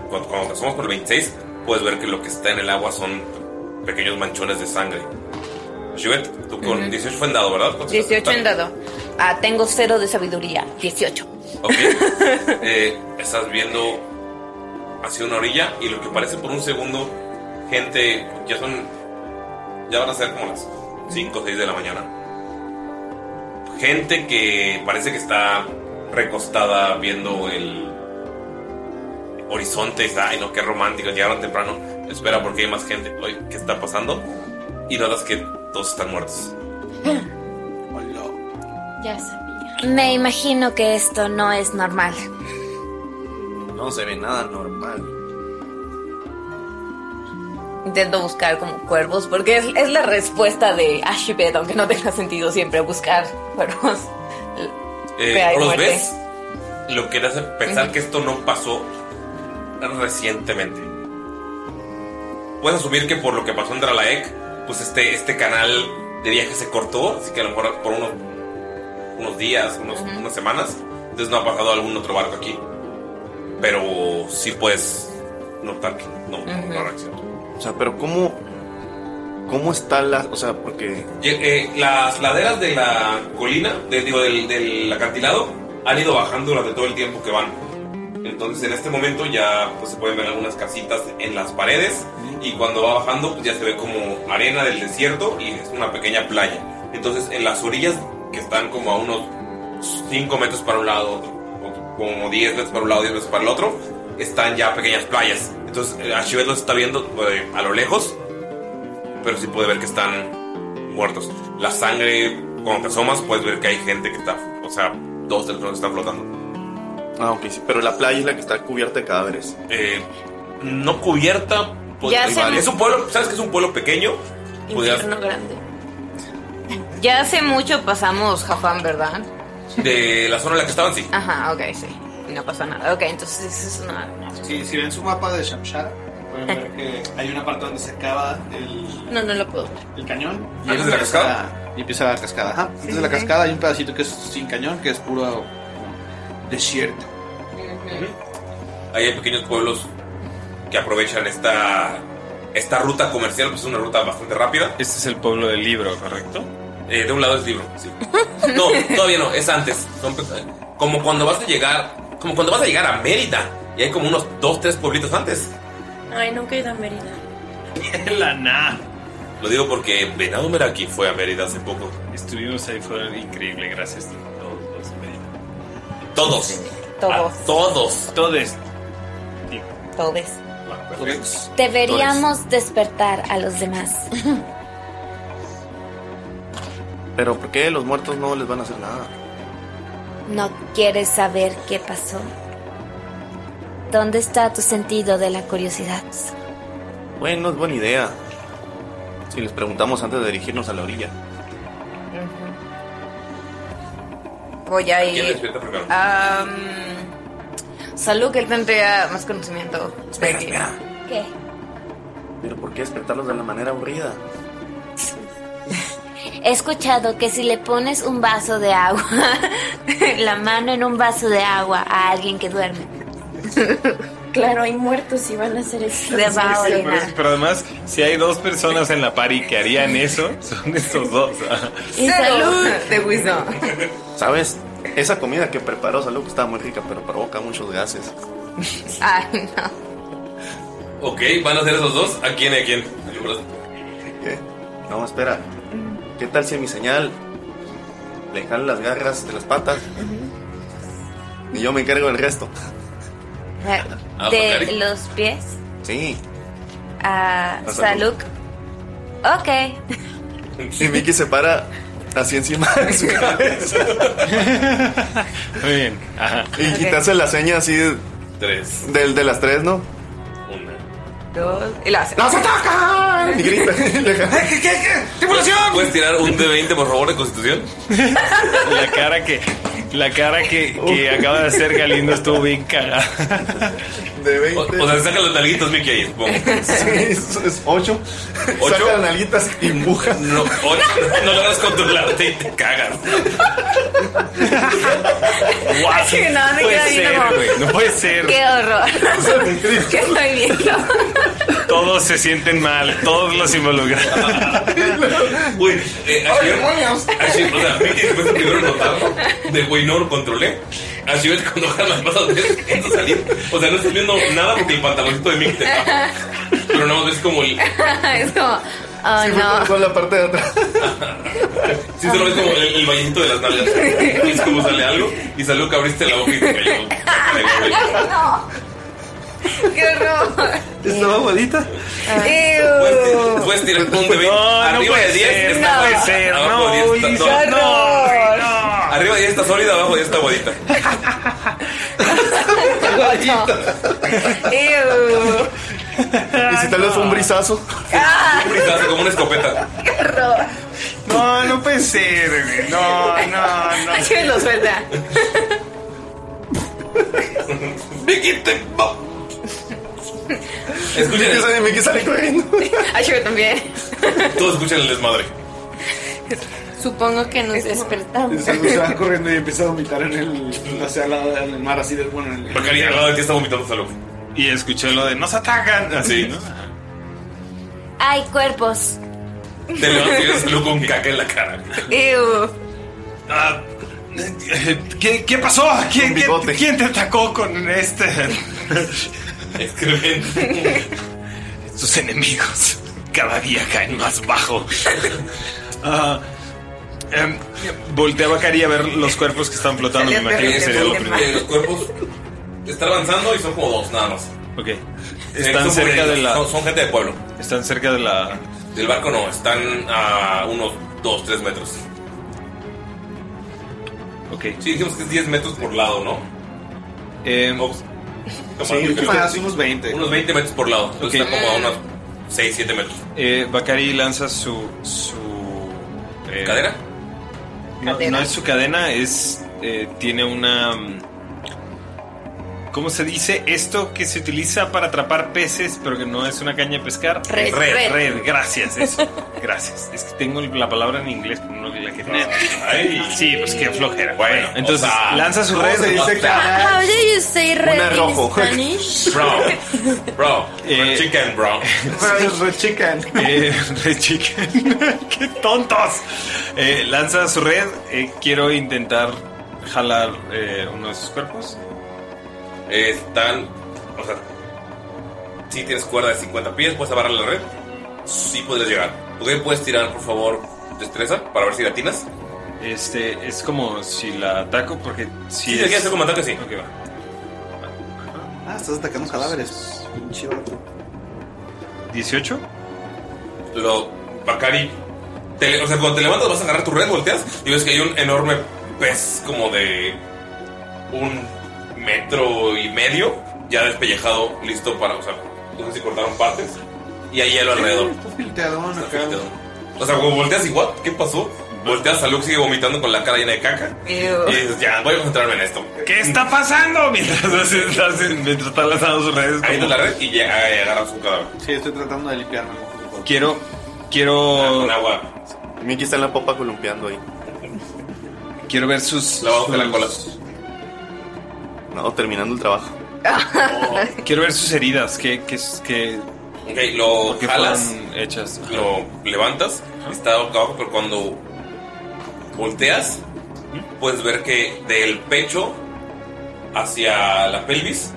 Speaker 1: cuando, cuando pasamos por el 26, puedes ver que lo que está en el agua son pequeños manchones de sangre. Shivet, tú con
Speaker 8: Ujú.
Speaker 1: 18 fue en dado, ¿verdad? ¿Cuánto
Speaker 8: 18 en dado. Ah, tengo cero de sabiduría. 18.
Speaker 1: [laughs] Eh, estás viendo hacia una orilla y lo que parece por un segundo, gente, ya son, ya van a ser como las 5 o 6 de la mañana. Gente que parece que está recostada viendo el horizonte, y dice, ay no, qué romántico, llegaron temprano, espera porque hay más gente, Oye, ¿qué está pasando? Y notas que todos están muertos.
Speaker 5: Ya sabía. Me imagino que esto no es normal.
Speaker 3: No se ve nada normal.
Speaker 8: Intento buscar como cuervos, porque es, es la respuesta de Ashibet, aunque no tenga sentido siempre buscar
Speaker 3: [laughs]
Speaker 8: cuervos.
Speaker 1: Eh,
Speaker 8: Pero hay
Speaker 1: los
Speaker 8: muerte.
Speaker 1: ves, lo que te hace pensar que esto no pasó recientemente. Puedes asumir que por lo que pasó en Dralaek, pues este, este canal de viaje se cortó, así que a lo mejor por unos, unos días, unos- unas semanas, entonces no ha pasado algún otro barco aquí. Pero sí puedes notar que no,
Speaker 3: Ujú.
Speaker 1: no reaccionó.
Speaker 3: O sea, pero ¿cómo, cómo está la... O sea, porque...
Speaker 1: Y, eh, las laderas de la colina, de- digo, del, del acantilado, han ido bajando durante todo el tiempo que van. Entonces en este momento ya pues, se pueden ver algunas casitas en las paredes y cuando va bajando pues, ya se ve como arena del desierto y es una pequeña playa. Entonces en las orillas que están como a unos 5 metros para un lado, o como 10 metros para un lado, 10 metros para el otro, están ya pequeñas playas. Entonces eh, Ashibet los está viendo eh, a lo lejos, pero sí puede ver que están muertos. La sangre, cuando te asomas, puedes ver que hay gente que está, o sea, dos del que están flotando.
Speaker 3: Ah, ok, sí, pero la playa es la que está cubierta de cadáveres.
Speaker 1: Eh, no cubierta, pues,
Speaker 8: Ya se-
Speaker 1: es un pueblo, ¿sabes que es un pueblo pequeño? Podrías-
Speaker 8: Infierno grande. Ya hace mucho pasamos Japón, ¿verdad?
Speaker 1: de la zona en la que estaban, sí.
Speaker 8: Ajá, ok, sí. no pasó nada. Ok, entonces eso es una... una-
Speaker 12: Si, si ven su mapa de Shamshara, pueden ver que hay una parte donde se acaba el,
Speaker 2: No, no lo puedo.
Speaker 12: el cañón.
Speaker 2: ¿Y antes de la
Speaker 12: cascada? Y empieza la cascada, ajá. Antes de la
Speaker 2: sí.
Speaker 12: cascada hay un pedacito que es sin cañón, que es puro desierto.
Speaker 1: Ahí hay pequeños pueblos que aprovechan esta, esta ruta comercial, pues es una ruta bastante rápida. Eh,
Speaker 9: Este es el pueblo del libro, ¿correcto?
Speaker 1: de un lado es libro, sí. No, todavía no, es antes. Son pe- como cuando vas a llegar, como cuando vas a llegar a Mérida. Y hay como unos dos, tres pueblitos antes.
Speaker 2: Ay, nunca he ido a Mérida.
Speaker 9: La na.
Speaker 1: Lo digo porque Venado Meraki fue a Mérida hace poco.
Speaker 9: Estuvimos ahí, fue increíble, gracias a todos los de Mérida.
Speaker 1: Todos.
Speaker 5: Todos.
Speaker 1: A todos.
Speaker 9: Todos.
Speaker 5: Todes.
Speaker 1: Todos.
Speaker 5: Deberíamos despertar a los demás.
Speaker 3: Pero ¿por qué los muertos no les van a hacer nada?
Speaker 5: ¿No quieres saber qué pasó? ¿Dónde está tu sentido de la curiosidad?
Speaker 3: Bueno, es buena idea. Si les preguntamos antes de dirigirnos a la orilla.
Speaker 8: Voy a ir...
Speaker 3: ¿Quién despierta primero?
Speaker 8: Am, Salud, que él tendría más conocimiento. Espera, espera.
Speaker 5: ¿Qué?
Speaker 3: Pero ¿por qué despertarlos de la manera aburrida?
Speaker 5: He escuchado que si le pones un vaso de agua, [laughs] la mano en un vaso de agua a alguien que duerme,
Speaker 2: Claro, hay muertos y van a hacer eso.
Speaker 5: se va a
Speaker 9: Sí, pero,
Speaker 5: orinar.
Speaker 9: pero además, si hay dos personas en la pari que harían eso, son estos dos.
Speaker 8: Y salud [laughs] de
Speaker 3: [laughs]
Speaker 8: Wisdom.
Speaker 3: ¿Sabes? Esa comida que preparó Salud que estaba muy rica, pero provoca muchos gases.
Speaker 8: Ay, no.
Speaker 1: Ok, van a ser esos dos. ¿A quién y a quién?
Speaker 3: ¿Qué? No, espera. ¿Qué tal si a mi señal le jalan las garras de las patas? Y yo me encargo del resto.
Speaker 5: eh,
Speaker 3: Ah,
Speaker 5: de
Speaker 3: Bacari.
Speaker 5: los pies
Speaker 3: Sí.
Speaker 1: Ah,
Speaker 5: a
Speaker 3: A
Speaker 5: Salud.
Speaker 3: Saluk.
Speaker 5: Ok,
Speaker 3: Y Mickey se para así encima
Speaker 1: [laughs]
Speaker 3: de su cabeza.
Speaker 9: Muy bien. Ajá.
Speaker 3: Y quitarse la seña así.
Speaker 1: Tres.
Speaker 3: Del, de las tres, ¿no?
Speaker 8: Dos. Y la hace.
Speaker 3: ¡Nos atacan! Y [laughs] grita. ¿Qué, qué,
Speaker 1: ¿Puedes tirar un D20, por favor, de constitución?
Speaker 9: La cara que, la cara que, que acaba de hacer Galindo estuvo bien cagada.
Speaker 1: O, o sea, saca los nalguitos, Mickey, ahí, supongo.
Speaker 3: Sí, es, es ocho.
Speaker 1: ¿Ocho?
Speaker 3: Saca las nalguitas y empuja.
Speaker 1: No, oye, no logras controlarte y te cagas.
Speaker 8: Ay, que no, me queda bien como-
Speaker 9: No puede ser.
Speaker 8: Qué
Speaker 3: [laughs]
Speaker 8: horror. ¿Qué estoy viendo?
Speaker 9: Todos se sienten mal, todos los involucran.
Speaker 1: Güey, eh, Ashibet- Ashibet, o sea, Mickey fue su primer notado de güey, no lo controlé. Ashibet cuando jala las patas ves esto salir. O sea, no estás viendo nada porque el pantaloncito de Mickey te tapa. Pero no, ves como el,
Speaker 8: [laughs] es como. Oh,
Speaker 3: Sí, fue
Speaker 8: no.
Speaker 3: con- con la parte
Speaker 8: [laughs]
Speaker 3: de atrás.
Speaker 1: sí solo ves como el, el vallecito de las nalgas. Es como sale algo y salió que abriste la boca y te cayó.
Speaker 8: [laughs] Ay,
Speaker 12: [laughs]
Speaker 8: no. Qué horror.
Speaker 3: ¿Estaba abuelita?
Speaker 8: Ew.
Speaker 1: Puedes tirar un de 20. Arriba de 10 está
Speaker 9: no Pues,
Speaker 1: buena.
Speaker 9: puede ser,
Speaker 1: Abajo de
Speaker 9: no,
Speaker 1: 10 está-
Speaker 9: Ulises, no,
Speaker 1: Arriba de 10 está sólida, abajo de 10 está bonita.
Speaker 3: [laughs]
Speaker 8: Ew. Ah,
Speaker 3: Y si tal vez fue un brizazo.
Speaker 1: Un
Speaker 8: [laughs]
Speaker 1: brizazo como una escopeta.
Speaker 9: No, no puede ser, güey. No,
Speaker 3: Ah,
Speaker 9: no, no.
Speaker 8: Así me lo suelta.
Speaker 1: Mickey te Escuchen,
Speaker 3: Mickey, Mickey sale
Speaker 8: [laughs]
Speaker 3: corriendo.
Speaker 8: Así me también.
Speaker 1: todos escuchan el desmadre.
Speaker 2: Supongo que nos despertamos.
Speaker 12: Salud se va corriendo y empieza a vomitar en el, o sea, al lado del mar, así del bueno.
Speaker 9: [laughs]
Speaker 12: En el,
Speaker 1: Bacari al lado de ti está vomitando salud.
Speaker 9: Y escuché lo de nos atacan, así, ¿no?
Speaker 5: hay cuerpos.
Speaker 1: Te levantas y
Speaker 5: [laughs]
Speaker 1: tienes salud con caca en la cara.
Speaker 8: Ew.
Speaker 9: Ah, ¿Qué, qué pasó? ¿Quién, quién- quién te atacó con este?
Speaker 1: Excremento.
Speaker 9: Sus enemigos cada día caen más bajo. Ah, em, voltea a Bacari a ver los cuerpos que están flotando. Me imagino que sería lo primero.
Speaker 1: Los cuerpos están avanzando y son como dos, nada más.
Speaker 9: Ok.
Speaker 1: Son
Speaker 9: Están cerca
Speaker 1: como-
Speaker 9: de la.
Speaker 1: Son, son gente de pueblo.
Speaker 9: Están cerca de la.
Speaker 1: Del barco no, están a unos 2, 3 metros.
Speaker 9: Ok.
Speaker 1: Sí, dijimos que es 10 metros por lado, ¿no?
Speaker 9: Em,
Speaker 1: Tomás, creo.
Speaker 12: unos 20.
Speaker 1: Unos 20 metros por lado. Entonces
Speaker 9: Ok.
Speaker 1: está como a unos 6, 7 metros.
Speaker 9: eh, Bacari lanza su. su eh,
Speaker 1: ¿Cadera?
Speaker 9: No,
Speaker 8: Cadena.
Speaker 9: no es su cadena, es. eh, tiene una. mm, ¿Cómo se dice esto que se utiliza para atrapar peces, pero que no es una caña de pescar?
Speaker 8: Red.
Speaker 9: red,
Speaker 8: Red.
Speaker 9: red, gracias, eso.
Speaker 8: [laughs]
Speaker 9: Gracias. Es que tengo la palabra en inglés, pero no la que Ay, Sí, pues qué flojera. Bueno, entonces lanza su red. [laughs]
Speaker 2: How do you say red
Speaker 9: Una
Speaker 2: in
Speaker 9: rojo.
Speaker 2: Spanish?
Speaker 9: Bro, Eh, red chicken, [laughs] bro. red chicken. red chicken. ¡Qué Eh, tontos! Eh, lanza su red. eh, quiero intentar jalar eh, uno de sus cuerpos.
Speaker 1: están. O sea, si tienes cuerda de 50 pies, puedes amarrar la red. Sí podrías llegar. ¿Tú qué puedes tirar, por favor, destreza para ver si la atinas?
Speaker 9: Este, es como si la ataco porque si
Speaker 1: Sí,
Speaker 9: es...
Speaker 1: te quieres hacer como ataque, sí.
Speaker 9: Ok, va.
Speaker 6: Ah, estás atacando cadáveres. Pinche vato.
Speaker 9: ¿18?
Speaker 1: Lo. Bacari. te- o sea, cuando te levantas, vas a agarrar tu red, volteas y ves que hay un enorme pez como de. un metro y medio, ya despellejado, listo para. O sea, no sé si cortaron partes. Y hay hielo alrededor.
Speaker 6: Filteadón acá.
Speaker 1: O sea, cuando volteas igual, ¿qué pasó? Volteas a Luke, sigue vomitando con la cara llena de caca. Y dices, ya, voy a concentrarme en
Speaker 9: [laughs]
Speaker 1: esto.
Speaker 9: ¿Qué está pasando? Mientras, hace- mientras está lanzando sus redes.
Speaker 1: Ahí está la red y llega a agarrar su cadáver.
Speaker 6: Sí, estoy tratando de limpiarme. un poco.
Speaker 9: Quiero. Quiero.
Speaker 1: Con agua.
Speaker 3: Mickey está en la popa columpiando ahí.
Speaker 9: Quiero ver sus.
Speaker 3: Lavado de la
Speaker 9: cola.
Speaker 3: No, terminando el trabajo.
Speaker 1: [laughs]
Speaker 9: Quiero ver sus heridas. ¿Qué, qué, es- qué,
Speaker 1: Ok, lo
Speaker 9: qué
Speaker 1: jalas.
Speaker 9: fueron hechas?
Speaker 1: lo levantas, está boca abajo, pero cuando volteas, puedes ver que del pecho hacia la pelvis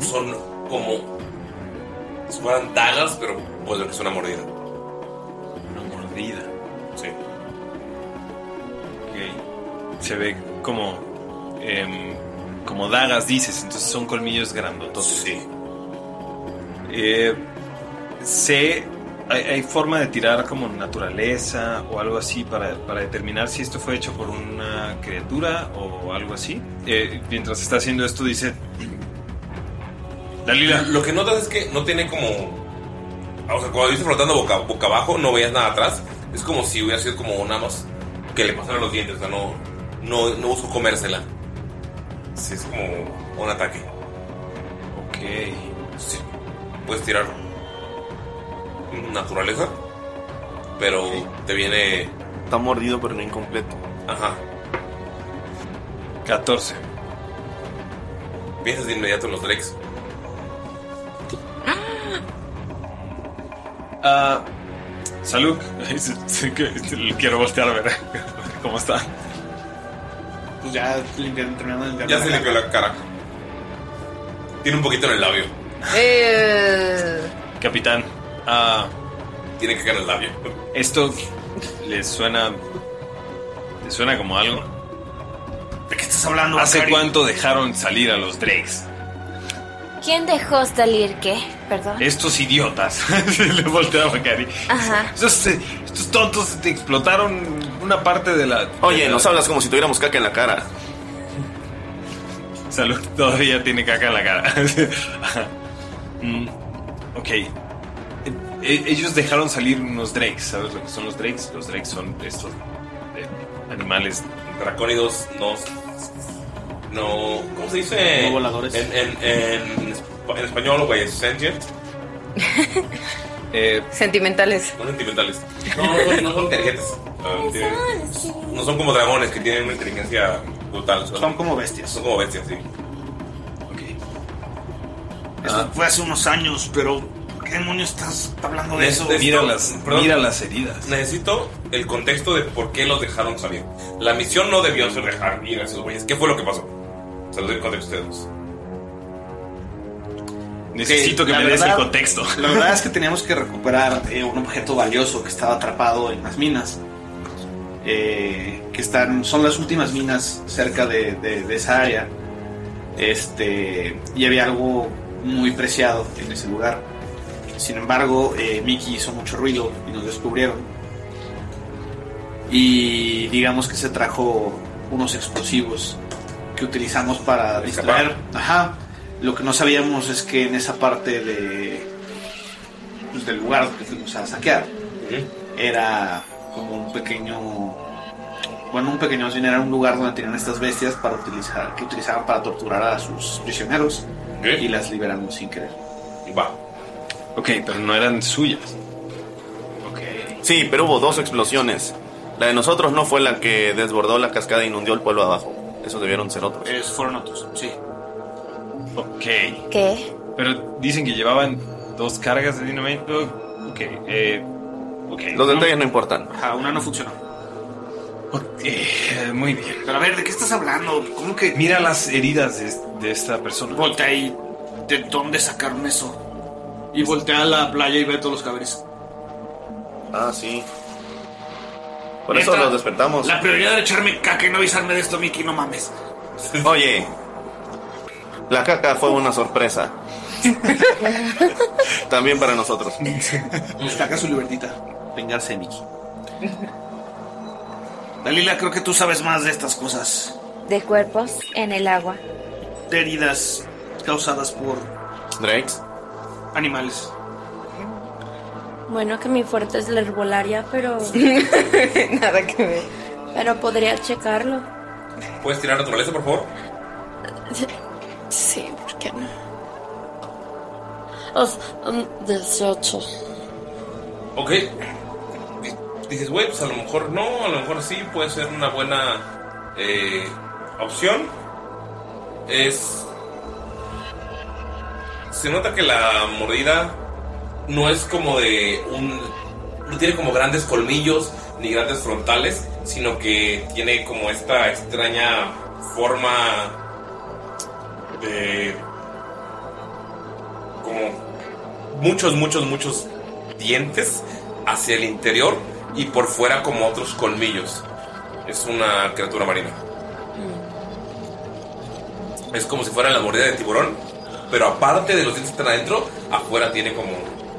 Speaker 1: son como si fueran dagas, pero puedes ver que es una mordida.
Speaker 9: Una mordida.
Speaker 1: Sí.
Speaker 9: Ok. Se ve como. em, como dagas, dices. Entonces son colmillos grandotos.
Speaker 1: Sí.
Speaker 9: sé. Hay, hay forma de tirar como naturaleza o algo así para, para determinar si esto fue hecho por una criatura o algo así. Eh, mientras está haciendo esto, dice. Dalila.
Speaker 1: Lo que notas es que no tiene como. O sea, cuando viste flotando boca, boca abajo, no veías nada atrás. Es como si hubiera sido como nada más que le pasaron los dientes. O sea, no, no, no busco comérsela. Sí, es como un ataque.
Speaker 9: Ok.
Speaker 1: Sí. Puedes tirar naturaleza, pero te viene.
Speaker 3: Está mordido, pero no incompleto.
Speaker 1: Ajá.
Speaker 9: 14.
Speaker 1: Piensas de inmediato en los Drakes.
Speaker 9: Ah, salud. [laughs] Sí que este, Quiero voltear a ver [laughs] cómo está.
Speaker 6: Pues ya limpiando, terminando de limpiar.
Speaker 1: Ya se le quedó la cara. Tiene un poquito en el labio.
Speaker 9: Capitán. ah,
Speaker 1: Tiene que caer en el labio.
Speaker 9: esto le suena. Le suena como algo.
Speaker 18: ¿De qué estás hablando?
Speaker 9: ¿Hace cuánto dejaron salir a los Drakes?
Speaker 5: ¿Quién dejó salir qué? Perdón.
Speaker 9: Estos idiotas. [laughs] le voltea a Bacari.
Speaker 5: Ajá.
Speaker 9: Estos, eh, estos tontos te explotaron una parte de la.
Speaker 3: Oye, nos hablas como si tuviéramos caca en la cara.
Speaker 9: Salud todavía tiene caca en la cara. [laughs] Ajá. Mm, ok. E- e- ellos dejaron salir unos drakes. ¿Sabes lo que son los drakes? Los drakes son estos eh, animales.
Speaker 1: Dracónidos no. No. ¿Cómo se dice?
Speaker 9: No voladores.
Speaker 1: En, en, en, espa- en español, güey, es sentient.
Speaker 9: Eh,
Speaker 8: Sentimentales.
Speaker 1: no sentimentales. No, no, son- no son inteligentes. Ah, tienen- No son como dragones que tienen una inteligencia brutal. Son,
Speaker 6: como bestias.
Speaker 1: Son como bestias, sí. Ah.
Speaker 19: Eso fue hace unos años, pero ¿qué demonios estás hablando de eso?
Speaker 1: Necesito- perdón.
Speaker 9: heridas.
Speaker 1: Necesito el contexto de por qué los dejaron salir. La misión no debió ser dejar ir a esos güeyes. ¿Qué fue lo que pasó? Se los doy el contexto a ustedes.
Speaker 9: Necesito que
Speaker 6: La
Speaker 9: me des el
Speaker 6: verdad-
Speaker 9: contexto.
Speaker 6: [laughs] La verdad
Speaker 9: [laughs]
Speaker 6: es que teníamos que recuperar eh, un objeto valioso que estaba atrapado en las minas. eh, que están, son las últimas minas cerca de, de- de esa área. Este, y había algo muy preciado en ese lugar. Sin embargo, eh, Mickey hizo mucho ruido y nos descubrieron. Y digamos que se trajo unos explosivos que utilizamos para distraer. Ajá. Lo que no sabíamos es que en esa parte de, pues, del lugar que fuimos a saquear era como un pequeño bueno, un pequeño sin era un lugar donde tenían estas bestias para utilizar, que utilizaban para torturar a sus prisioneros y las liberaron sin querer.
Speaker 9: Va. Ok, pero no eran suyas.
Speaker 3: Sí, pero hubo dos explosiones. La de nosotros no fue la que desbordó la cascada e inundió el pueblo abajo. Esos debieron ser otros.
Speaker 6: Es, fueron otros, sí.
Speaker 9: Ok.
Speaker 5: ¿Qué?
Speaker 9: Pero dicen que llevaban dos cargas de dinamito. Ok, eh, ok.
Speaker 3: Los detalles no importan.
Speaker 6: Ajá, una no funcionó.
Speaker 9: Eh, muy bien.
Speaker 6: Pero a ver, ¿de qué estás hablando? ¿Cómo que...?
Speaker 9: Mira las heridas de, de esta persona.
Speaker 6: Voltea y... ¿De dónde sacaron eso? Y voltea a la playa y ve todos los cadáveres.
Speaker 3: Ah, sí. Por eso los despertamos.
Speaker 6: La prioridad era echarme caca y no avisarme de esto, Mickey, no mames.
Speaker 3: Oye, la caca fue una sorpresa. También para nosotros.
Speaker 6: Saca su libertita. Vengarse, Mickey. [laughs] Dalila, creo que tú sabes más de estas cosas.
Speaker 5: De cuerpos en el agua.
Speaker 6: De heridas causadas por...
Speaker 3: Drakes.
Speaker 6: Animales.
Speaker 2: Bueno, que mi fuerte es la herbolaria, pero. [laughs]
Speaker 8: Nada que ver.
Speaker 2: Pero podría checarlo.
Speaker 1: ¿Puedes tirar naturaleza, por favor?
Speaker 2: Sí, ¿por qué no? Os- um, 18.
Speaker 1: Ok. Dices, güey, pues a lo mejor no, a lo mejor sí, puede ser una buena eh, opción. Es. Se nota que la mordida no es como de un. No tiene como grandes colmillos ni grandes frontales, sino que tiene como esta extraña forma de. como muchos, muchos, muchos dientes hacia el interior y por fuera como otros colmillos. Es una criatura marina. Es como si fuera la mordida de tiburón, pero aparte de los dientes que están adentro, afuera tiene como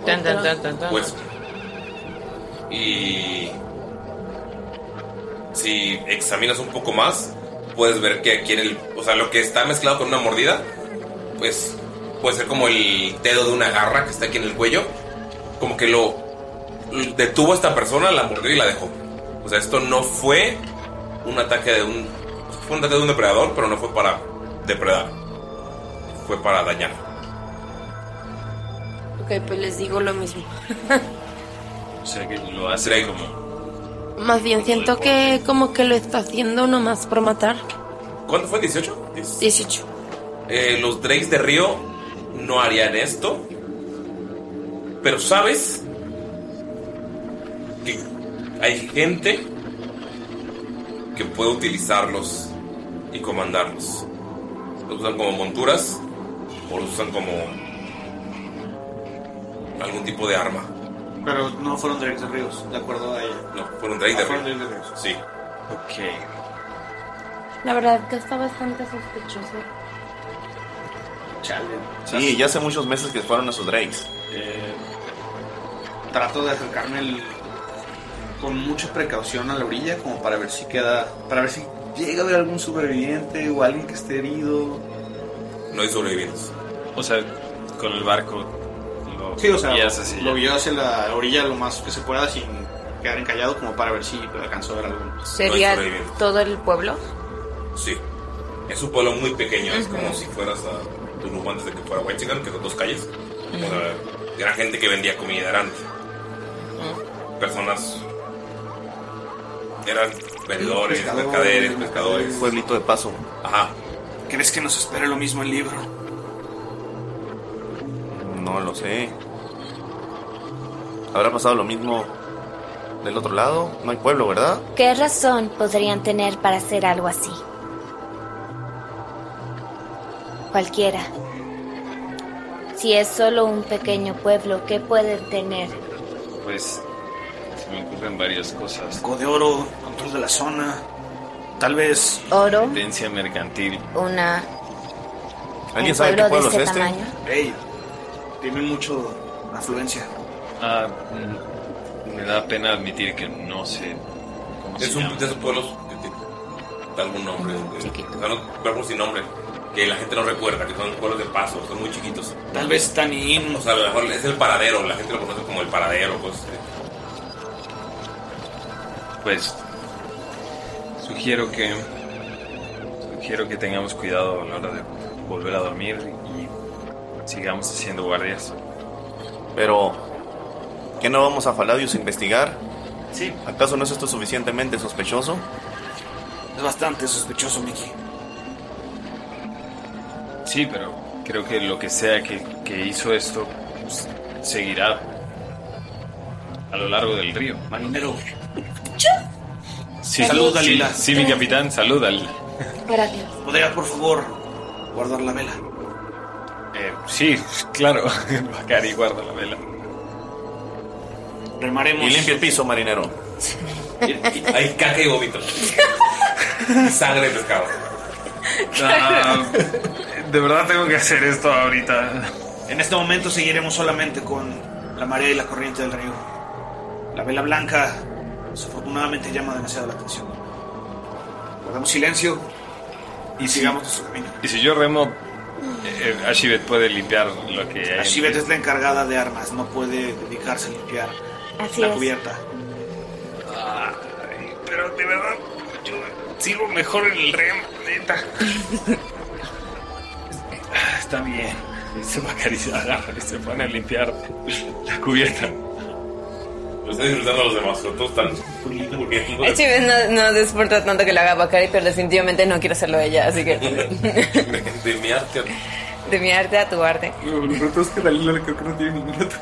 Speaker 8: Tan, tan, tan, tan, tan.
Speaker 1: hueso. Y si examinas un poco más, puedes ver que aquí en el, o sea, lo que está mezclado con una mordida, pues puede ser como el dedo de una garra que está aquí en el cuello, como que lo detuvo a esta persona, la mordió y la dejó. O sea, esto no fue un ataque de un. Fue un ataque de un depredador, pero no fue para depredar. Fue para dañar.
Speaker 2: Ok, pues les digo lo mismo.
Speaker 9: O sea que lo hace como.
Speaker 2: Más bien siento que como que lo está haciendo nomás por matar.
Speaker 1: ¿Cuánto fue? ¿18?
Speaker 2: 18.
Speaker 1: Eh, los Drakes de Río no harían esto. Pero sabes que hay gente que puede utilizarlos y comandarlos. Los usan como monturas o los usan como algún tipo de arma.
Speaker 6: Pero no fueron directos ríos, de acuerdo a ella.
Speaker 1: No, fueron Drake de
Speaker 6: Ah, fueron
Speaker 1: Río.
Speaker 6: Drake de Ríos.
Speaker 1: Sí.
Speaker 9: Ok.
Speaker 2: La verdad que está bastante sospechoso.
Speaker 6: Chale.
Speaker 3: Sí, ya hace muchos meses que fueron a sus drakes.
Speaker 6: Eh, Trato de acercarme el- con mucha precaución a la orilla como para ver si queda... Para ver si llega a haber algún sobreviviente o alguien que esté herido.
Speaker 1: No hay sobrevivientes.
Speaker 9: O sea, con el barco. Lo
Speaker 6: Sí, o sea,
Speaker 9: guías hacia
Speaker 6: lo
Speaker 9: allá.
Speaker 6: guió hacia la orilla lo más que se pueda sin quedar encallado como para ver si alcanzó a ver algo.
Speaker 5: ¿Sería
Speaker 1: sobrevivientes.
Speaker 5: todo el pueblo?
Speaker 1: Sí. Es un pueblo muy pequeño, es como si fueras a Tulum antes de que fuera Huaychican, que son dos calles. O sea, era gente que vendía comida, eran personas. Eran vendedores,
Speaker 6: Pescadores.
Speaker 1: mercaderes, pescadores.
Speaker 3: Pueblito de paso.
Speaker 1: Ajá.
Speaker 6: ¿Crees que nos espere lo mismo el libro?
Speaker 3: No lo sé. ¿Habrá pasado lo mismo del otro lado? No hay pueblo, ¿verdad?
Speaker 5: ¿Qué razón podrían tener para hacer algo así? Cualquiera. Si es solo un pequeño pueblo, ¿qué pueden tener?
Speaker 9: Pues se me ocurren varias cosas.
Speaker 6: Algo de oro, control de la zona. Tal vez.
Speaker 5: Oro,
Speaker 9: Tendencia mercantil.
Speaker 5: una...
Speaker 9: ¿Alguien sabe qué pueblo es este?
Speaker 6: Ey, tiene mucho afluencia.
Speaker 9: Ah, mm, me da pena admitir que no sé cómo
Speaker 1: Es
Speaker 9: se
Speaker 1: un
Speaker 9: llama.
Speaker 1: de esos pueblos que tiene algún nombre. de- este, o sea, no- pueblos sin nombre, que la gente no recuerda, que son pueblos de paso, son muy chiquitos.
Speaker 6: Tal vez Tanin.
Speaker 1: O sea, a lo mejor es el paradero, la gente lo conoce como el paradero, cosas así.
Speaker 9: Pues Sugiero que. Sugiero que tengamos cuidado a la hora de volver a dormir y sigamos haciendo guardias.
Speaker 3: Pero, ¿qué no vamos a Faladius a investigar?
Speaker 6: Sí.
Speaker 3: ¿Acaso no es esto suficientemente sospechoso?
Speaker 6: Es bastante sospechoso, Mickey.
Speaker 9: Sí, pero creo que lo que sea que, que hizo esto pues, seguirá a lo largo del río.
Speaker 6: Marinero.
Speaker 9: Sí,
Speaker 6: Salud,
Speaker 9: sí,
Speaker 6: Dalila.
Speaker 9: Sí, mi capitán, salud, Dalila.
Speaker 2: Gracias.
Speaker 6: ¿Podría, por favor, guardar la vela?
Speaker 9: Eh, sí, claro. [laughs] Bacari, guarda la vela.
Speaker 6: Remaremos.
Speaker 3: Y limpia
Speaker 9: [laughs]
Speaker 3: el piso,
Speaker 1: [laughs]
Speaker 3: marinero.
Speaker 1: Hay caca y vómito. Y sangre de pescado.
Speaker 6: Um,
Speaker 9: Ah, de verdad tengo que hacer esto ahorita.
Speaker 6: En este momento seguiremos solamente con la marea y la corriente del río. La vela blanca desafortunadamente llama demasiado la atención. Guardamos silencio y sigamos nuestro camino.
Speaker 9: Y si yo remo, eh, Ashibet puede limpiar lo que hay.
Speaker 6: Ashibet es la encargada de armas, no puede dedicarse a limpiar
Speaker 9: Así
Speaker 6: la
Speaker 9: es.
Speaker 6: cubierta.
Speaker 9: Ay, pero de verdad, yo sigo mejor en el rem, neta. Ah, Está bien. Se va a acariciar y se van a limpiar la cubierta.
Speaker 1: Lo están disfrutando los demás, pero todos están.
Speaker 8: El chive no, Este no desporta tanto que la haga Bacari, pero definitivamente no quiero hacerlo ella, así que
Speaker 1: De mi arte.
Speaker 8: de mi arte a tu arte.
Speaker 9: Lo bruto es que Dalila creo que no tiene ningún otro.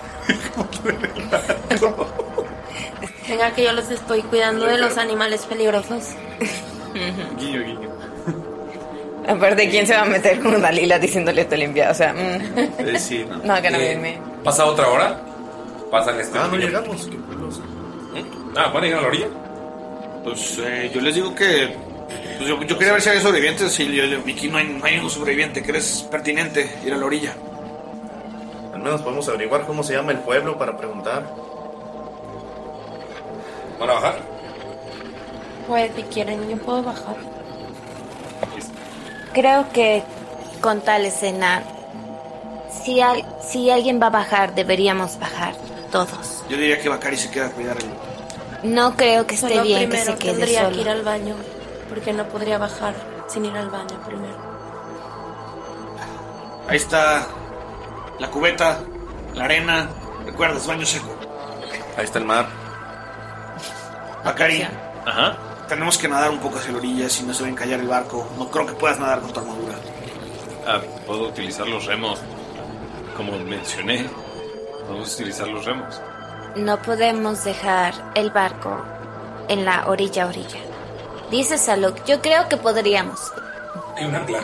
Speaker 2: Venga, que yo los estoy cuidando de los animales peligrosos.
Speaker 9: Guiño, guiño.
Speaker 8: Aparte, ¿quién se va a meter con Dalila diciéndole estoy limpia? O sea, mm.
Speaker 6: sí, no.
Speaker 8: no, que no
Speaker 1: Eh,
Speaker 8: viene.
Speaker 1: Pasa otra hora. Pasan este.
Speaker 6: Ah, no
Speaker 1: pequeño-
Speaker 6: llegamos.
Speaker 3: pues,
Speaker 1: ¿Mm? Ah, van a llegar a la orilla.
Speaker 6: Pues eh, yo les digo que. pues, yo, yo quería ver si había sobrevivientes y yo, yo- Vicky, no hay, no hay ningún sobreviviente. ¿Crees pertinente ir a la orilla?
Speaker 3: Al menos podemos averiguar cómo se llama el pueblo para preguntar.
Speaker 1: ¿Van a bajar?
Speaker 2: Pues si quieren, yo puedo bajar.
Speaker 5: Creo que con tal escena, si, al- si alguien va a bajar, deberíamos bajar todos.
Speaker 6: Yo diría que Bakari se queda a cuidar el.
Speaker 5: No creo que esté
Speaker 2: Solo
Speaker 5: bien que
Speaker 2: primero
Speaker 5: se quede
Speaker 2: tendría
Speaker 5: solo.
Speaker 2: que ir al baño, porque no podría bajar sin ir al baño primero.
Speaker 6: Ahí está la cubeta, la arena. Recuerdas, baño seco.
Speaker 3: Ahí está el mar.
Speaker 6: Bakari,
Speaker 9: Ajá.
Speaker 6: tenemos que nadar un poco hacia la orilla si no se va a encallar el barco. No creo que puedas nadar con tu armadura.
Speaker 9: Ah, puedo utilizar los remos. Como mencioné, podemos utilizar los remos.
Speaker 5: No podemos dejar el barco en la orilla a orilla. Dice Saluk, yo creo que podríamos.
Speaker 1: Hay un ancla.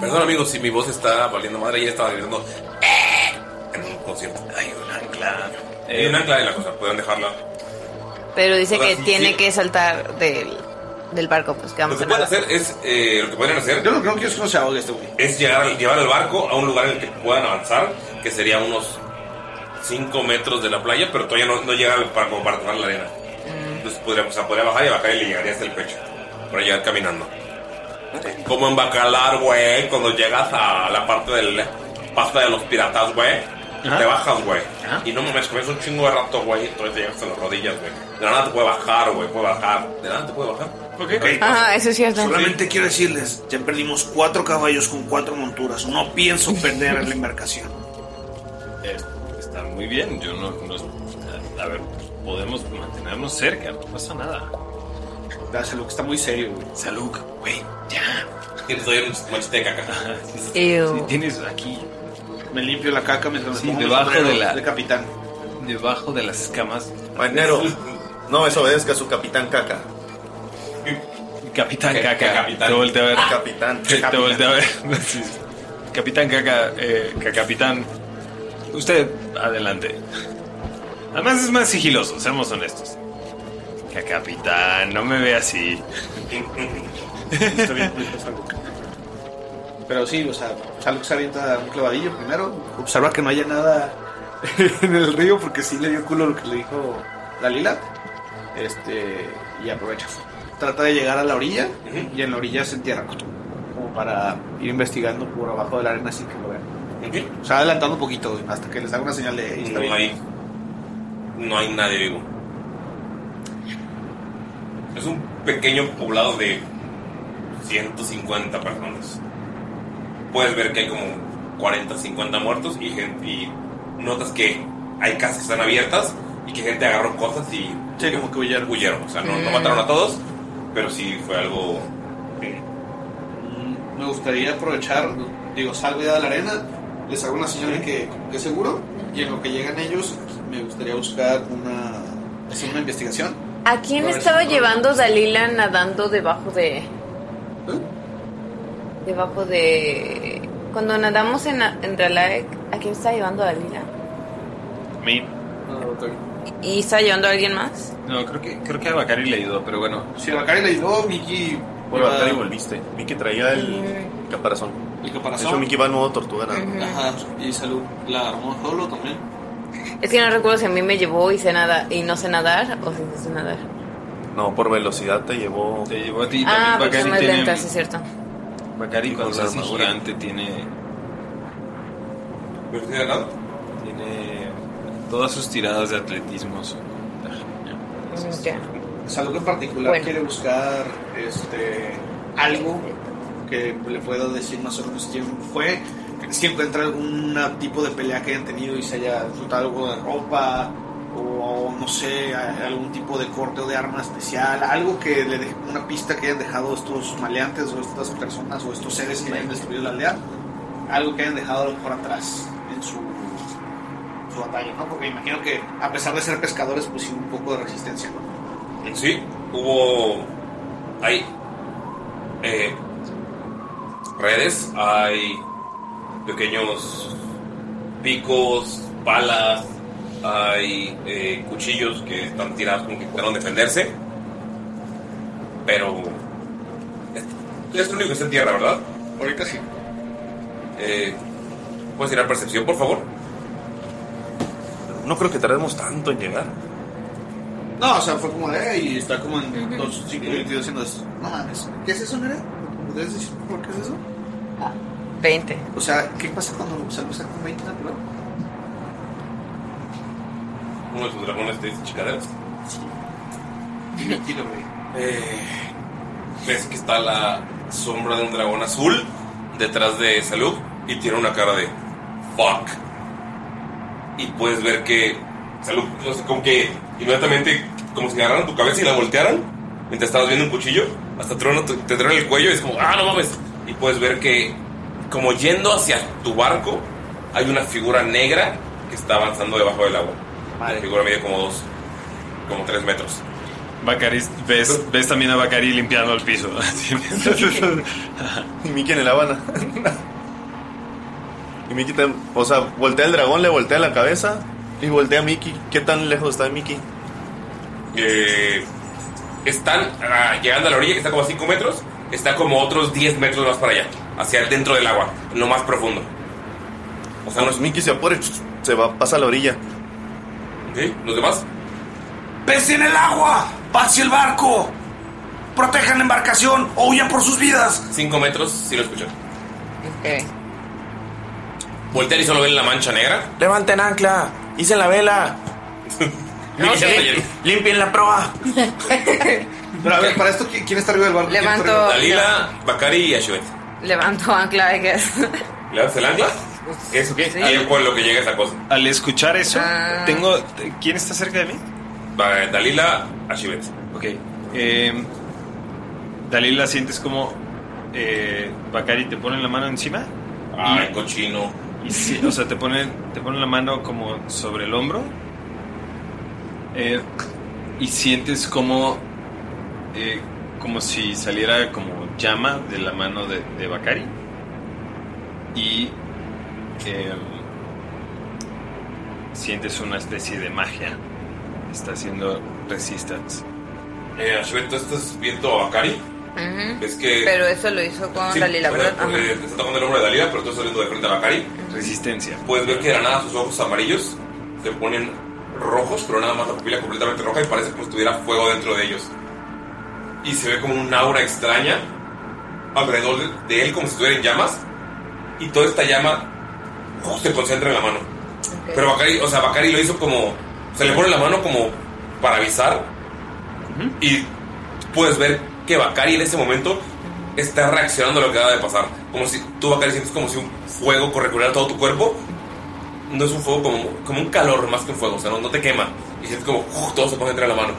Speaker 1: Perdón, amigos, si mi voz está valiendo madre. Ya estaba gritando. En un concierto. Hay un ancla. Hay un ancla de la cosa. Pueden dejarla.
Speaker 8: [laughs] Pero dice que
Speaker 1: Ahora sí,
Speaker 8: tiene
Speaker 1: sí.
Speaker 8: que saltar del, del barco, pues que
Speaker 1: Lo
Speaker 8: vamos
Speaker 1: que
Speaker 8: a
Speaker 1: pueden
Speaker 8: nadar.
Speaker 1: hacer es. eh, lo que pueden hacer. Yo
Speaker 6: lo que no quiero es que no se ahogue este güey.
Speaker 1: Es llegar, llevar el barco a un lugar en el que puedan avanzar, que sería unos 5 metros de la playa, pero todavía no, no llega al- para, como para tomar la arena.
Speaker 6: Mm.
Speaker 1: Entonces podría, o sea, podría bajar y bajar y le llegaría hasta el pecho. Para llegar caminando. Como en Bacalar, güey, cuando llegas a la parte del pasta de los piratas, güey.
Speaker 9: Ajá.
Speaker 1: Te bajas, güey. Y no mames, comes un chingo de rato, güey. Entonces te llegas a las rodillas, güey. De la nada te puede bajar, güey. Puede bajar. De la nada te puede bajar.
Speaker 8: Ajá, eso es cierto.
Speaker 6: Solamente quiero decirles, ya perdimos cuatro caballos con cuatro monturas. No pienso perder la embarcación.
Speaker 9: Eh, está muy bien, yo no, no- A ver, podemos mantenernos cerca, no pasa nada.
Speaker 6: Saluk está muy serio, güey.
Speaker 9: Saluk, güey, ya.
Speaker 1: Tienes todavía un machete de caca.
Speaker 8: Ew.
Speaker 9: tienes aquí.
Speaker 6: Me limpio la caca mientras me
Speaker 9: Sí,
Speaker 6: pongo mi
Speaker 9: debajo
Speaker 6: sombrero
Speaker 9: de la-
Speaker 6: de capitán.
Speaker 9: Debajo de las escamas.
Speaker 3: Marinero, no desobedezca a su capitán caca. Eh,
Speaker 9: Capitán Caca. Te volteo a ver.
Speaker 3: Capitán.
Speaker 9: Te, te
Speaker 3: Capitán.
Speaker 9: volteo a ver. [laughs] Sí, sí. Capitán Caca, eh, ca- capitán. Usted, adelante. Además es más sigiloso, seamos honestos. Ca- Capitán, no me
Speaker 3: [laughs]
Speaker 9: ve así.
Speaker 6: Está bien, muy bien, Saluk. Pero sí, o sea, Saluk se avienta un clavadillo primero. Observa que no haya nada [laughs] en el río porque sí le dio culo lo que le dijo Dalila. Este, y aprovecha. Trata de llegar a la orilla y en la orilla se entierra. Como para ir investigando por abajo de la arena sin que lo vean. O sea, adelantando un poquito güey, hasta que les haga una señal de...
Speaker 1: No hay, no hay nadie vivo. Es un pequeño poblado de 150 personas. Puedes ver que hay como 40, 50 muertos y, gente, y notas que hay casas que están abiertas y que gente agarró cosas y como que huyeron. O sea, no, no
Speaker 6: Mm.
Speaker 1: mataron a todos, pero sí fue algo...
Speaker 6: Mm, Me gustaría aprovechar, digo, salgo ya de la arena, les hago una señal de que, que seguro, y en lo que llegan ellos, me gustaría buscar una, hacer una investigación.
Speaker 8: ¿A quién
Speaker 6: A ver,
Speaker 8: estaba
Speaker 6: si no-
Speaker 8: llevando Dalila nadando debajo de.
Speaker 1: ¿Eh?
Speaker 8: Debajo de. Cuando nadamos en, en Dralaek, ¿a quién estaba llevando Dalila?
Speaker 9: Me-
Speaker 8: ¿Y estaba llevando a alguien más?
Speaker 9: No, creo que, creo que a Bakari le ayudó, pero bueno.
Speaker 6: Si a Bakari le ayudó, Miki.
Speaker 3: Bueno, Bakari volviste. Miki traía el caparazón.
Speaker 6: El
Speaker 3: De hecho, Miki va en modo tortuga.
Speaker 8: Mm.
Speaker 3: nada más.
Speaker 6: Ajá, y salud. La armó solo también.
Speaker 8: Es que no recuerdo si a mí me llevó y, sé nada, y no sé nadar o si no sé nadar.
Speaker 3: No, por velocidad te llevó.
Speaker 9: Te llevó a ti
Speaker 8: ah, porque soy más lenta, sí es cierto.
Speaker 9: Bakari cuando
Speaker 3: con
Speaker 9: se
Speaker 3: la
Speaker 9: hace
Speaker 3: armadura.
Speaker 9: gigante tiene. Tiene. Todas sus tiradas de atletismo son.
Speaker 8: Ya.
Speaker 6: Salud en particular quiere buscar este algo que le pueda decir más o menos quién fue. Si encuentra algún tipo de pelea que hayan tenido y se haya soltado algo de ropa o no sé, a- algún tipo de corte o de arma especial, algo que le deje una pista que hayan dejado estos maleantes o estas personas o estos seres que hayan destruido la aldea, algo que hayan dejado por atrás en su, su batalla, ¿no? Porque imagino que a pesar de ser pescadores, pues sí, un poco de resistencia, ¿no?
Speaker 1: Sí, hubo... Hay... eh, redes, hay pequeños picos, palas, hay eh, cuchillos que están tirados como que intentaron defenderse. Pero... Es, es lo único que está en tierra, ¿verdad? Eh,
Speaker 6: Ahorita sí.
Speaker 1: ¿Puedes tirar percepción, por favor?
Speaker 3: No creo que tardemos tanto en llegar.
Speaker 6: No, o sea, fue como de, y está como en 2, 5 22 haciendo esto. No mames, ¿qué es eso, Nere? ¿Puedes decir por qué es eso?
Speaker 8: 20.
Speaker 6: O sea, ¿qué pasa cuando se usa con 20 natural?
Speaker 1: Uno de sus dragones te dice chingaderas.
Speaker 6: Tranquilo, güey.
Speaker 1: Eh, ves que está la sombra de un dragón azul detrás de Salud y tiene una cara de fuck. Y puedes ver que Salud, o sea, como que inmediatamente, como si agarraran tu cabeza y la voltearan, mientras estabas viendo un cuchillo, hasta truena tu- te truena el cuello y es como, ah, no mames. Y puedes ver que, como yendo hacia tu barco, hay una figura negra que está avanzando debajo del agua. Una figura medio como dos, como tres metros.
Speaker 9: Bakari, ves, ves también a Bakari limpiando el piso.
Speaker 3: Y Miki en el Habana. y Miki, te- o sea, voltea el dragón, le voltea la cabeza y voltea a Miki. ¿Qué tan lejos está Miki?
Speaker 1: Eh, están ah, llegando a la orilla, que está como a 5 metros. Está como otros 10 metros más para allá, hacia el dentro del agua, en lo más profundo. O sea,
Speaker 3: Pues Miki se apure, se va, pasa a la orilla.
Speaker 1: ¿ok? ¿Los demás?
Speaker 20: ¡Pese en el agua! ¡Pase el barco! ¡Protejan la embarcación o huyan por sus vidas!
Speaker 1: 5 metros, si lo escuchan. Voltean y solo ven la mancha negra.
Speaker 21: Levanten ancla, hicen la vela.
Speaker 1: Miki se
Speaker 21: Ok.
Speaker 1: está yendo.
Speaker 21: Limpien la proa.
Speaker 6: Pero a ver, para esto, ¿quién quién está arriba del barco? ¿Quién está
Speaker 8: Levanto-
Speaker 6: arriba?
Speaker 1: Dalila, Bakari y Ashibet.
Speaker 8: Levanto ancla, I guess.
Speaker 1: [laughs] ¿Le das el ancla? ¿Eso qué?
Speaker 8: Sí.
Speaker 1: Ahí es con lo que llega esa cosa.
Speaker 9: Al escuchar eso,
Speaker 8: Ah.
Speaker 9: tengo. ¿Quién está cerca de mí?
Speaker 1: Va, Dalila, Ashibet.
Speaker 9: Ok. eh, Dalila, sientes como eh, Bakari te pone la mano encima.
Speaker 1: Ay, cochino.
Speaker 9: Y sí, o sea, te pone, te pone la mano como sobre el hombro. eh, y sientes como. eh, como si saliera como llama de la mano de, de Bakari. Y. eh, sientes una especie de magia. Está haciendo resistance.
Speaker 1: Eh, Ashibet, tú estás viendo a Bakari.
Speaker 8: Ujú.
Speaker 1: Ves que.
Speaker 8: Pero eso lo hizo con
Speaker 1: Sí,
Speaker 8: Dalila,
Speaker 1: bueno,
Speaker 8: ¿verdad? Ajá.
Speaker 1: eh, te está tocando el hombro de Dalila, pero tú estás saliendo de frente a Bakari.
Speaker 9: Resistencia.
Speaker 1: Puedes ver que de la nada sus ojos amarillos se ponen rojos, pero nada más la pupila completamente roja y parece como si tuviera fuego dentro de ellos. Y se ve como un aura extraña alrededor de- de él, como si estuvieran llamas. Y toda esta llama uf, se concentra en la mano. Pero Bakari, o sea, Bakari lo hizo como. Se le pone la mano como para avisar. Y puedes ver que Bakari en este momento está reaccionando a lo que acaba de pasar. Como si tú, Bakari, sientes como si un fuego correcular todo tu cuerpo. No es un fuego como, como un calor más que un fuego, o sea, no, no te quema. Y sientes como uf, todo se pone entre la mano.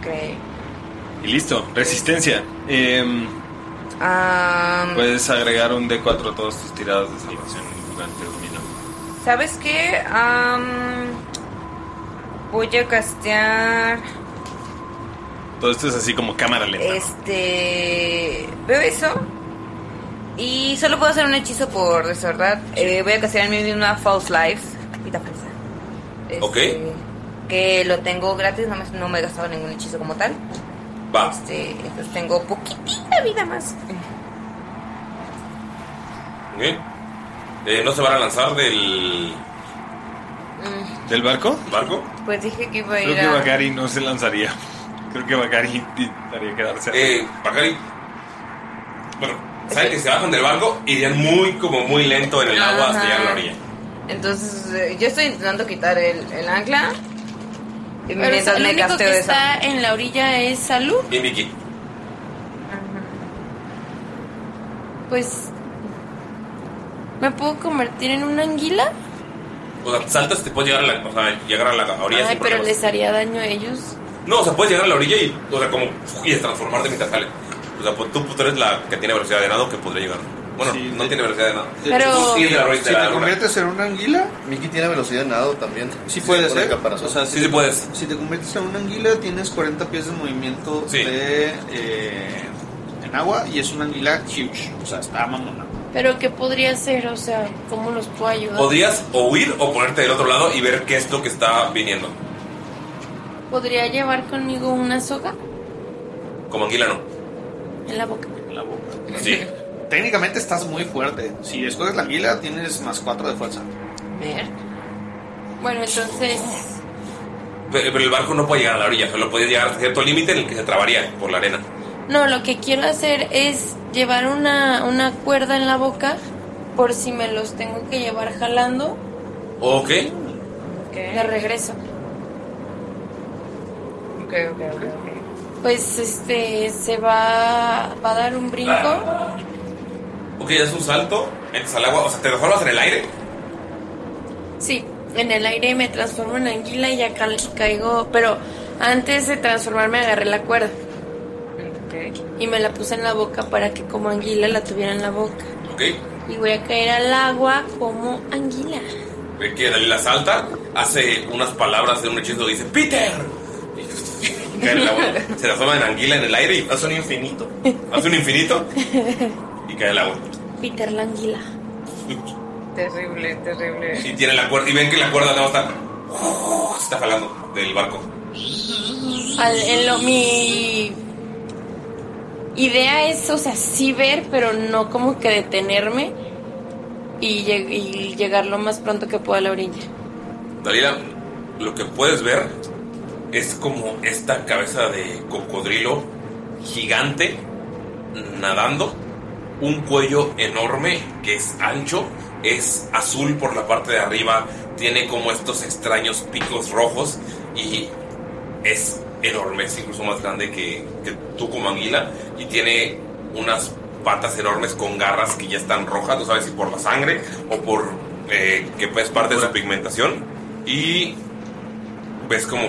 Speaker 22: Ok.
Speaker 9: Y listo, resistencia. Em,
Speaker 8: Am,
Speaker 9: puedes agregar un D4 a todos tus tiradas de salvación durante el minuto.
Speaker 8: ¿Sabes qué? Am, voy a castear.
Speaker 9: Todo esto es así como cámara
Speaker 8: Eh,
Speaker 9: lenta.
Speaker 8: Este. Veo eso. Y solo puedo hacer un hechizo por desordad. Eh, voy a castear en mí misma False Life. Vida falsa.
Speaker 2: Este.
Speaker 1: ¿Ok?
Speaker 8: Que lo tengo gratis, no me, no me he gastado ningún hechizo como tal.
Speaker 1: Va.
Speaker 8: Este, entonces tengo poquitita vida más.
Speaker 1: ¿Ok? Eh, ¿No se van a lanzar del,
Speaker 8: Mm,
Speaker 9: ¿Del barco?
Speaker 1: ¿Barco?
Speaker 8: Pues dije que iba a
Speaker 9: Creo
Speaker 8: ir
Speaker 9: que
Speaker 8: a.
Speaker 9: Bakari no se lanzaría. Creo que Bakari intentaría quedarse.
Speaker 1: Eh, Bakari. Bueno, saben que se bajan del barco y irían muy, como muy lento en el agua hasta
Speaker 8: Ajá.
Speaker 1: llegar a la orilla.
Speaker 8: Entonces, eh, yo estoy intentando quitar el, el ancla. Y
Speaker 2: Pero
Speaker 8: mientras
Speaker 2: el
Speaker 8: me
Speaker 2: único
Speaker 8: gasteo
Speaker 2: que
Speaker 8: esa.
Speaker 2: está en la orilla es Salud.
Speaker 1: Y Vicky.
Speaker 2: Pues. ¿Me puedo convertir en una anguila?
Speaker 1: O sea, saltas y te puedes llegar a la, o sea, llegar a la orilla
Speaker 2: Ay,
Speaker 1: sin
Speaker 2: pero
Speaker 1: problemas.
Speaker 2: les haría daño a ellos.
Speaker 1: No, o sea, puedes llegar a la orilla y, o sea, como, y transformarte mientras sales. O sea, pues, tú, tú eres la que tiene velocidad de nado que podría llegar. Bueno, no tiene velocidad de nado. Tú sí eres la orilla de
Speaker 23: Si
Speaker 1: la
Speaker 23: te
Speaker 1: luna.
Speaker 23: conviertes en una anguila, Mickey tiene velocidad de nado también. Sí
Speaker 6: puedes,
Speaker 23: pone
Speaker 6: ¿eh?
Speaker 23: caparazón.
Speaker 6: O sea, si
Speaker 1: Sí, sí puedes.
Speaker 6: Si te conviertes en una anguila, tienes 40 pies de movimiento de, eh, en agua y es una anguila huge. O sea, está mamona.
Speaker 2: Pero ¿qué podría hacer? O sea, ¿cómo los puedo ayudar?
Speaker 1: Podrías o huir o ponerte del otro lado y ver qué es lo que está viniendo.
Speaker 2: ¿Podría llevar conmigo una soga
Speaker 1: Como anguila no.
Speaker 2: en la boca?
Speaker 1: Sí.
Speaker 6: [laughs] Técnicamente estás muy fuerte. Si escoges la anguila, tienes más 4 de fuerza.
Speaker 2: Ver. Bueno, entonces.
Speaker 1: Pero, pero el barco no puede llegar a la orilla, solo puede llegar hasta cierto límite en el que se trabaría por la arena.
Speaker 2: No, lo que quiero hacer es llevar una, una cuerda en la boca por si me los tengo que llevar jalando
Speaker 1: Ok,
Speaker 2: de regreso.
Speaker 8: Ok, ok, ok.
Speaker 2: Pues este se va, va a dar un brinco.
Speaker 1: ok, das un salto, entras al agua, o sea, te transformas en el aire.
Speaker 2: Sí, en el aire me transformo en anguila y acá caigo. Pero antes de transformarme agarré la cuerda y me la puse en la boca para que como anguila la tuviera en la boca.
Speaker 1: Ok,
Speaker 2: Y voy a caer al agua como anguila.
Speaker 1: ve que Dalila salta, hace unas palabras de un hechizo, dice ¡Peter! Y [laughs] cae en el agua. Se transforma en anguila en el aire y hace un infinito. Hace un infinito y cae en el agua.
Speaker 2: Peter la anguila.
Speaker 8: [laughs] Terrible, terrible.
Speaker 1: Y tiene la cuerda, y ven que la cuerda no está. ¡uh! Se está jalando del barco.
Speaker 2: Al- en lo- mi idea es, o sea, sí ver, pero no como que detenerme y, lleg- y llegar lo más pronto que pueda a la orilla.
Speaker 1: Dalila, lo que puedes ver es como esta cabeza de cocodrilo gigante nadando, un cuello enorme que es ancho, es azul por la parte de arriba, tiene como estos extraños picos rojos y es enorme, es incluso más grande que, que tú como anguila y tiene unas patas enormes con garras que ya están rojas, no sabes si por la sangre o por eh, que es parte de su pigmentación y ves como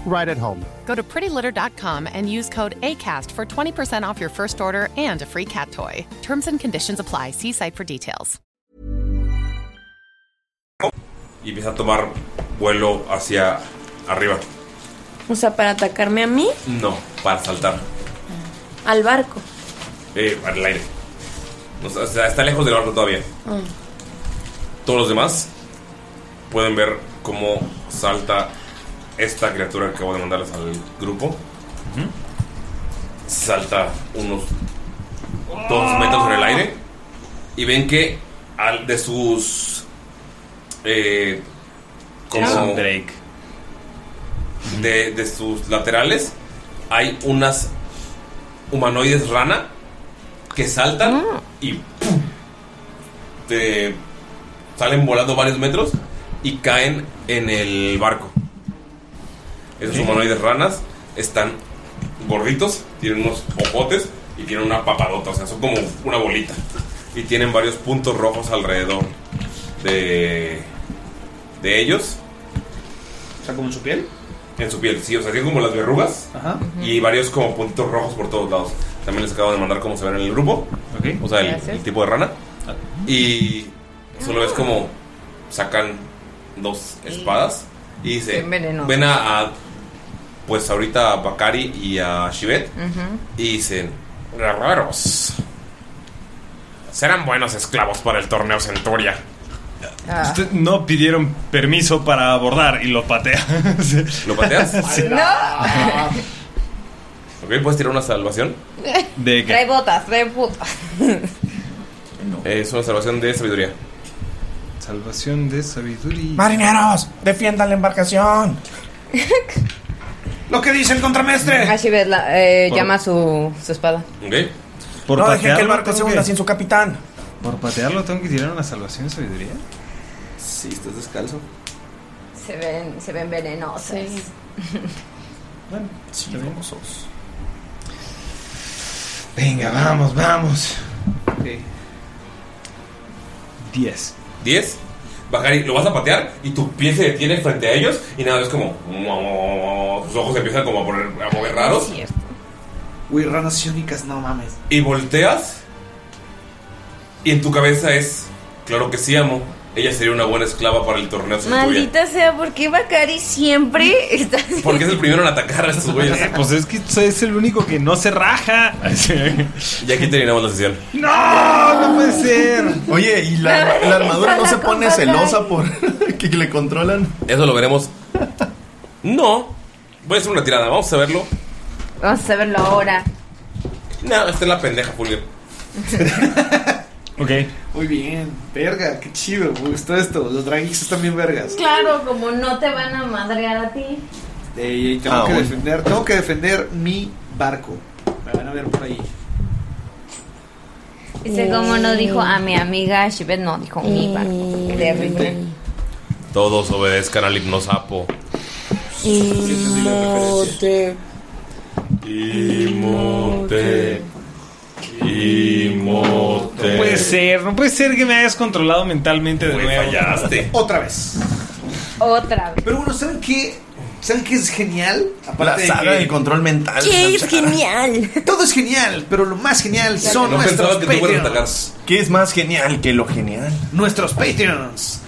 Speaker 24: right at home.
Speaker 25: Go to prettylitter.com and use code ACAST for 20% off your first order and a free cat toy. Terms and conditions apply. See site for details.
Speaker 1: Y empieza a tomar vuelo hacia arriba.
Speaker 2: O sea, para atacarme a mí,
Speaker 1: No, para saltar.
Speaker 2: al barco.
Speaker 1: Eh, para el aire. O sea, está- está lejos del barco todavía.
Speaker 2: Mm.
Speaker 1: Todos los demás pueden ver cómo salta esta criatura que acabo de mandarles al grupo. Salta unos dos metros en el aire y ven que al de sus eh,
Speaker 4: Es un
Speaker 1: de, de sus laterales hay unas humanoides rana que saltan y ¡pum! te salen volando varios metros y caen en el barco. Esos humanoides ranas están gorditos, tienen unos ojotes y tienen una papadota, o sea, son como una bolita. Y tienen varios puntos rojos alrededor de, de ellos.
Speaker 12: O sea, como en su piel.
Speaker 1: En su piel, sí, o sea, tienen como las verrugas
Speaker 12: Ajá.
Speaker 1: y varios como puntitos rojos por todos lados. También les acabo de mandar cómo se ven en el grupo. O sea, el,
Speaker 12: Gracias.
Speaker 1: el tipo de rana. Ah. Y solo es como sacan dos espadas y dice,
Speaker 8: Bien venenoso.
Speaker 1: ven a, a, pues ahorita a Bakari y a Shivet
Speaker 8: Ujú.
Speaker 1: y dicen, raros. Serán buenos esclavos para el torneo Centuria.
Speaker 9: Usted no pidieron permiso para abordar y lo patea.
Speaker 1: ¿Lo pateas?
Speaker 9: [laughs]
Speaker 8: ¡No!
Speaker 1: Ok, puedes tirar una salvación.
Speaker 8: [laughs]
Speaker 1: ¿De
Speaker 8: Trae botas, trae botas.
Speaker 1: Es una salvación de sabiduría.
Speaker 9: Salvación de sabiduría.
Speaker 26: Marineros, defiendan la embarcación.
Speaker 6: Lo que dice el contramestre.
Speaker 8: Ah,
Speaker 26: Así ves, la- eh,
Speaker 9: Por-
Speaker 26: llama su, su espada.
Speaker 1: Ok.
Speaker 9: Por
Speaker 26: No dejen
Speaker 9: patearlo,
Speaker 26: que el barco
Speaker 9: tengo
Speaker 26: se hunda sin su capitán.
Speaker 9: Por patearlo tengo que tirar una salvación de sabiduría.
Speaker 12: Sí, estás descalzo.
Speaker 8: Se ven, se ven venenosos.
Speaker 9: Bueno, Venga, vamos, vamos.
Speaker 1: 10. 10. Bakari, lo vas a patear y tu pie se detiene frente a ellos y nada, es como... Sus ojos empiezan como a, poner- a mover raros.
Speaker 12: Uy, ranas sionicas, no mames.
Speaker 1: Y volteas. Y en tu cabeza es. Claro que sí, amo. Ella sería una buena esclava para el torneo
Speaker 6: pues,
Speaker 1: Centuria.
Speaker 8: Maldita sea, ¿por qué Bakari siempre [laughs] está así?
Speaker 1: Porque es el primero en atacar a estos
Speaker 9: [laughs]
Speaker 1: güeyes.
Speaker 9: Pues es que es el único que no se raja. [laughs]
Speaker 1: Y aquí terminamos la sesión.
Speaker 3: Ah,
Speaker 9: ¡No! ¡No puede ser!
Speaker 3: Oye, ¿y la, la armadura no se pone celosa por [laughs] que le controlan?
Speaker 1: Eso lo veremos. No. Voy a hacer una tirada. Vamos a verlo.
Speaker 8: Vamos a verlo ahora.
Speaker 1: No, esta es la pendeja, Julio.
Speaker 9: Ok.
Speaker 12: Muy bien. Verga, qué chido. Me gustó esto. Los dragis están bien vergas.
Speaker 8: Claro, como no te van a madrear a ti.
Speaker 12: Ey, ey, tengo,
Speaker 6: Ah,
Speaker 12: que
Speaker 6: bueno.
Speaker 12: defender, tengo que defender mi barco. Me van a ver por ahí.
Speaker 8: Dice, como no dijo a mi amiga Shibet, no dijo mi barco. Terrible.
Speaker 1: Todos obedezcan al hipnosapo.
Speaker 13: Imote.
Speaker 1: Imote. Imote.
Speaker 9: No puede ser, no puede ser que me hayas controlado mentalmente de nuevo.
Speaker 1: fallaste.
Speaker 9: Otra vez.
Speaker 8: Otra vez.
Speaker 12: Pero bueno, ¿saben qué?
Speaker 6: ¿Saben qué es genial?
Speaker 23: La sala de control mental.
Speaker 6: genial? Todo es genial, pero lo más genial son
Speaker 23: No
Speaker 6: nuestros
Speaker 23: pensaba que tú fueras a
Speaker 6: Patreons.
Speaker 23: atacar. ¿Qué es más genial que lo genial?
Speaker 6: Nuestros Patreons.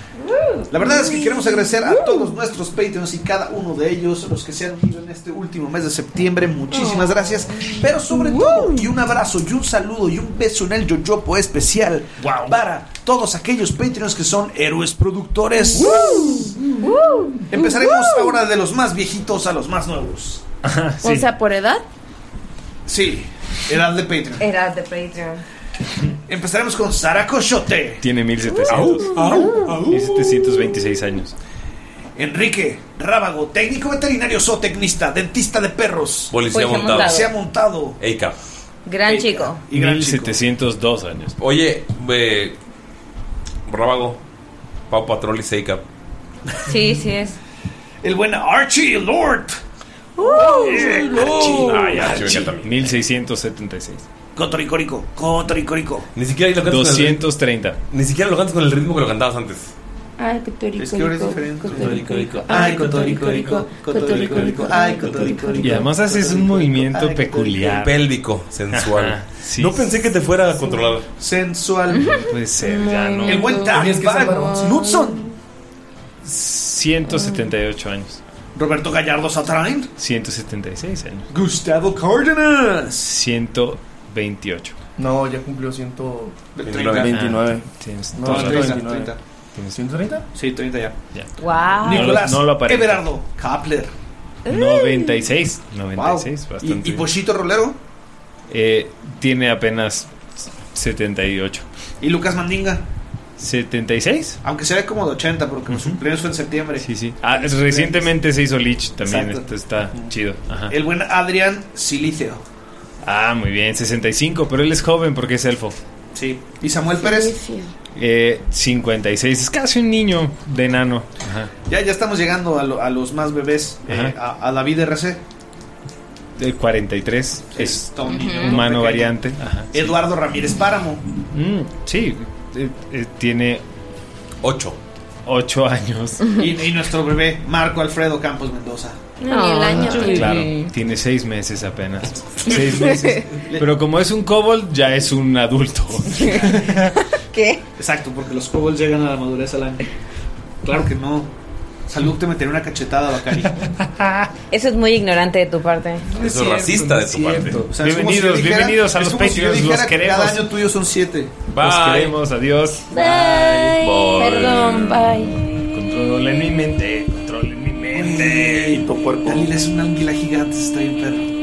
Speaker 6: La verdad es que queremos agradecer a todos nuestros Patreons y cada uno de ellos, los que se han unido en este último mes de septiembre. Muchísimas gracias. Pero sobre todo, y un abrazo, y un saludo, y un beso en el Yoyopo especial para todos aquellos Patreons que son héroes productores. Empezaremos ahora de los más viejitos a los más nuevos.
Speaker 2: O
Speaker 8: Pues
Speaker 2: sea, por edad.
Speaker 6: Sí, edad de Patreon.
Speaker 8: Era de Patreon.
Speaker 6: Empezaremos con Sara Cochote,
Speaker 9: Tiene 1700. 1726 años.
Speaker 6: Enrique Rábago, técnico veterinario zootecnista, dentista de perros,
Speaker 9: Policía Policía montado. montado.
Speaker 6: Policía montado.
Speaker 1: Eika.
Speaker 8: Gran chico.
Speaker 9: Y 1702 años.
Speaker 1: Oye, eh, Rábago, Pau Patrol y Seika.
Speaker 8: Sí, sí es.
Speaker 6: El buen Archie Lord.
Speaker 8: Eh,
Speaker 9: Ay, Ah, ya,
Speaker 6: Archie.
Speaker 9: yo ya también. 1676.
Speaker 6: Cotoricorico, cotoricorico.
Speaker 1: Ni siquiera lo cantas con el-
Speaker 9: 230.
Speaker 1: Ni siquiera lo cantas con el ritmo que lo cantabas antes.
Speaker 2: Ay, Cotorico.
Speaker 1: Cotoricorico.
Speaker 6: Ay, cotoricorico, cotoricorico, ay, cotoricorico.
Speaker 9: Y además haces un movimiento peculiar.
Speaker 1: Pélvico, sensual.
Speaker 9: No
Speaker 1: pensé que te fuera a controlar.
Speaker 6: Sensual.
Speaker 9: Puede ser, ya no.
Speaker 6: El buen Tag
Speaker 9: Tenías que
Speaker 6: Bag
Speaker 9: salvar un-
Speaker 6: Knudson.
Speaker 9: 178 años.
Speaker 6: Roberto Gallardo Satrain.
Speaker 9: 176 años.
Speaker 6: Gustavo Cárdenas.
Speaker 9: 128.
Speaker 23: No, ya cumplió 100...
Speaker 9: 29.
Speaker 23: 29.
Speaker 9: Ah, tienes
Speaker 23: no,
Speaker 9: toda la
Speaker 23: 30,
Speaker 9: razón.
Speaker 23: 30.
Speaker 9: ¿Tienes
Speaker 23: 130? Sí, 30 ya.
Speaker 8: Wow.
Speaker 6: Nicolás
Speaker 9: No lo- no lo aparenta.
Speaker 6: Everardo Kapler.
Speaker 9: 96. 96,
Speaker 6: Wow.
Speaker 9: bastante.
Speaker 6: ¿Y, y Pochito Rolero?
Speaker 9: Eh, tiene apenas 78.
Speaker 6: ¿Y Lucas Mandinga?
Speaker 9: 76.
Speaker 6: Aunque se ve como de 80, porque su cumpleaños fue en septiembre.
Speaker 9: Sí, sí. Ah, es- recientemente se hizo Lich también.
Speaker 6: Exacto.
Speaker 9: Esto está chido. Ajá.
Speaker 6: El buen Adrián Silicio.
Speaker 9: Ah, muy bien. 65, pero él es joven porque es elfo.
Speaker 6: Sí. ¿Y Samuel Pérez?
Speaker 9: Eh, 56. Es casi un niño de enano. Ajá.
Speaker 6: Ya, ya estamos llegando a, lo- a los más bebés.
Speaker 9: Ajá.
Speaker 6: eh, a, a David RC.
Speaker 9: El 43 es
Speaker 6: está un niño pequeño.
Speaker 9: humano variante. Ajá.
Speaker 6: Eduardo Ramírez Páramo.
Speaker 9: Mm, sí, eh, eh, tiene
Speaker 1: 8.
Speaker 9: 8 años.
Speaker 6: Y, y nuestro bebé, Marco Alfredo Campos Mendoza.
Speaker 8: Ni
Speaker 9: Ah,
Speaker 8: el año.
Speaker 9: Claro, tiene 6 meses apenas.
Speaker 8: [laughs]
Speaker 9: Seis meses. Pero como es un kobold, ya es un adulto.
Speaker 6: ¿Qué? Exacto, porque los kobolds llegan a la madurez al año. Claro que no. Salud te meteré una cachetada, Bacari.
Speaker 8: Eso es muy ignorante de tu parte.
Speaker 6: es cierto,
Speaker 1: racista
Speaker 6: no
Speaker 1: de
Speaker 6: es
Speaker 1: tu parte.
Speaker 6: O sea, es como si yo dijera- es como si yo dijera que Cada año tuyo son siete.
Speaker 9: Los
Speaker 1: Bye.
Speaker 9: queremos, adiós.
Speaker 2: Bye.
Speaker 9: Bye.
Speaker 2: Perdón, bye.
Speaker 9: Controlen mi mente, controlen mi mente.
Speaker 6: Dalila es un águila gigante, está bien perro.